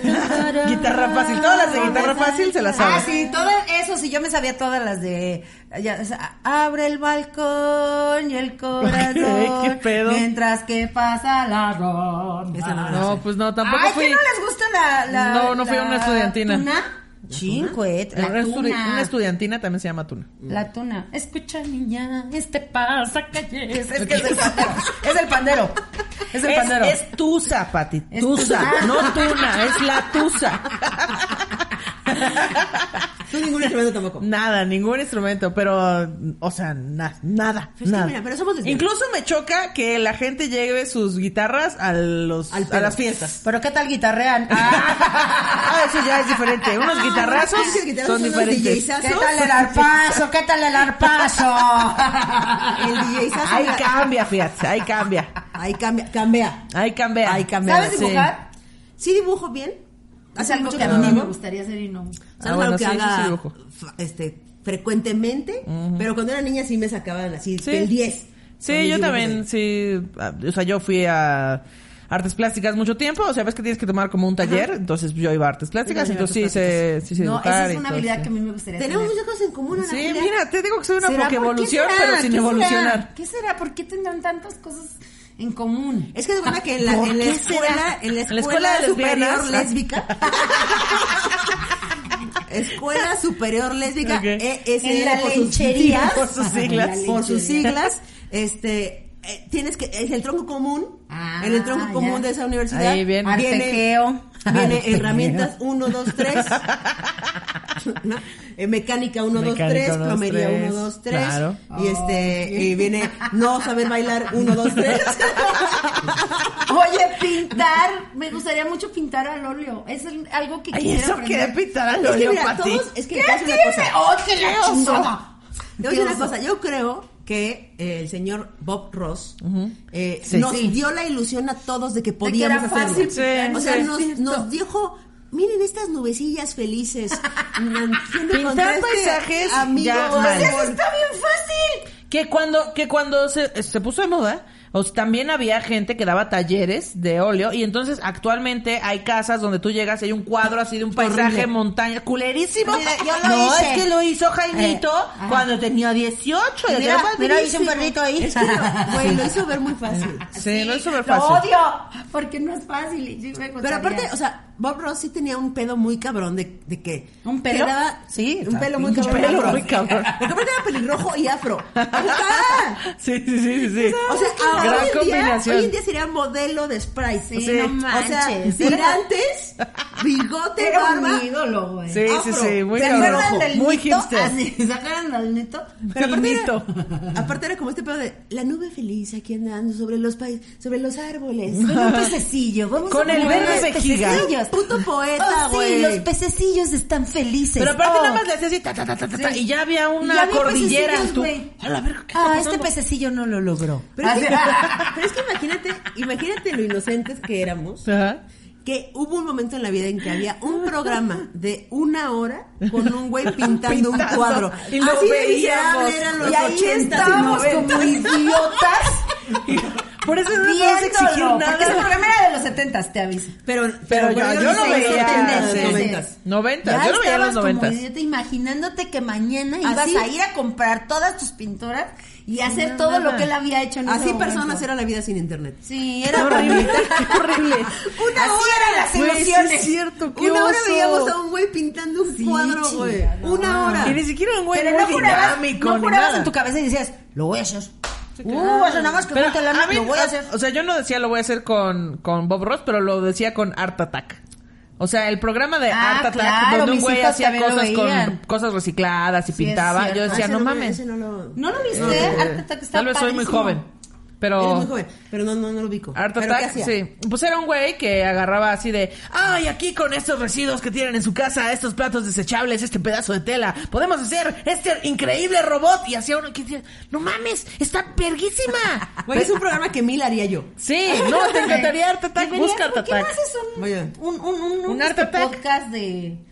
[SPEAKER 4] cantará?
[SPEAKER 2] Guitarra fácil. Todas las de guitarra fácil se las sabe.
[SPEAKER 4] Ah, sí, todo eso sí, yo me sabía todas las de. ya, o sea, abre el balcón y el corazón.
[SPEAKER 2] ¿Qué pedo?
[SPEAKER 4] Mientras que pasa la ronda.
[SPEAKER 3] Esa no me la
[SPEAKER 2] No,
[SPEAKER 3] sé.
[SPEAKER 2] pues no, tampoco
[SPEAKER 4] Ay,
[SPEAKER 2] fui.
[SPEAKER 4] ¿que no les gusta la. la
[SPEAKER 2] No, no fui a
[SPEAKER 4] la
[SPEAKER 2] una estudiantina.
[SPEAKER 4] Tuna? Chingue, la
[SPEAKER 2] Eh, Una, estudi-
[SPEAKER 4] tuna.
[SPEAKER 2] una estudiantina también se llama tuna.
[SPEAKER 4] La tuna. Escucha, niña, este pasa calle. Es,
[SPEAKER 2] que es el
[SPEAKER 4] pandero. Es el pandero. Es el pandero.
[SPEAKER 2] Es tusa, Pati.
[SPEAKER 4] Es
[SPEAKER 2] Tusa.
[SPEAKER 4] tusa.
[SPEAKER 2] No tuna, es la tusa.
[SPEAKER 3] Tú ningún instrumento tampoco.
[SPEAKER 2] Nada, ningún instrumento, pero, o sea, na- nada,
[SPEAKER 3] Pero Pues es que
[SPEAKER 2] nada.
[SPEAKER 3] mira, pero somos lesbianas.
[SPEAKER 2] Incluso me choca que la gente lleve sus guitarras a, los,
[SPEAKER 3] Al
[SPEAKER 2] a
[SPEAKER 3] pedo.
[SPEAKER 2] las fiestas.
[SPEAKER 4] Pero qué tal guitarrean.
[SPEAKER 2] Ah, eso ya es diferente. Unos guitarrazos
[SPEAKER 3] Sí, sí, guitarras
[SPEAKER 2] son
[SPEAKER 3] son los
[SPEAKER 2] diferentes.
[SPEAKER 3] DJs.
[SPEAKER 4] ¿Qué tal el arpazo? ¿Qué tal el arpazo?
[SPEAKER 3] El DJ Sasso.
[SPEAKER 2] Ahí cambia, fíjate, ahí cambia.
[SPEAKER 3] Ahí cambia. Cambia.
[SPEAKER 2] Ahí cambia.
[SPEAKER 3] Ahí cambia.
[SPEAKER 4] ¿Sabes
[SPEAKER 2] sí.
[SPEAKER 4] dibujar?
[SPEAKER 3] Sí dibujo bien.
[SPEAKER 4] Es
[SPEAKER 3] Hace
[SPEAKER 4] algo
[SPEAKER 3] mucho
[SPEAKER 4] que a
[SPEAKER 3] no
[SPEAKER 4] mí me
[SPEAKER 3] dibujo.
[SPEAKER 4] gustaría hacer y no.
[SPEAKER 3] O sea,
[SPEAKER 2] Ah,
[SPEAKER 3] no es
[SPEAKER 2] bueno,
[SPEAKER 3] algo
[SPEAKER 2] sí,
[SPEAKER 3] que
[SPEAKER 2] sí, sí,
[SPEAKER 3] haga
[SPEAKER 2] dibujo.
[SPEAKER 3] fa- este, frecuentemente, pero cuando era niña sí me sacaban así
[SPEAKER 2] Sí.
[SPEAKER 3] del 10. Con
[SPEAKER 2] Sí,
[SPEAKER 3] mis
[SPEAKER 2] yo
[SPEAKER 3] dibujos
[SPEAKER 2] también,
[SPEAKER 3] de-
[SPEAKER 2] sí. ah, O sea, yo fui a artes plásticas mucho tiempo. O sea, ves que tienes que tomar como un taller. Entonces yo iba a artes plásticas.
[SPEAKER 3] Yo también iba a
[SPEAKER 2] Entonces sí
[SPEAKER 3] artes
[SPEAKER 2] sé, sí sé
[SPEAKER 4] No,
[SPEAKER 2] dibujar
[SPEAKER 4] esa es
[SPEAKER 2] y
[SPEAKER 4] una
[SPEAKER 2] todo
[SPEAKER 4] habilidad
[SPEAKER 2] eso.
[SPEAKER 4] que a mí me gustaría
[SPEAKER 3] Tenemos
[SPEAKER 4] tener.
[SPEAKER 3] muchas cosas en común, Ana
[SPEAKER 2] Sí,
[SPEAKER 3] Julia.
[SPEAKER 2] mira, te digo que soy una
[SPEAKER 4] ¿Será? ¿Por qué
[SPEAKER 2] evolución,
[SPEAKER 4] será?
[SPEAKER 2] pero sin
[SPEAKER 4] ¿Qué será?
[SPEAKER 2] evolucionar.
[SPEAKER 4] ¿Qué será? ¿Por qué tendrán tantas cosas en común?
[SPEAKER 3] Es que de verdad que en la,
[SPEAKER 4] ¿Por
[SPEAKER 3] en la
[SPEAKER 4] qué
[SPEAKER 3] escuela,
[SPEAKER 4] será?
[SPEAKER 2] En
[SPEAKER 3] en la
[SPEAKER 2] la
[SPEAKER 3] escuela,
[SPEAKER 2] escuela de
[SPEAKER 3] superior
[SPEAKER 2] lesbianas.
[SPEAKER 3] lésbica. escuela superior lésbica, eh,
[SPEAKER 2] Ok.
[SPEAKER 3] ESL
[SPEAKER 4] En la
[SPEAKER 3] por sus
[SPEAKER 4] lechería.
[SPEAKER 3] siglas,
[SPEAKER 2] Por sus siglas.
[SPEAKER 3] por sus siglas, este eh, tienes que es el tronco común,
[SPEAKER 4] Ah,
[SPEAKER 3] en el tronco
[SPEAKER 4] ya.
[SPEAKER 3] común de esa universidad
[SPEAKER 2] Ahí viene.
[SPEAKER 4] Artejeo.
[SPEAKER 3] viene
[SPEAKER 4] Artejeo.
[SPEAKER 3] herramientas 1 2 3. Eh, mecánica 1 2
[SPEAKER 2] Mecánica
[SPEAKER 3] 3,
[SPEAKER 2] uno, dos,
[SPEAKER 3] plomería
[SPEAKER 2] tres.
[SPEAKER 3] 1 2 3
[SPEAKER 2] Claro.
[SPEAKER 3] y este y viene no saber bailar 1 2 3.
[SPEAKER 4] Oye, pintar. Me gustaría mucho pintar al óleo. Es el- algo que
[SPEAKER 2] Ay,
[SPEAKER 4] quisiera
[SPEAKER 2] eso
[SPEAKER 4] aprender.
[SPEAKER 2] que pintar al
[SPEAKER 3] Es que
[SPEAKER 2] óleo,
[SPEAKER 3] mira,
[SPEAKER 2] Pati.
[SPEAKER 3] todos- es que
[SPEAKER 4] ¿Qué
[SPEAKER 3] te voy a decir
[SPEAKER 4] tiene?
[SPEAKER 3] una cosa.
[SPEAKER 4] ¡Oh, qué la
[SPEAKER 3] Qué oso.
[SPEAKER 4] chingada!
[SPEAKER 3] Te voy a decir
[SPEAKER 4] Qué
[SPEAKER 3] una
[SPEAKER 4] oso.
[SPEAKER 3] cosa. Yo creo que eh, el señor Bob Ross eh,
[SPEAKER 2] Sí.
[SPEAKER 3] nos
[SPEAKER 2] Sí.
[SPEAKER 3] dio la ilusión a todos de que
[SPEAKER 4] que
[SPEAKER 3] podíamos
[SPEAKER 4] era
[SPEAKER 3] hacerlo.
[SPEAKER 4] fácil
[SPEAKER 2] pintar,
[SPEAKER 3] o sea,
[SPEAKER 2] sí,
[SPEAKER 3] nos,
[SPEAKER 2] cierto.
[SPEAKER 3] nos dijo. Miren estas nubecillas felices. Naciendo con
[SPEAKER 2] Pintar
[SPEAKER 3] este
[SPEAKER 2] paisajes
[SPEAKER 3] amigo
[SPEAKER 2] ya
[SPEAKER 3] árbol.
[SPEAKER 2] mal.
[SPEAKER 4] Eso está bien fácil.
[SPEAKER 2] Que cuando, que cuando se, se puso de moda, o sea, también había gente que daba talleres de óleo y entonces actualmente hay casas donde tú llegas y hay un cuadro así de un
[SPEAKER 3] Horrible.
[SPEAKER 2] paisaje, montaña, culerísimo.
[SPEAKER 4] Mira, yo lo
[SPEAKER 2] no,
[SPEAKER 4] hice.
[SPEAKER 2] es que lo hizo Jaimito
[SPEAKER 4] Eh, ajá.
[SPEAKER 2] cuando tenía 18. y
[SPEAKER 4] Mira,
[SPEAKER 2] era
[SPEAKER 4] mira, hice
[SPEAKER 2] padrísimo.
[SPEAKER 4] un perrito ahí.
[SPEAKER 3] Es que lo- güey, lo hizo ver muy fácil.
[SPEAKER 2] Sí, lo hizo
[SPEAKER 4] Lo
[SPEAKER 2] súper fácil.
[SPEAKER 4] odio. Porque no es fácil. y sí me
[SPEAKER 3] Pero
[SPEAKER 4] gustaría.
[SPEAKER 3] aparte, o sea, Bob Ross sí tenía un pedo muy cabrón de, de que...
[SPEAKER 4] ¿Un pelo?
[SPEAKER 3] quedaba-
[SPEAKER 4] Sí,
[SPEAKER 3] un
[SPEAKER 4] está
[SPEAKER 3] pelo muy
[SPEAKER 2] pinche
[SPEAKER 3] cabrón.
[SPEAKER 2] pelo
[SPEAKER 3] Bob Ross.
[SPEAKER 2] muy cabrón.
[SPEAKER 3] Porque aparte era pelirrojo y afro. O sea,
[SPEAKER 2] Sí, sí, sí, sí, sí. Ah,
[SPEAKER 3] o sea, ahora
[SPEAKER 2] gran
[SPEAKER 3] hoy, en día,
[SPEAKER 2] combinación.
[SPEAKER 3] hoy en día sería modelo de Sprite.
[SPEAKER 4] Sí,
[SPEAKER 3] O sea,
[SPEAKER 4] no
[SPEAKER 3] O
[SPEAKER 4] manches.
[SPEAKER 3] sea, tirantes, bigote,
[SPEAKER 4] Era
[SPEAKER 3] barba.
[SPEAKER 4] un ídolo, güey.
[SPEAKER 2] Sí, sí,
[SPEAKER 3] afro,
[SPEAKER 2] sí, muy
[SPEAKER 4] ¿Se
[SPEAKER 3] pelo
[SPEAKER 2] cabrón.
[SPEAKER 4] acuerdan
[SPEAKER 3] rojo.
[SPEAKER 4] del
[SPEAKER 2] Muy
[SPEAKER 4] mito?
[SPEAKER 2] hipster.
[SPEAKER 4] Así, ¿Se acuerdan del nito?
[SPEAKER 3] Ah, Pero
[SPEAKER 2] El
[SPEAKER 3] aparte
[SPEAKER 2] mito.
[SPEAKER 3] era, aparte era como este pedo de la nube feliz aquí andando sobre los países, sobre los árboles.
[SPEAKER 4] Con un pececillo. Vamos
[SPEAKER 2] Con
[SPEAKER 4] a
[SPEAKER 2] el
[SPEAKER 4] jugar
[SPEAKER 2] verde
[SPEAKER 4] a los
[SPEAKER 2] vejiga.
[SPEAKER 4] pececillos.
[SPEAKER 3] Puto poeta,
[SPEAKER 4] Oh,
[SPEAKER 3] güey.
[SPEAKER 4] sí, los pececillos están felices.
[SPEAKER 2] Pero aparte
[SPEAKER 4] Oh.
[SPEAKER 2] nada más le hacía así, ta, ta, ta, ta, ta, ta,
[SPEAKER 4] Sí.
[SPEAKER 2] y ya había una
[SPEAKER 4] Y ya había
[SPEAKER 2] cordillera.
[SPEAKER 4] pececillos,
[SPEAKER 2] Tú,
[SPEAKER 4] güey.
[SPEAKER 2] a la verga, ¿qué está
[SPEAKER 4] Ah,
[SPEAKER 2] pasando?
[SPEAKER 4] este pececillo no lo logró.
[SPEAKER 3] Pero es, que,
[SPEAKER 4] Ah,
[SPEAKER 3] pero es que imagínate, imagínate lo inocentes que éramos,
[SPEAKER 2] Ajá.
[SPEAKER 3] que hubo un momento en la vida en que había un programa de una hora con un güey pintando, un
[SPEAKER 2] Pintando.
[SPEAKER 3] cuadro.
[SPEAKER 2] Y lo
[SPEAKER 3] Así de
[SPEAKER 2] veíamos.
[SPEAKER 3] miserable eran los
[SPEAKER 4] Y ahí
[SPEAKER 3] 80s y
[SPEAKER 4] estábamos
[SPEAKER 3] 90s.
[SPEAKER 4] como idiotas
[SPEAKER 2] Por eso no nos puedes exigir
[SPEAKER 4] viéndolo. Porque ese
[SPEAKER 2] nada.
[SPEAKER 4] programa era de los setentas, te aviso.
[SPEAKER 3] Pero,
[SPEAKER 2] Pero yo, yo lo
[SPEAKER 4] sí,
[SPEAKER 2] veía.
[SPEAKER 4] sí,
[SPEAKER 2] sí.
[SPEAKER 4] sí.
[SPEAKER 2] Noventas.
[SPEAKER 4] Ya
[SPEAKER 2] Yo lo veía en los
[SPEAKER 4] estabas como
[SPEAKER 2] noventas.
[SPEAKER 4] idiota imaginándote que mañana ibas
[SPEAKER 3] Así.
[SPEAKER 4] a ir a comprar todas tus pinturas y hacer
[SPEAKER 2] ¿Ah, No,
[SPEAKER 4] todo
[SPEAKER 2] nada.
[SPEAKER 4] lo que él había hecho en ese
[SPEAKER 3] Así
[SPEAKER 4] momento.
[SPEAKER 3] personas era la vida sin internet.
[SPEAKER 4] Sí,
[SPEAKER 2] Qué
[SPEAKER 4] era
[SPEAKER 2] horrible, qué horrible.
[SPEAKER 4] Una Así eran las
[SPEAKER 2] Güey, sí
[SPEAKER 4] ilusiones.
[SPEAKER 2] es cierto, qué
[SPEAKER 3] Una hora
[SPEAKER 2] oso. Ah.
[SPEAKER 3] veíamos a un güey pintando un cuadro, güey.
[SPEAKER 4] chingada.
[SPEAKER 3] Una hora.
[SPEAKER 2] Y ni siquiera un güey
[SPEAKER 4] Pero
[SPEAKER 2] muy
[SPEAKER 4] no jurabas,
[SPEAKER 2] dinámico
[SPEAKER 4] no
[SPEAKER 2] ni
[SPEAKER 4] jurabas
[SPEAKER 2] nada.
[SPEAKER 4] en tu cabeza y decías, lo voy a hacer.
[SPEAKER 2] claro.
[SPEAKER 4] Uh, eso nada más que
[SPEAKER 2] Pero
[SPEAKER 4] ponte la
[SPEAKER 2] a
[SPEAKER 4] lana,
[SPEAKER 2] mí-
[SPEAKER 4] lo voy a
[SPEAKER 2] o-
[SPEAKER 4] hacer.
[SPEAKER 2] O sea, yo no decía lo voy a hacer con, con Bob Ross, pero lo decía con Art Attack. O sea, el programa de
[SPEAKER 4] Ah,
[SPEAKER 2] Art Attack,
[SPEAKER 4] claro,
[SPEAKER 2] donde un
[SPEAKER 4] mis
[SPEAKER 2] güey
[SPEAKER 4] hijos
[SPEAKER 2] hacía
[SPEAKER 4] también lo
[SPEAKER 2] cosas con
[SPEAKER 4] veían.
[SPEAKER 2] cosas recicladas y
[SPEAKER 4] es
[SPEAKER 2] pintaba,
[SPEAKER 4] cierto.
[SPEAKER 2] yo
[SPEAKER 4] Ah,
[SPEAKER 2] decía,
[SPEAKER 3] ese
[SPEAKER 2] no
[SPEAKER 3] me-
[SPEAKER 2] mames.
[SPEAKER 3] ese no lo-
[SPEAKER 4] ¿No lo viste?
[SPEAKER 3] No, no,
[SPEAKER 4] Art Attack está
[SPEAKER 2] eh, Tal vez soy muy
[SPEAKER 4] padrísimo.
[SPEAKER 2] joven. Pero.
[SPEAKER 3] Eres muy joven, pero no, no, no lo ubico.
[SPEAKER 2] Art
[SPEAKER 3] ¿Pero qué
[SPEAKER 2] Attack,
[SPEAKER 3] hacía?
[SPEAKER 2] sí. Pues era un güey que agarraba así de, ay, aquí con estos residuos que tienen en su casa, estos platos desechables, este pedazo de tela, podemos hacer este increíble robot. Y hacía uno que decía, no mames, está verguísima.
[SPEAKER 3] Güey, es un programa que mil haría yo.
[SPEAKER 2] sí, no, te encantaría Art Attack,
[SPEAKER 4] Deberías,
[SPEAKER 2] busca Art
[SPEAKER 4] ¿por qué no
[SPEAKER 2] Attack.
[SPEAKER 4] haces
[SPEAKER 3] Muy bien.
[SPEAKER 4] un, un, un, un,
[SPEAKER 2] ¿Un
[SPEAKER 4] un
[SPEAKER 2] Art Attack?
[SPEAKER 4] podcast de...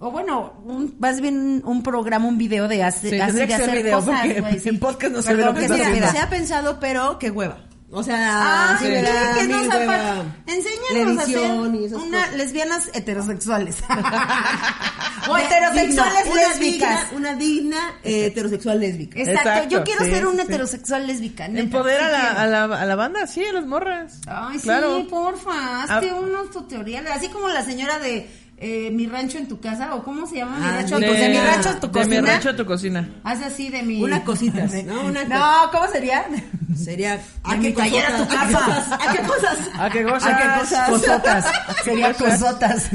[SPEAKER 4] O bueno, un, más bien un programa, un video de, hace,
[SPEAKER 2] Sí,
[SPEAKER 4] así
[SPEAKER 2] tendría
[SPEAKER 4] de
[SPEAKER 2] que ser
[SPEAKER 4] hacer
[SPEAKER 2] video,
[SPEAKER 4] cosas,
[SPEAKER 2] porque
[SPEAKER 4] güey, sí.
[SPEAKER 2] en podcast no se ve lo
[SPEAKER 4] Perdón,
[SPEAKER 2] que
[SPEAKER 4] que
[SPEAKER 2] estás
[SPEAKER 4] sí,
[SPEAKER 3] Mira,
[SPEAKER 2] haciendo.
[SPEAKER 4] mira.
[SPEAKER 3] se ha pensado, pero qué hueva. O sea,
[SPEAKER 4] Ah,
[SPEAKER 3] sí,
[SPEAKER 4] sí,
[SPEAKER 3] ¿verdad?
[SPEAKER 4] que nos
[SPEAKER 3] Mil hueva.
[SPEAKER 4] apar- Enséñanos
[SPEAKER 3] La
[SPEAKER 4] a hacer
[SPEAKER 3] edición y esas
[SPEAKER 4] ¿eh? una
[SPEAKER 3] cosas.
[SPEAKER 4] lesbianas heterosexuales. o
[SPEAKER 3] Una
[SPEAKER 4] heterosexuales
[SPEAKER 3] digna, una
[SPEAKER 4] lésbicas.
[SPEAKER 3] digna- Una digna eh, heterosexual lésbica.
[SPEAKER 4] Exacto, yo
[SPEAKER 2] Exacto,
[SPEAKER 4] quiero
[SPEAKER 2] sí,
[SPEAKER 4] ser una
[SPEAKER 2] sí.
[SPEAKER 4] heterosexual lésbica. neta.
[SPEAKER 2] Empodera a la,
[SPEAKER 4] Sí
[SPEAKER 2] a, la, a la banda, sí, a las morras.
[SPEAKER 4] Ay,
[SPEAKER 2] Claro.
[SPEAKER 4] sí, pues, porfa, hazte
[SPEAKER 2] Ah.
[SPEAKER 4] unos tutoriales. Así como la señora de eh, Mi Rancho en tu casa, o cómo se llama Mi
[SPEAKER 3] Ah,
[SPEAKER 4] Rancho
[SPEAKER 3] de-
[SPEAKER 4] en tu
[SPEAKER 3] de
[SPEAKER 4] Mi Rancho en tu
[SPEAKER 2] de mi
[SPEAKER 4] cocina.
[SPEAKER 2] rancho a tu cocina.
[SPEAKER 4] Haz así de mi.
[SPEAKER 3] Una cosita, ¿no? Una
[SPEAKER 4] no, ¿cómo sería?
[SPEAKER 3] Sería.
[SPEAKER 4] De mi taller a tu casa.
[SPEAKER 3] ¿A qué cosas?
[SPEAKER 2] ¿A qué cosas?
[SPEAKER 3] ¿A qué cosas?
[SPEAKER 4] Cosotas. Sería cosotas.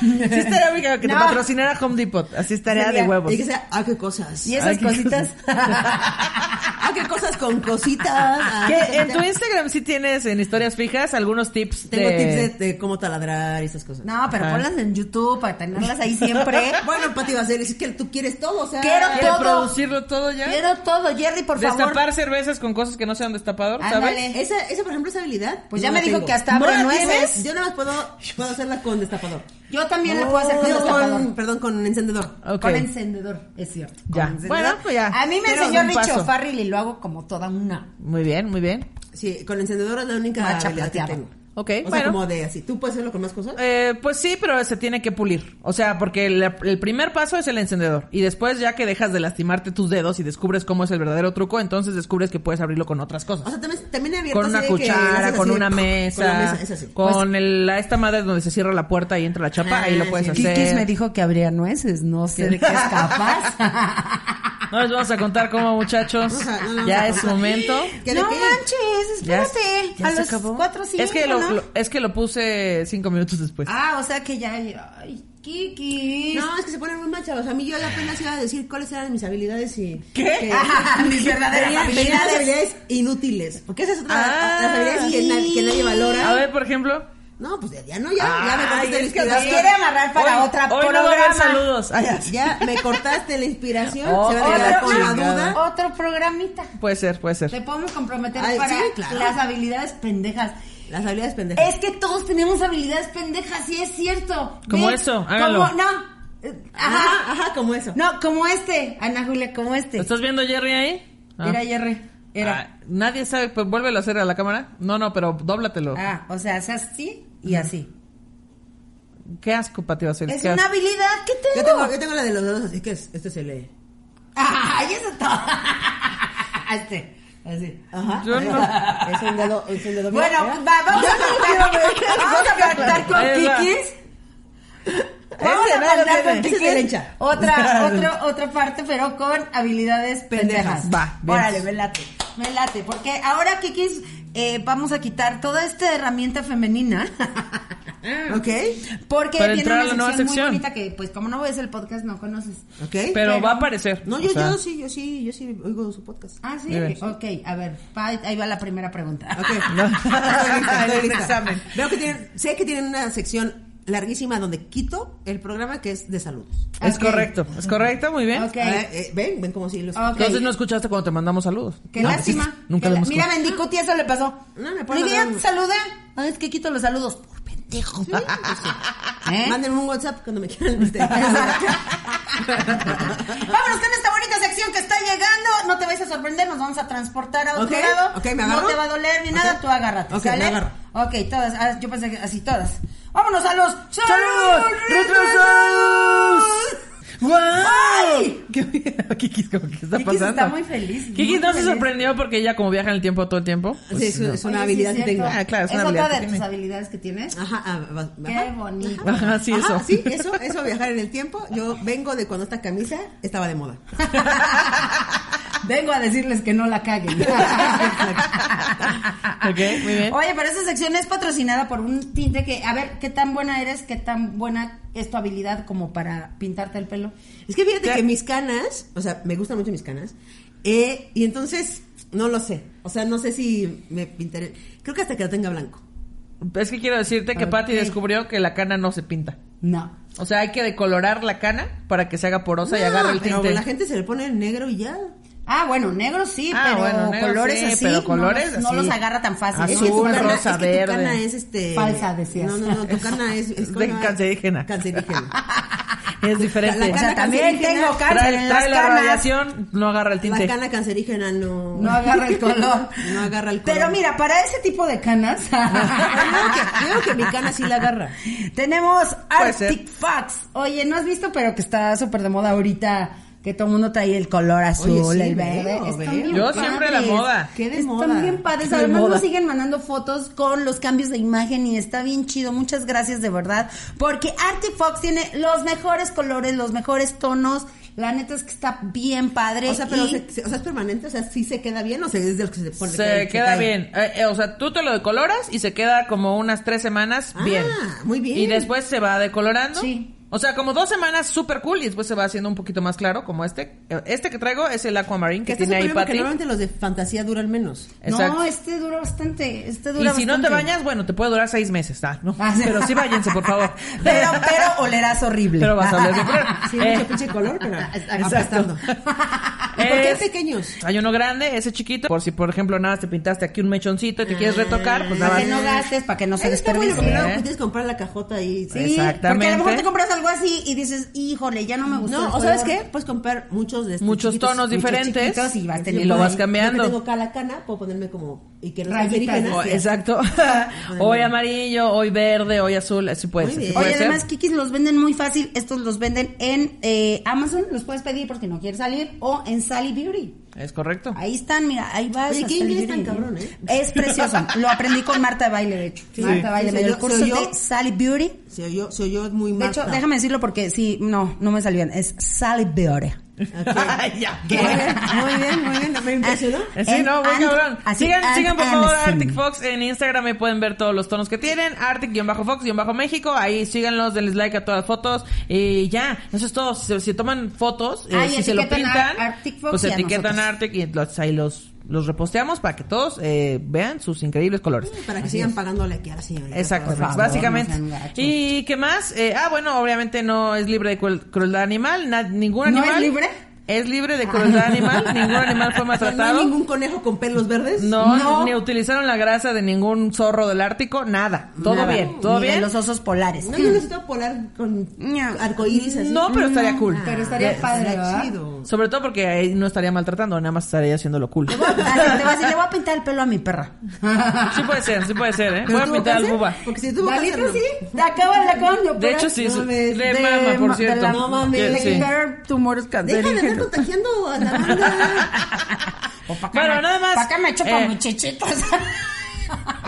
[SPEAKER 2] Sí estaría bien que- que te
[SPEAKER 4] No.
[SPEAKER 2] patrocinara Home Depot. Así estaría de
[SPEAKER 4] Sería-
[SPEAKER 2] huevos.
[SPEAKER 3] Y que sea, ¿a qué cosas?
[SPEAKER 4] Y esas
[SPEAKER 2] Ay, qué
[SPEAKER 4] cositas.
[SPEAKER 3] ¿A qué cosas con cositas? Ah, ¿A
[SPEAKER 2] Que
[SPEAKER 3] qué
[SPEAKER 2] en tu
[SPEAKER 3] cositas?
[SPEAKER 2] Instagram sí tienes en historias fijas algunos tips
[SPEAKER 3] Tengo
[SPEAKER 2] de...
[SPEAKER 3] tips de, de cómo taladrar y esas cosas.
[SPEAKER 4] No, pero
[SPEAKER 2] Ajá.
[SPEAKER 4] ponlas en YouTube para tenerlas ahí siempre.
[SPEAKER 3] Bueno, Pati Basel, es que tú quieres todo, o sea.
[SPEAKER 4] Quiero
[SPEAKER 2] ¿Quiere
[SPEAKER 4] todo.
[SPEAKER 2] producirlo todo ya?
[SPEAKER 4] Quiero todo, Jerry, por
[SPEAKER 2] Destapar
[SPEAKER 4] favor.
[SPEAKER 2] cervezas con cosas que no sean destapador,
[SPEAKER 4] Ándale.
[SPEAKER 2] ¿sabes?
[SPEAKER 3] Esa, esa, por ejemplo, esa habilidad.
[SPEAKER 4] Pues
[SPEAKER 3] no
[SPEAKER 4] ya me
[SPEAKER 3] la
[SPEAKER 4] dijo
[SPEAKER 3] tengo.
[SPEAKER 4] que hasta abre
[SPEAKER 2] ¿No la
[SPEAKER 4] nueces.
[SPEAKER 3] Yo nada más puedo, puedo hacerla con destapador.
[SPEAKER 4] Yo también la puedo hacer con
[SPEAKER 3] Digo,
[SPEAKER 4] destapador.
[SPEAKER 3] con- perdón, con encendedor.
[SPEAKER 2] Ok.
[SPEAKER 4] Con encendedor, es cierto. con
[SPEAKER 2] Ya.
[SPEAKER 4] encendedor.
[SPEAKER 2] Bueno, pues ya.
[SPEAKER 4] A mí me
[SPEAKER 2] Pero
[SPEAKER 4] enseñó
[SPEAKER 2] un paso.
[SPEAKER 4] Richo Farrell y lo hago como toda una.
[SPEAKER 2] Muy bien, muy bien.
[SPEAKER 3] Sí, con encendedor es la única
[SPEAKER 4] Macha
[SPEAKER 3] habilidad que
[SPEAKER 4] plateada.
[SPEAKER 3] tengo.
[SPEAKER 2] Ok,
[SPEAKER 3] o sea,
[SPEAKER 2] bueno.
[SPEAKER 3] como de así. ¿Tú puedes hacerlo con más cosas?
[SPEAKER 2] Eh, pues sí, pero se tiene que pulir. O sea, porque la- el primer paso es el encendedor. Y después, ya que dejas de lastimarte tus dedos y descubres cómo es el verdadero truco, entonces descubres que puedes abrirlo con otras
[SPEAKER 3] O
[SPEAKER 2] cosas.
[SPEAKER 3] sea, también, también he abierto
[SPEAKER 2] Con una
[SPEAKER 3] así de que le
[SPEAKER 2] cuchara,
[SPEAKER 3] haces
[SPEAKER 2] con
[SPEAKER 3] así,
[SPEAKER 2] una
[SPEAKER 3] ¡pum! Con la
[SPEAKER 2] mesa,
[SPEAKER 3] mesa, es así.
[SPEAKER 2] con el- la esta madre donde se cierra la puerta y entra la chapa,
[SPEAKER 3] Ah,
[SPEAKER 2] ahí lo puedes
[SPEAKER 3] sí.
[SPEAKER 2] hacer.
[SPEAKER 4] Kikis me dijo que habría nueces, no sé de qué es capaz.
[SPEAKER 2] No les vamos a contar cómo, muchachos.
[SPEAKER 3] Vamos a- no, no,
[SPEAKER 2] ya
[SPEAKER 3] no,
[SPEAKER 2] es
[SPEAKER 3] no.
[SPEAKER 2] momento.
[SPEAKER 3] ¿Qué de
[SPEAKER 4] no
[SPEAKER 3] qué?
[SPEAKER 4] manches,
[SPEAKER 2] Ya-
[SPEAKER 4] espérate.
[SPEAKER 2] ya
[SPEAKER 4] a
[SPEAKER 2] se
[SPEAKER 4] los
[SPEAKER 2] acabó.
[SPEAKER 4] cuatro cinco,
[SPEAKER 2] es que lo,
[SPEAKER 4] ¿no?
[SPEAKER 2] lo- es que lo puse cinco minutos después.
[SPEAKER 4] Ah, o sea que ya. Ay, Kikis.
[SPEAKER 3] No, es que se ponen muy machas. O sea, a mí yo apenas iba a decir cuáles eran mis habilidades y...
[SPEAKER 2] ¿Qué?
[SPEAKER 3] que-
[SPEAKER 4] Mis verdaderas
[SPEAKER 3] Tenía- tenía
[SPEAKER 4] habilidades.
[SPEAKER 3] habilidades inútiles. Porque esa es otra
[SPEAKER 2] Ah,
[SPEAKER 3] las habilidades que, na- que nadie valora.
[SPEAKER 2] A ver, por ejemplo.
[SPEAKER 3] No, pues ya, ya no, ya. ya me cortaste la
[SPEAKER 2] es que
[SPEAKER 4] Nos
[SPEAKER 3] inspiración.
[SPEAKER 4] quiere amarrar para
[SPEAKER 2] hoy,
[SPEAKER 4] otra
[SPEAKER 2] hoy no va a haber
[SPEAKER 4] programa.
[SPEAKER 2] saludos. Ay, ya.
[SPEAKER 3] Ya me cortaste la inspiración.
[SPEAKER 2] Oh,
[SPEAKER 3] se va a
[SPEAKER 2] otra
[SPEAKER 3] quedar con la
[SPEAKER 2] chingada.
[SPEAKER 3] duda.
[SPEAKER 4] Otro programita.
[SPEAKER 2] Puede ser, puede ser.
[SPEAKER 4] Te podemos comprometer
[SPEAKER 3] Ay,
[SPEAKER 4] para
[SPEAKER 3] sí, claro.
[SPEAKER 4] las habilidades pendejas.
[SPEAKER 3] Las habilidades pendejas.
[SPEAKER 4] Es que todos tenemos habilidades pendejas, sí es cierto.
[SPEAKER 2] Como
[SPEAKER 4] Ve,
[SPEAKER 2] eso, háganlo.
[SPEAKER 4] como- no. eh, Ajá.
[SPEAKER 3] Ajá, ajá, como eso.
[SPEAKER 4] No, como este, Ana Julia, como este.
[SPEAKER 2] ¿Estás viendo Jerry ahí? Ah.
[SPEAKER 4] Era Jerry. Era.
[SPEAKER 2] Ah, nadie sabe, pues vuélvelo a hacer a la cámara. No, no, pero dóblatelo.
[SPEAKER 4] Ah, o sea, es así y así.
[SPEAKER 2] Qué asco, Pati Basel.
[SPEAKER 4] Es
[SPEAKER 2] qué
[SPEAKER 4] una
[SPEAKER 2] asco.
[SPEAKER 4] habilidad que tengo.
[SPEAKER 3] Yo tengo, yo tengo la de los dedos, así que es- este se lee.
[SPEAKER 4] Ay, eso es todo. este, así.
[SPEAKER 3] Ajá.
[SPEAKER 2] Yo
[SPEAKER 3] ahí
[SPEAKER 2] no.
[SPEAKER 3] va. Es un dedo, es un dedo. mira,
[SPEAKER 4] Bueno,
[SPEAKER 2] ¿eh?
[SPEAKER 3] mira.
[SPEAKER 4] va- vamos a vamos a cantar con
[SPEAKER 2] Ahí va.
[SPEAKER 4] Kikis. Vamos
[SPEAKER 2] Ese
[SPEAKER 4] a
[SPEAKER 2] no lo
[SPEAKER 4] cantar con
[SPEAKER 2] tiene.
[SPEAKER 3] Ese es
[SPEAKER 4] Kikis.
[SPEAKER 3] derecha.
[SPEAKER 4] Otra, otra, otra parte, pero con habilidades pendejas.
[SPEAKER 2] Pendejas. Va, bien.
[SPEAKER 4] Órale, me late, me late. Porque ahora, Kikis, eh, vamos a quitar toda esta herramienta femenina.
[SPEAKER 3] Ok,
[SPEAKER 4] Porque
[SPEAKER 2] Para
[SPEAKER 4] viene
[SPEAKER 2] entrar a
[SPEAKER 4] una
[SPEAKER 2] la nueva
[SPEAKER 4] sección,
[SPEAKER 2] sección.
[SPEAKER 4] muy bonita que, pues, como no ves el podcast, no conoces.
[SPEAKER 3] ok.
[SPEAKER 2] Pero,
[SPEAKER 4] Pero-
[SPEAKER 2] va a aparecer.
[SPEAKER 3] no,
[SPEAKER 2] o
[SPEAKER 3] yo,
[SPEAKER 2] sea,
[SPEAKER 3] yo sí, yo sí, yo sí oigo su podcast.
[SPEAKER 4] Ah, sí.
[SPEAKER 2] Bien.
[SPEAKER 4] Ok, a ver, va, ahí va la primera pregunta.
[SPEAKER 3] Ok. Estoy lista, estoy
[SPEAKER 2] Es un
[SPEAKER 3] lista.
[SPEAKER 2] examen.
[SPEAKER 3] Veo que tienen, sé que tienen una sección larguísima donde quito el programa que es de salud.
[SPEAKER 2] Es
[SPEAKER 4] Ok.
[SPEAKER 2] correcto, es correcto, muy bien.
[SPEAKER 4] Ok.
[SPEAKER 3] Ah, eh, ven, ven como si los...
[SPEAKER 4] Ok.
[SPEAKER 2] Entonces no escuchaste cuando te mandamos saludos.
[SPEAKER 4] Qué
[SPEAKER 2] No,
[SPEAKER 4] lástima.
[SPEAKER 2] pues, Nunca
[SPEAKER 4] Que
[SPEAKER 2] lo
[SPEAKER 4] la-
[SPEAKER 2] hemos
[SPEAKER 4] Mira,
[SPEAKER 2] escuchado.
[SPEAKER 4] Mendicuti, eso le pasó.
[SPEAKER 3] No, me
[SPEAKER 4] Ni
[SPEAKER 3] puedo
[SPEAKER 4] bien,
[SPEAKER 3] dar-
[SPEAKER 4] saluda. Ah, es que quito los saludos. Por pendejo. ¿Eh?
[SPEAKER 3] Mándenme un WhatsApp cuando me quieran. este,
[SPEAKER 4] Vámonos con esta bonita sección que está llegando. No te vais a sorprender, nos vamos a transportar a otro
[SPEAKER 3] Ok,
[SPEAKER 4] lado.
[SPEAKER 3] ok, ¿me agarro?
[SPEAKER 4] No te va a doler ni nada,
[SPEAKER 3] Ok.
[SPEAKER 4] tú agárrate.
[SPEAKER 3] Ok,
[SPEAKER 4] ¿sale?
[SPEAKER 3] me agarro.
[SPEAKER 4] Ok, todas. ah, yo pensé que así todas. Vámonos a los
[SPEAKER 2] ¡Saludos! ¡Retrasados! ¡Wow! ¿Qué, Kikis, ¿cómo que está
[SPEAKER 4] Kikis
[SPEAKER 2] pasando?
[SPEAKER 4] está muy feliz, muy
[SPEAKER 2] Kikis no se
[SPEAKER 4] feliz.
[SPEAKER 2] sorprendió porque ella, como viaja en el tiempo todo el tiempo. pues,
[SPEAKER 3] Sí, es,
[SPEAKER 2] no.
[SPEAKER 3] es una habilidad que tengo.
[SPEAKER 2] Ah, claro, es
[SPEAKER 4] es
[SPEAKER 2] una habilidad
[SPEAKER 4] otra
[SPEAKER 2] que
[SPEAKER 4] de tus
[SPEAKER 2] tiene.
[SPEAKER 4] habilidades que tienes.
[SPEAKER 3] Ajá, ah, va- va-
[SPEAKER 4] Qué
[SPEAKER 3] ajá.
[SPEAKER 4] bonito.
[SPEAKER 2] Ajá, sí,
[SPEAKER 3] Ajá,
[SPEAKER 2] eso.
[SPEAKER 3] sí, eso, eso viajar en el tiempo. Yo vengo de cuando esta camisa estaba de moda.
[SPEAKER 4] Vengo a decirles que no la caguen.
[SPEAKER 2] Ok, muy bien.
[SPEAKER 4] Oye, pero esta sección es patrocinada por un tinte que, a ver, ¿qué tan buena eres? ¿Qué tan buena es tu habilidad como para pintarte el pelo?
[SPEAKER 3] Es que fíjate
[SPEAKER 2] Ya.
[SPEAKER 3] que mis canas, o sea, me gustan mucho mis canas, eh, y entonces no lo sé. O sea, no sé si me pintaré. Creo que hasta que lo tenga blanco.
[SPEAKER 2] Es que quiero decirte que
[SPEAKER 4] Ok.
[SPEAKER 2] Patty descubrió que la cana no se pinta.
[SPEAKER 4] No.
[SPEAKER 2] O sea, hay que decolorar la cana para que se haga porosa y
[SPEAKER 3] No,
[SPEAKER 2] agarre el
[SPEAKER 3] pero
[SPEAKER 2] tinte.
[SPEAKER 3] la gente se le pone negro y ya.
[SPEAKER 4] Ah, bueno, negro sí,
[SPEAKER 2] Ah,
[SPEAKER 4] pero
[SPEAKER 2] bueno, negro
[SPEAKER 4] colores
[SPEAKER 2] sí,
[SPEAKER 4] así.
[SPEAKER 2] pero
[SPEAKER 4] no
[SPEAKER 2] colores
[SPEAKER 4] los- no,
[SPEAKER 2] así.
[SPEAKER 4] los agarra tan fácil. ¿eh?
[SPEAKER 3] Es
[SPEAKER 2] Azul,
[SPEAKER 3] que tu cana-
[SPEAKER 2] rosa,
[SPEAKER 3] es que tu cana
[SPEAKER 2] verde.
[SPEAKER 3] es este.
[SPEAKER 4] Falsa, decías.
[SPEAKER 3] No, no, no, tu cana es. es
[SPEAKER 2] De cancerígena.
[SPEAKER 3] Cancerígena.
[SPEAKER 2] Es diferente.
[SPEAKER 4] O sea, también
[SPEAKER 3] cancerígena.
[SPEAKER 4] tengo cáncer
[SPEAKER 2] trae,
[SPEAKER 4] en las
[SPEAKER 2] trae la
[SPEAKER 4] canas.
[SPEAKER 2] radiación, no agarra el
[SPEAKER 3] La
[SPEAKER 2] tinte.
[SPEAKER 3] cana cancerígena no.
[SPEAKER 4] No agarra el color.
[SPEAKER 3] No agarra el color.
[SPEAKER 4] Pero mira, para ese tipo de canas.
[SPEAKER 3] Yo digo que- yo digo que mi cana sí la agarra.
[SPEAKER 4] Tenemos
[SPEAKER 2] Puede ser.
[SPEAKER 4] Arctic Fox. Oye, ¿no has visto? Pero que está súper de moda ahorita. Que todo el mundo trae el color azul,
[SPEAKER 3] sí,
[SPEAKER 4] el verde.
[SPEAKER 3] veo,
[SPEAKER 4] Están
[SPEAKER 3] veo.
[SPEAKER 4] bien
[SPEAKER 2] Yo siempre la
[SPEAKER 4] padres.
[SPEAKER 2] moda.
[SPEAKER 3] Qué de
[SPEAKER 4] Están
[SPEAKER 3] moda.
[SPEAKER 4] bien padres.
[SPEAKER 2] Qué de
[SPEAKER 4] Además,
[SPEAKER 2] moda.
[SPEAKER 4] nos siguen mandando fotos con los cambios de imagen y está bien chido. Muchas gracias, de verdad. Porque Arctic Fox tiene los mejores colores, los mejores tonos. La neta es que está bien padre.
[SPEAKER 3] O sea, pero
[SPEAKER 4] y-
[SPEAKER 3] se- se- o sea, es permanente, o sea, sí se queda bien o sea, es de los que se pone.
[SPEAKER 2] Se queda bien. Eh, eh, o sea, tú te lo decoloras y se queda como unas tres semanas
[SPEAKER 3] Ah,
[SPEAKER 2] bien.
[SPEAKER 3] muy bien.
[SPEAKER 2] Y después se va decolorando.
[SPEAKER 4] Sí.
[SPEAKER 2] O sea, como dos semanas súper cool y después se va haciendo un poquito más claro, como este. Eh, Este que traigo es el Aquamarine que
[SPEAKER 3] Que
[SPEAKER 4] ¿Este
[SPEAKER 3] está
[SPEAKER 2] tiene ahí
[SPEAKER 3] súper bien, porque
[SPEAKER 2] Patty.
[SPEAKER 3] normalmente los de fantasía duran menos.
[SPEAKER 2] Exacto.
[SPEAKER 4] No, este dura bastante. Este
[SPEAKER 2] y
[SPEAKER 4] dura
[SPEAKER 2] si no te
[SPEAKER 4] bastante.
[SPEAKER 2] bañas, bueno, te puede durar seis meses. Ah, no.
[SPEAKER 4] Ah, sí.
[SPEAKER 2] Pero sí váyanse, por favor.
[SPEAKER 4] Pero, pero olerás horrible.
[SPEAKER 2] Pero vas a oler bien culero.
[SPEAKER 3] Sí,
[SPEAKER 2] Eh,
[SPEAKER 3] mucho pinche color, pero
[SPEAKER 2] Exacto.
[SPEAKER 3] apestando. ¿Y por qué
[SPEAKER 2] Es-
[SPEAKER 3] pequeños?
[SPEAKER 2] Hay uno grande, ese chiquito. Por si, por ejemplo, nada, más te pintaste aquí un mechoncito y te quieres retocar, pues nada
[SPEAKER 4] Ah, Para que
[SPEAKER 2] más.
[SPEAKER 4] no gastes, para que no se
[SPEAKER 3] Eso está bueno, porque
[SPEAKER 4] desperdicie.
[SPEAKER 3] luego
[SPEAKER 2] ¿eh?
[SPEAKER 3] puedes comprar la cajota y...
[SPEAKER 4] Sí, Porque a lo mejor te compras algo así y dices, híjole, ya no me gustó. el
[SPEAKER 3] No, o
[SPEAKER 4] color.
[SPEAKER 3] sabes qué, puedes comprar muchos de estos
[SPEAKER 2] Muchos
[SPEAKER 3] chiquitos,
[SPEAKER 2] tonos
[SPEAKER 3] muchos
[SPEAKER 2] diferentes.
[SPEAKER 3] chiquitos
[SPEAKER 4] y vas
[SPEAKER 3] Yo
[SPEAKER 4] teniendo
[SPEAKER 2] lo
[SPEAKER 3] por
[SPEAKER 2] vas
[SPEAKER 3] ahí,
[SPEAKER 2] cambiando.
[SPEAKER 3] Yo que tengo cada cana, puedo ponerme como y que no sea
[SPEAKER 4] Rayitas,
[SPEAKER 3] cancerígena,
[SPEAKER 4] ¿no?
[SPEAKER 2] O-
[SPEAKER 3] sí.
[SPEAKER 2] exacto. hoy amarillo, hoy verde, hoy azul. Así puede
[SPEAKER 3] Muy
[SPEAKER 2] ser.
[SPEAKER 3] bien.
[SPEAKER 2] puede
[SPEAKER 4] Oye,
[SPEAKER 2] ser.
[SPEAKER 4] además, Kikis los venden muy fácil. Estos los venden en eh, Amazon, los puedes pedir porque no quieres salir, o en Sally Beauty.
[SPEAKER 2] Es correcto.
[SPEAKER 4] Ahí están, mira, ahí vas.
[SPEAKER 3] Oye,
[SPEAKER 4] a
[SPEAKER 3] qué
[SPEAKER 4] Sally
[SPEAKER 3] inglés
[SPEAKER 4] Beauty.
[SPEAKER 3] tan cabrón, ¿eh?
[SPEAKER 4] Es precioso. Lo aprendí con Marta de Baile, de hecho.
[SPEAKER 3] Sí.
[SPEAKER 4] Marta de Baile
[SPEAKER 3] Sí,
[SPEAKER 4] me dio el
[SPEAKER 3] soy
[SPEAKER 4] curso
[SPEAKER 3] yo- soy yo.
[SPEAKER 4] de Sally Beauty.
[SPEAKER 3] Se oyó, se oyó muy
[SPEAKER 4] De
[SPEAKER 3] mal.
[SPEAKER 4] hecho, déjame decirlo porque sí, no, no me salió bien. Es Sally Beauty.
[SPEAKER 2] ya. Eh,
[SPEAKER 3] Muy bien, muy bien, muy bien. Me impresionó.
[SPEAKER 2] Sí, no, muy
[SPEAKER 4] Ah, And-
[SPEAKER 2] cabrón.
[SPEAKER 4] así,
[SPEAKER 2] sigan,
[SPEAKER 4] and
[SPEAKER 2] sigan por favor
[SPEAKER 4] Amazon.
[SPEAKER 2] Arctic Fox en Instagram. Ahí pueden ver todos los tonos que tienen. Arctic-Fox-México. Ahí síganlos, denles like a todas las fotos. Y ya, eso es todo. Si, si toman fotos, eh,
[SPEAKER 4] Ah, y
[SPEAKER 2] si se lo
[SPEAKER 4] etiquetan a
[SPEAKER 2] pintan,
[SPEAKER 4] Arctic Fox
[SPEAKER 2] pues
[SPEAKER 4] y a
[SPEAKER 2] etiquetan
[SPEAKER 4] nosotros.
[SPEAKER 2] Arctic y los, ahí los, los reposteamos para que todos eh, vean sus increíbles colores.
[SPEAKER 3] Para que sigan pagándole aquí a la señora.
[SPEAKER 2] Exacto,
[SPEAKER 4] Por favor,
[SPEAKER 2] básicamente.
[SPEAKER 4] no sean gachos.
[SPEAKER 2] ¿Y qué más? Eh, ah, bueno, obviamente no es libre de cruel- crueldad animal, na- ningún
[SPEAKER 4] ¿No
[SPEAKER 2] animal.
[SPEAKER 4] es libre?
[SPEAKER 2] Es libre de crueldad animal, ningún animal fue
[SPEAKER 3] O sea, ¿No hay
[SPEAKER 2] maltratado.
[SPEAKER 3] ningún conejo con pelos verdes?
[SPEAKER 2] No,
[SPEAKER 4] No.
[SPEAKER 2] ni utilizaron la grasa de ningún zorro del Ártico, nada. Todo
[SPEAKER 4] Nada.
[SPEAKER 2] bien, todo
[SPEAKER 4] Ni de
[SPEAKER 2] bien.
[SPEAKER 4] los osos polares.
[SPEAKER 3] No, yo necesito polar con
[SPEAKER 4] No.
[SPEAKER 3] arcoíris así. Ah,
[SPEAKER 2] No, pero estaría cool.
[SPEAKER 4] Pero estaría padre, ¿verdad?
[SPEAKER 3] chido.
[SPEAKER 2] Sobre todo porque ahí no estaría maltratando, nada más estaría haciéndolo cool.
[SPEAKER 4] Te voy a pintar- te voy a decir, le voy a pintar el pelo a mi perra.
[SPEAKER 2] Sí puede ser, sí puede ser, ¿eh?
[SPEAKER 3] ¿Pero
[SPEAKER 2] Voy a
[SPEAKER 3] tuvo
[SPEAKER 2] pintar al
[SPEAKER 3] cáncer?
[SPEAKER 2] buba.
[SPEAKER 3] Porque si tuvo
[SPEAKER 4] La
[SPEAKER 3] cáncer,
[SPEAKER 4] neta,
[SPEAKER 3] no.
[SPEAKER 4] sí, la acaban, la acaban de
[SPEAKER 2] De
[SPEAKER 4] operar.
[SPEAKER 2] hecho, sí,
[SPEAKER 4] No
[SPEAKER 2] su-
[SPEAKER 4] mames,
[SPEAKER 2] de mama, por
[SPEAKER 4] ma- de
[SPEAKER 2] cierto.
[SPEAKER 4] la- No mames, le
[SPEAKER 2] Sí.
[SPEAKER 4] quitaron tumores
[SPEAKER 3] Deja de andar
[SPEAKER 4] cancerígenos.
[SPEAKER 3] contagiando a la banda.
[SPEAKER 4] O pa' acá
[SPEAKER 2] Bueno,
[SPEAKER 4] me-
[SPEAKER 2] nada más,
[SPEAKER 4] pa' acá me choco
[SPEAKER 2] eh,
[SPEAKER 4] muchachitos.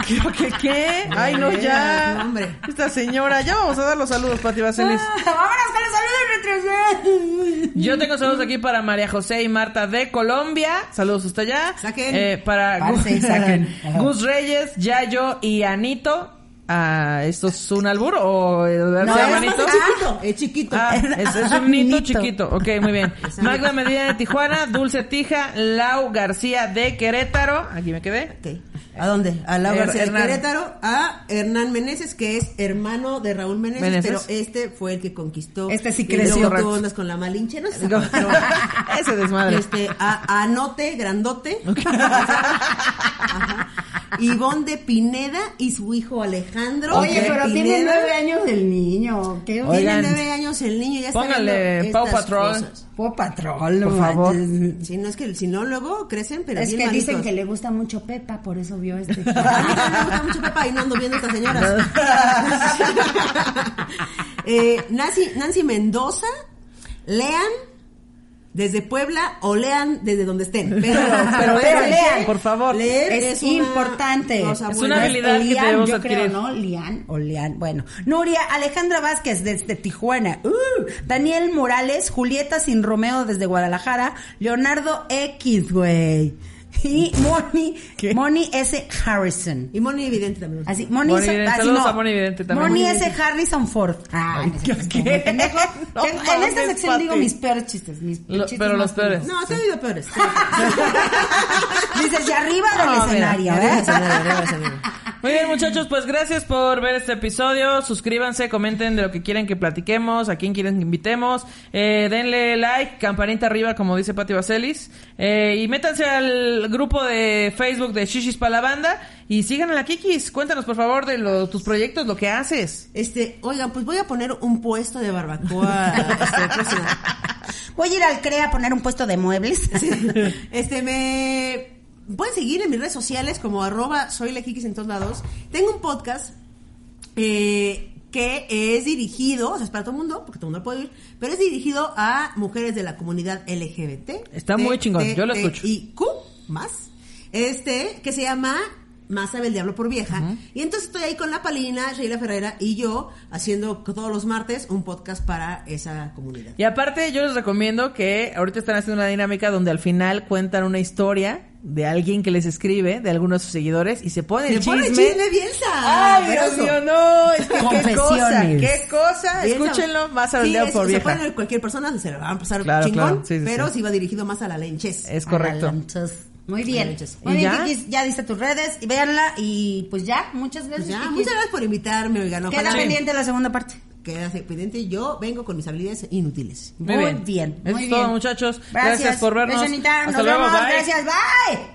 [SPEAKER 2] ¿Qué? ¿Qué? qué? Ay, no, ya.
[SPEAKER 3] No, hombre.
[SPEAKER 2] Esta señora, ya vamos a dar los saludos, Pati Baselis.
[SPEAKER 4] Vámonos con los saludos nuestros.
[SPEAKER 2] Yo tengo saludos aquí para María José y Marta de Colombia. Saludos hasta allá.
[SPEAKER 3] Saquen.
[SPEAKER 2] Eh, para
[SPEAKER 4] Parce, saquen.
[SPEAKER 2] Gus Reyes, Yayo y Anito. Ah, ¿Esto es un albur o el verbo
[SPEAKER 4] No,
[SPEAKER 2] de
[SPEAKER 4] es más
[SPEAKER 2] Anito?
[SPEAKER 3] Es chiquito. Es chiquito.
[SPEAKER 2] Ah, es, es un nito
[SPEAKER 4] Nito.
[SPEAKER 2] chiquito. Ok, muy bien. Magda Medina de Tijuana, Dulce Tija, Lau García de Querétaro. Aquí me quedé.
[SPEAKER 3] Ok. ¿A dónde? A Laura
[SPEAKER 2] Her-
[SPEAKER 3] García de
[SPEAKER 2] Hernán.
[SPEAKER 3] Querétaro, a Hernán Meneses, que es hermano de Raúl Meneses,
[SPEAKER 2] Meneses.
[SPEAKER 3] pero este fue el que conquistó.
[SPEAKER 4] Este sí
[SPEAKER 3] y
[SPEAKER 4] creció.
[SPEAKER 3] luego
[SPEAKER 2] Correcto.
[SPEAKER 3] tuvo ondas con la Malinche, no sé.
[SPEAKER 2] Digo, Ese desmadre.
[SPEAKER 3] Este, a, Anote, Grandote. Ajá. Ivonne de Pineda y su hijo Alejandro.
[SPEAKER 4] Oye,
[SPEAKER 3] de
[SPEAKER 4] pero tiene
[SPEAKER 3] Pineda.
[SPEAKER 4] nueve años el niño. Qué
[SPEAKER 2] Oye,
[SPEAKER 3] Tiene
[SPEAKER 2] Oigan.
[SPEAKER 3] nueve años el niño, ya está
[SPEAKER 2] Póngale
[SPEAKER 3] viendo
[SPEAKER 2] Paw
[SPEAKER 3] estas
[SPEAKER 2] Patrol.
[SPEAKER 3] cosas.
[SPEAKER 4] Fue patrón,
[SPEAKER 2] Por favor.
[SPEAKER 3] Sí, no es que si no luego crecen, pero
[SPEAKER 4] Es que
[SPEAKER 3] bien
[SPEAKER 4] dicen
[SPEAKER 3] malitos.
[SPEAKER 4] que le gusta mucho Pepa, por eso vio este.
[SPEAKER 3] A mí también me gusta mucho Pepa y no ando viendo a estas señoras. Eh, Nancy, Nancy Mendoza, lean desde Puebla o lean desde donde estén. Pero,
[SPEAKER 4] Pero lean,
[SPEAKER 2] por favor.
[SPEAKER 3] Leer
[SPEAKER 4] es,
[SPEAKER 3] es, una
[SPEAKER 4] importante.
[SPEAKER 3] cosa
[SPEAKER 2] Es
[SPEAKER 3] buena.
[SPEAKER 2] una habilidad que debemos
[SPEAKER 4] yo
[SPEAKER 2] adquirir.
[SPEAKER 4] creo, ¿no? Lian o Lian. Bueno, Nuria Alejandra Vázquez desde Tijuana. Uh, Daniel Morales, Julieta Sin Romeo desde Guadalajara. Leonardo X, güey. Y Moni,
[SPEAKER 2] ¿Qué?
[SPEAKER 4] Moni S. Harrison.
[SPEAKER 3] Y Moni Evidente también.
[SPEAKER 4] Así, Moni,
[SPEAKER 2] Moni
[SPEAKER 4] S-
[SPEAKER 2] Vidente,
[SPEAKER 4] así
[SPEAKER 2] saludos
[SPEAKER 4] no.
[SPEAKER 2] a Moni Vidente también.
[SPEAKER 4] Moni
[SPEAKER 2] Moni
[SPEAKER 4] S. Harrison Ford. Ay, no sé,
[SPEAKER 2] ¿qué?
[SPEAKER 4] es como un pendejo.
[SPEAKER 2] No
[SPEAKER 4] En- en
[SPEAKER 2] mames,
[SPEAKER 4] esta sección
[SPEAKER 2] Pati.
[SPEAKER 4] digo mis peores chistes. mis
[SPEAKER 2] Lo-
[SPEAKER 4] chistes
[SPEAKER 2] pero
[SPEAKER 4] más
[SPEAKER 2] los peores.
[SPEAKER 4] pendejos.
[SPEAKER 3] No, te he oído peores.
[SPEAKER 4] Dices, y arriba
[SPEAKER 2] No,
[SPEAKER 4] del
[SPEAKER 2] mira,
[SPEAKER 4] escenario,
[SPEAKER 3] arriba del
[SPEAKER 4] ¿eh?
[SPEAKER 3] escenario, arriba del escenario.
[SPEAKER 2] Muy bien, muchachos, pues gracias por ver este episodio. Suscríbanse, comenten de lo que quieren que platiquemos, a quién quieren que invitemos. Eh, denle like, campanita arriba, como dice Pati Vaselis. Eh, y métanse al grupo de Facebook de Shishis para la banda. Y sigan a la Kikis. Cuéntanos, por favor, de lo- tus proyectos, lo que haces.
[SPEAKER 3] Este, oigan, pues voy a poner un puesto de barbacoa. este, próximo.
[SPEAKER 4] Voy a ir al CREA a poner un puesto de muebles.
[SPEAKER 3] Sí. Este, me pueden seguir en mis redes sociales como arroba soy la Kikis en todos lados. Tengo un podcast eh, que es dirigido, o sea, es para todo el mundo, porque todo el mundo puede ir, pero es dirigido a mujeres de la comunidad LGBT.
[SPEAKER 2] Está muy chingón, yo lo escucho.
[SPEAKER 3] Y E, Q más. Este, que se llama Más sabe el diablo por vieja. Y entonces estoy ahí con la palina, Sheila Ferreira y yo, haciendo todos los martes un podcast para esa comunidad.
[SPEAKER 2] Y aparte, yo les recomiendo que ahorita están haciendo una dinámica donde al final cuentan una historia de alguien que les escribe, de alguno de sus seguidores, y se pone el
[SPEAKER 3] Se pone
[SPEAKER 2] chisme.
[SPEAKER 3] chisme bien
[SPEAKER 2] ¡Ay, Dios
[SPEAKER 3] sabroso.
[SPEAKER 2] mío, no! Es que qué cosa,
[SPEAKER 4] Confesiones.
[SPEAKER 2] qué cosa.
[SPEAKER 3] Bien
[SPEAKER 2] Escúchenlo
[SPEAKER 3] sabroso.
[SPEAKER 2] más al
[SPEAKER 3] Sí,
[SPEAKER 2] dedo
[SPEAKER 3] es-
[SPEAKER 2] por
[SPEAKER 3] Se pueden
[SPEAKER 2] vieja.
[SPEAKER 3] ver cualquier persona, se la van a pasar
[SPEAKER 2] Claro,
[SPEAKER 3] chingón,
[SPEAKER 2] claro, sí, sí,
[SPEAKER 3] pero
[SPEAKER 2] sí.
[SPEAKER 3] si va dirigido más a la lenchez.
[SPEAKER 2] Es correcto.
[SPEAKER 4] Alanchas. Muy bien.
[SPEAKER 3] Alanchas.
[SPEAKER 4] Muy
[SPEAKER 2] ¿Y
[SPEAKER 4] bien,
[SPEAKER 2] ya?
[SPEAKER 4] Kikis, ya diste tus redes y véanla. Y pues ya, muchas
[SPEAKER 3] Pues
[SPEAKER 4] gracias.
[SPEAKER 3] ya,
[SPEAKER 4] Kikis.
[SPEAKER 3] muchas gracias por invitarme, oigan.
[SPEAKER 4] Queda
[SPEAKER 3] Ojalá
[SPEAKER 4] pendiente la segunda parte.
[SPEAKER 3] queda pendiente. Yo vengo con mis habilidades inútiles.
[SPEAKER 4] Muy bien. muy
[SPEAKER 2] Eso es
[SPEAKER 4] bien.
[SPEAKER 2] todo, muchachos. Gracias, por vernos.
[SPEAKER 4] Gracias, Anita.
[SPEAKER 2] Hasta
[SPEAKER 4] Nos
[SPEAKER 2] luego,
[SPEAKER 4] vemos.
[SPEAKER 2] bye.
[SPEAKER 4] Gracias. Bye.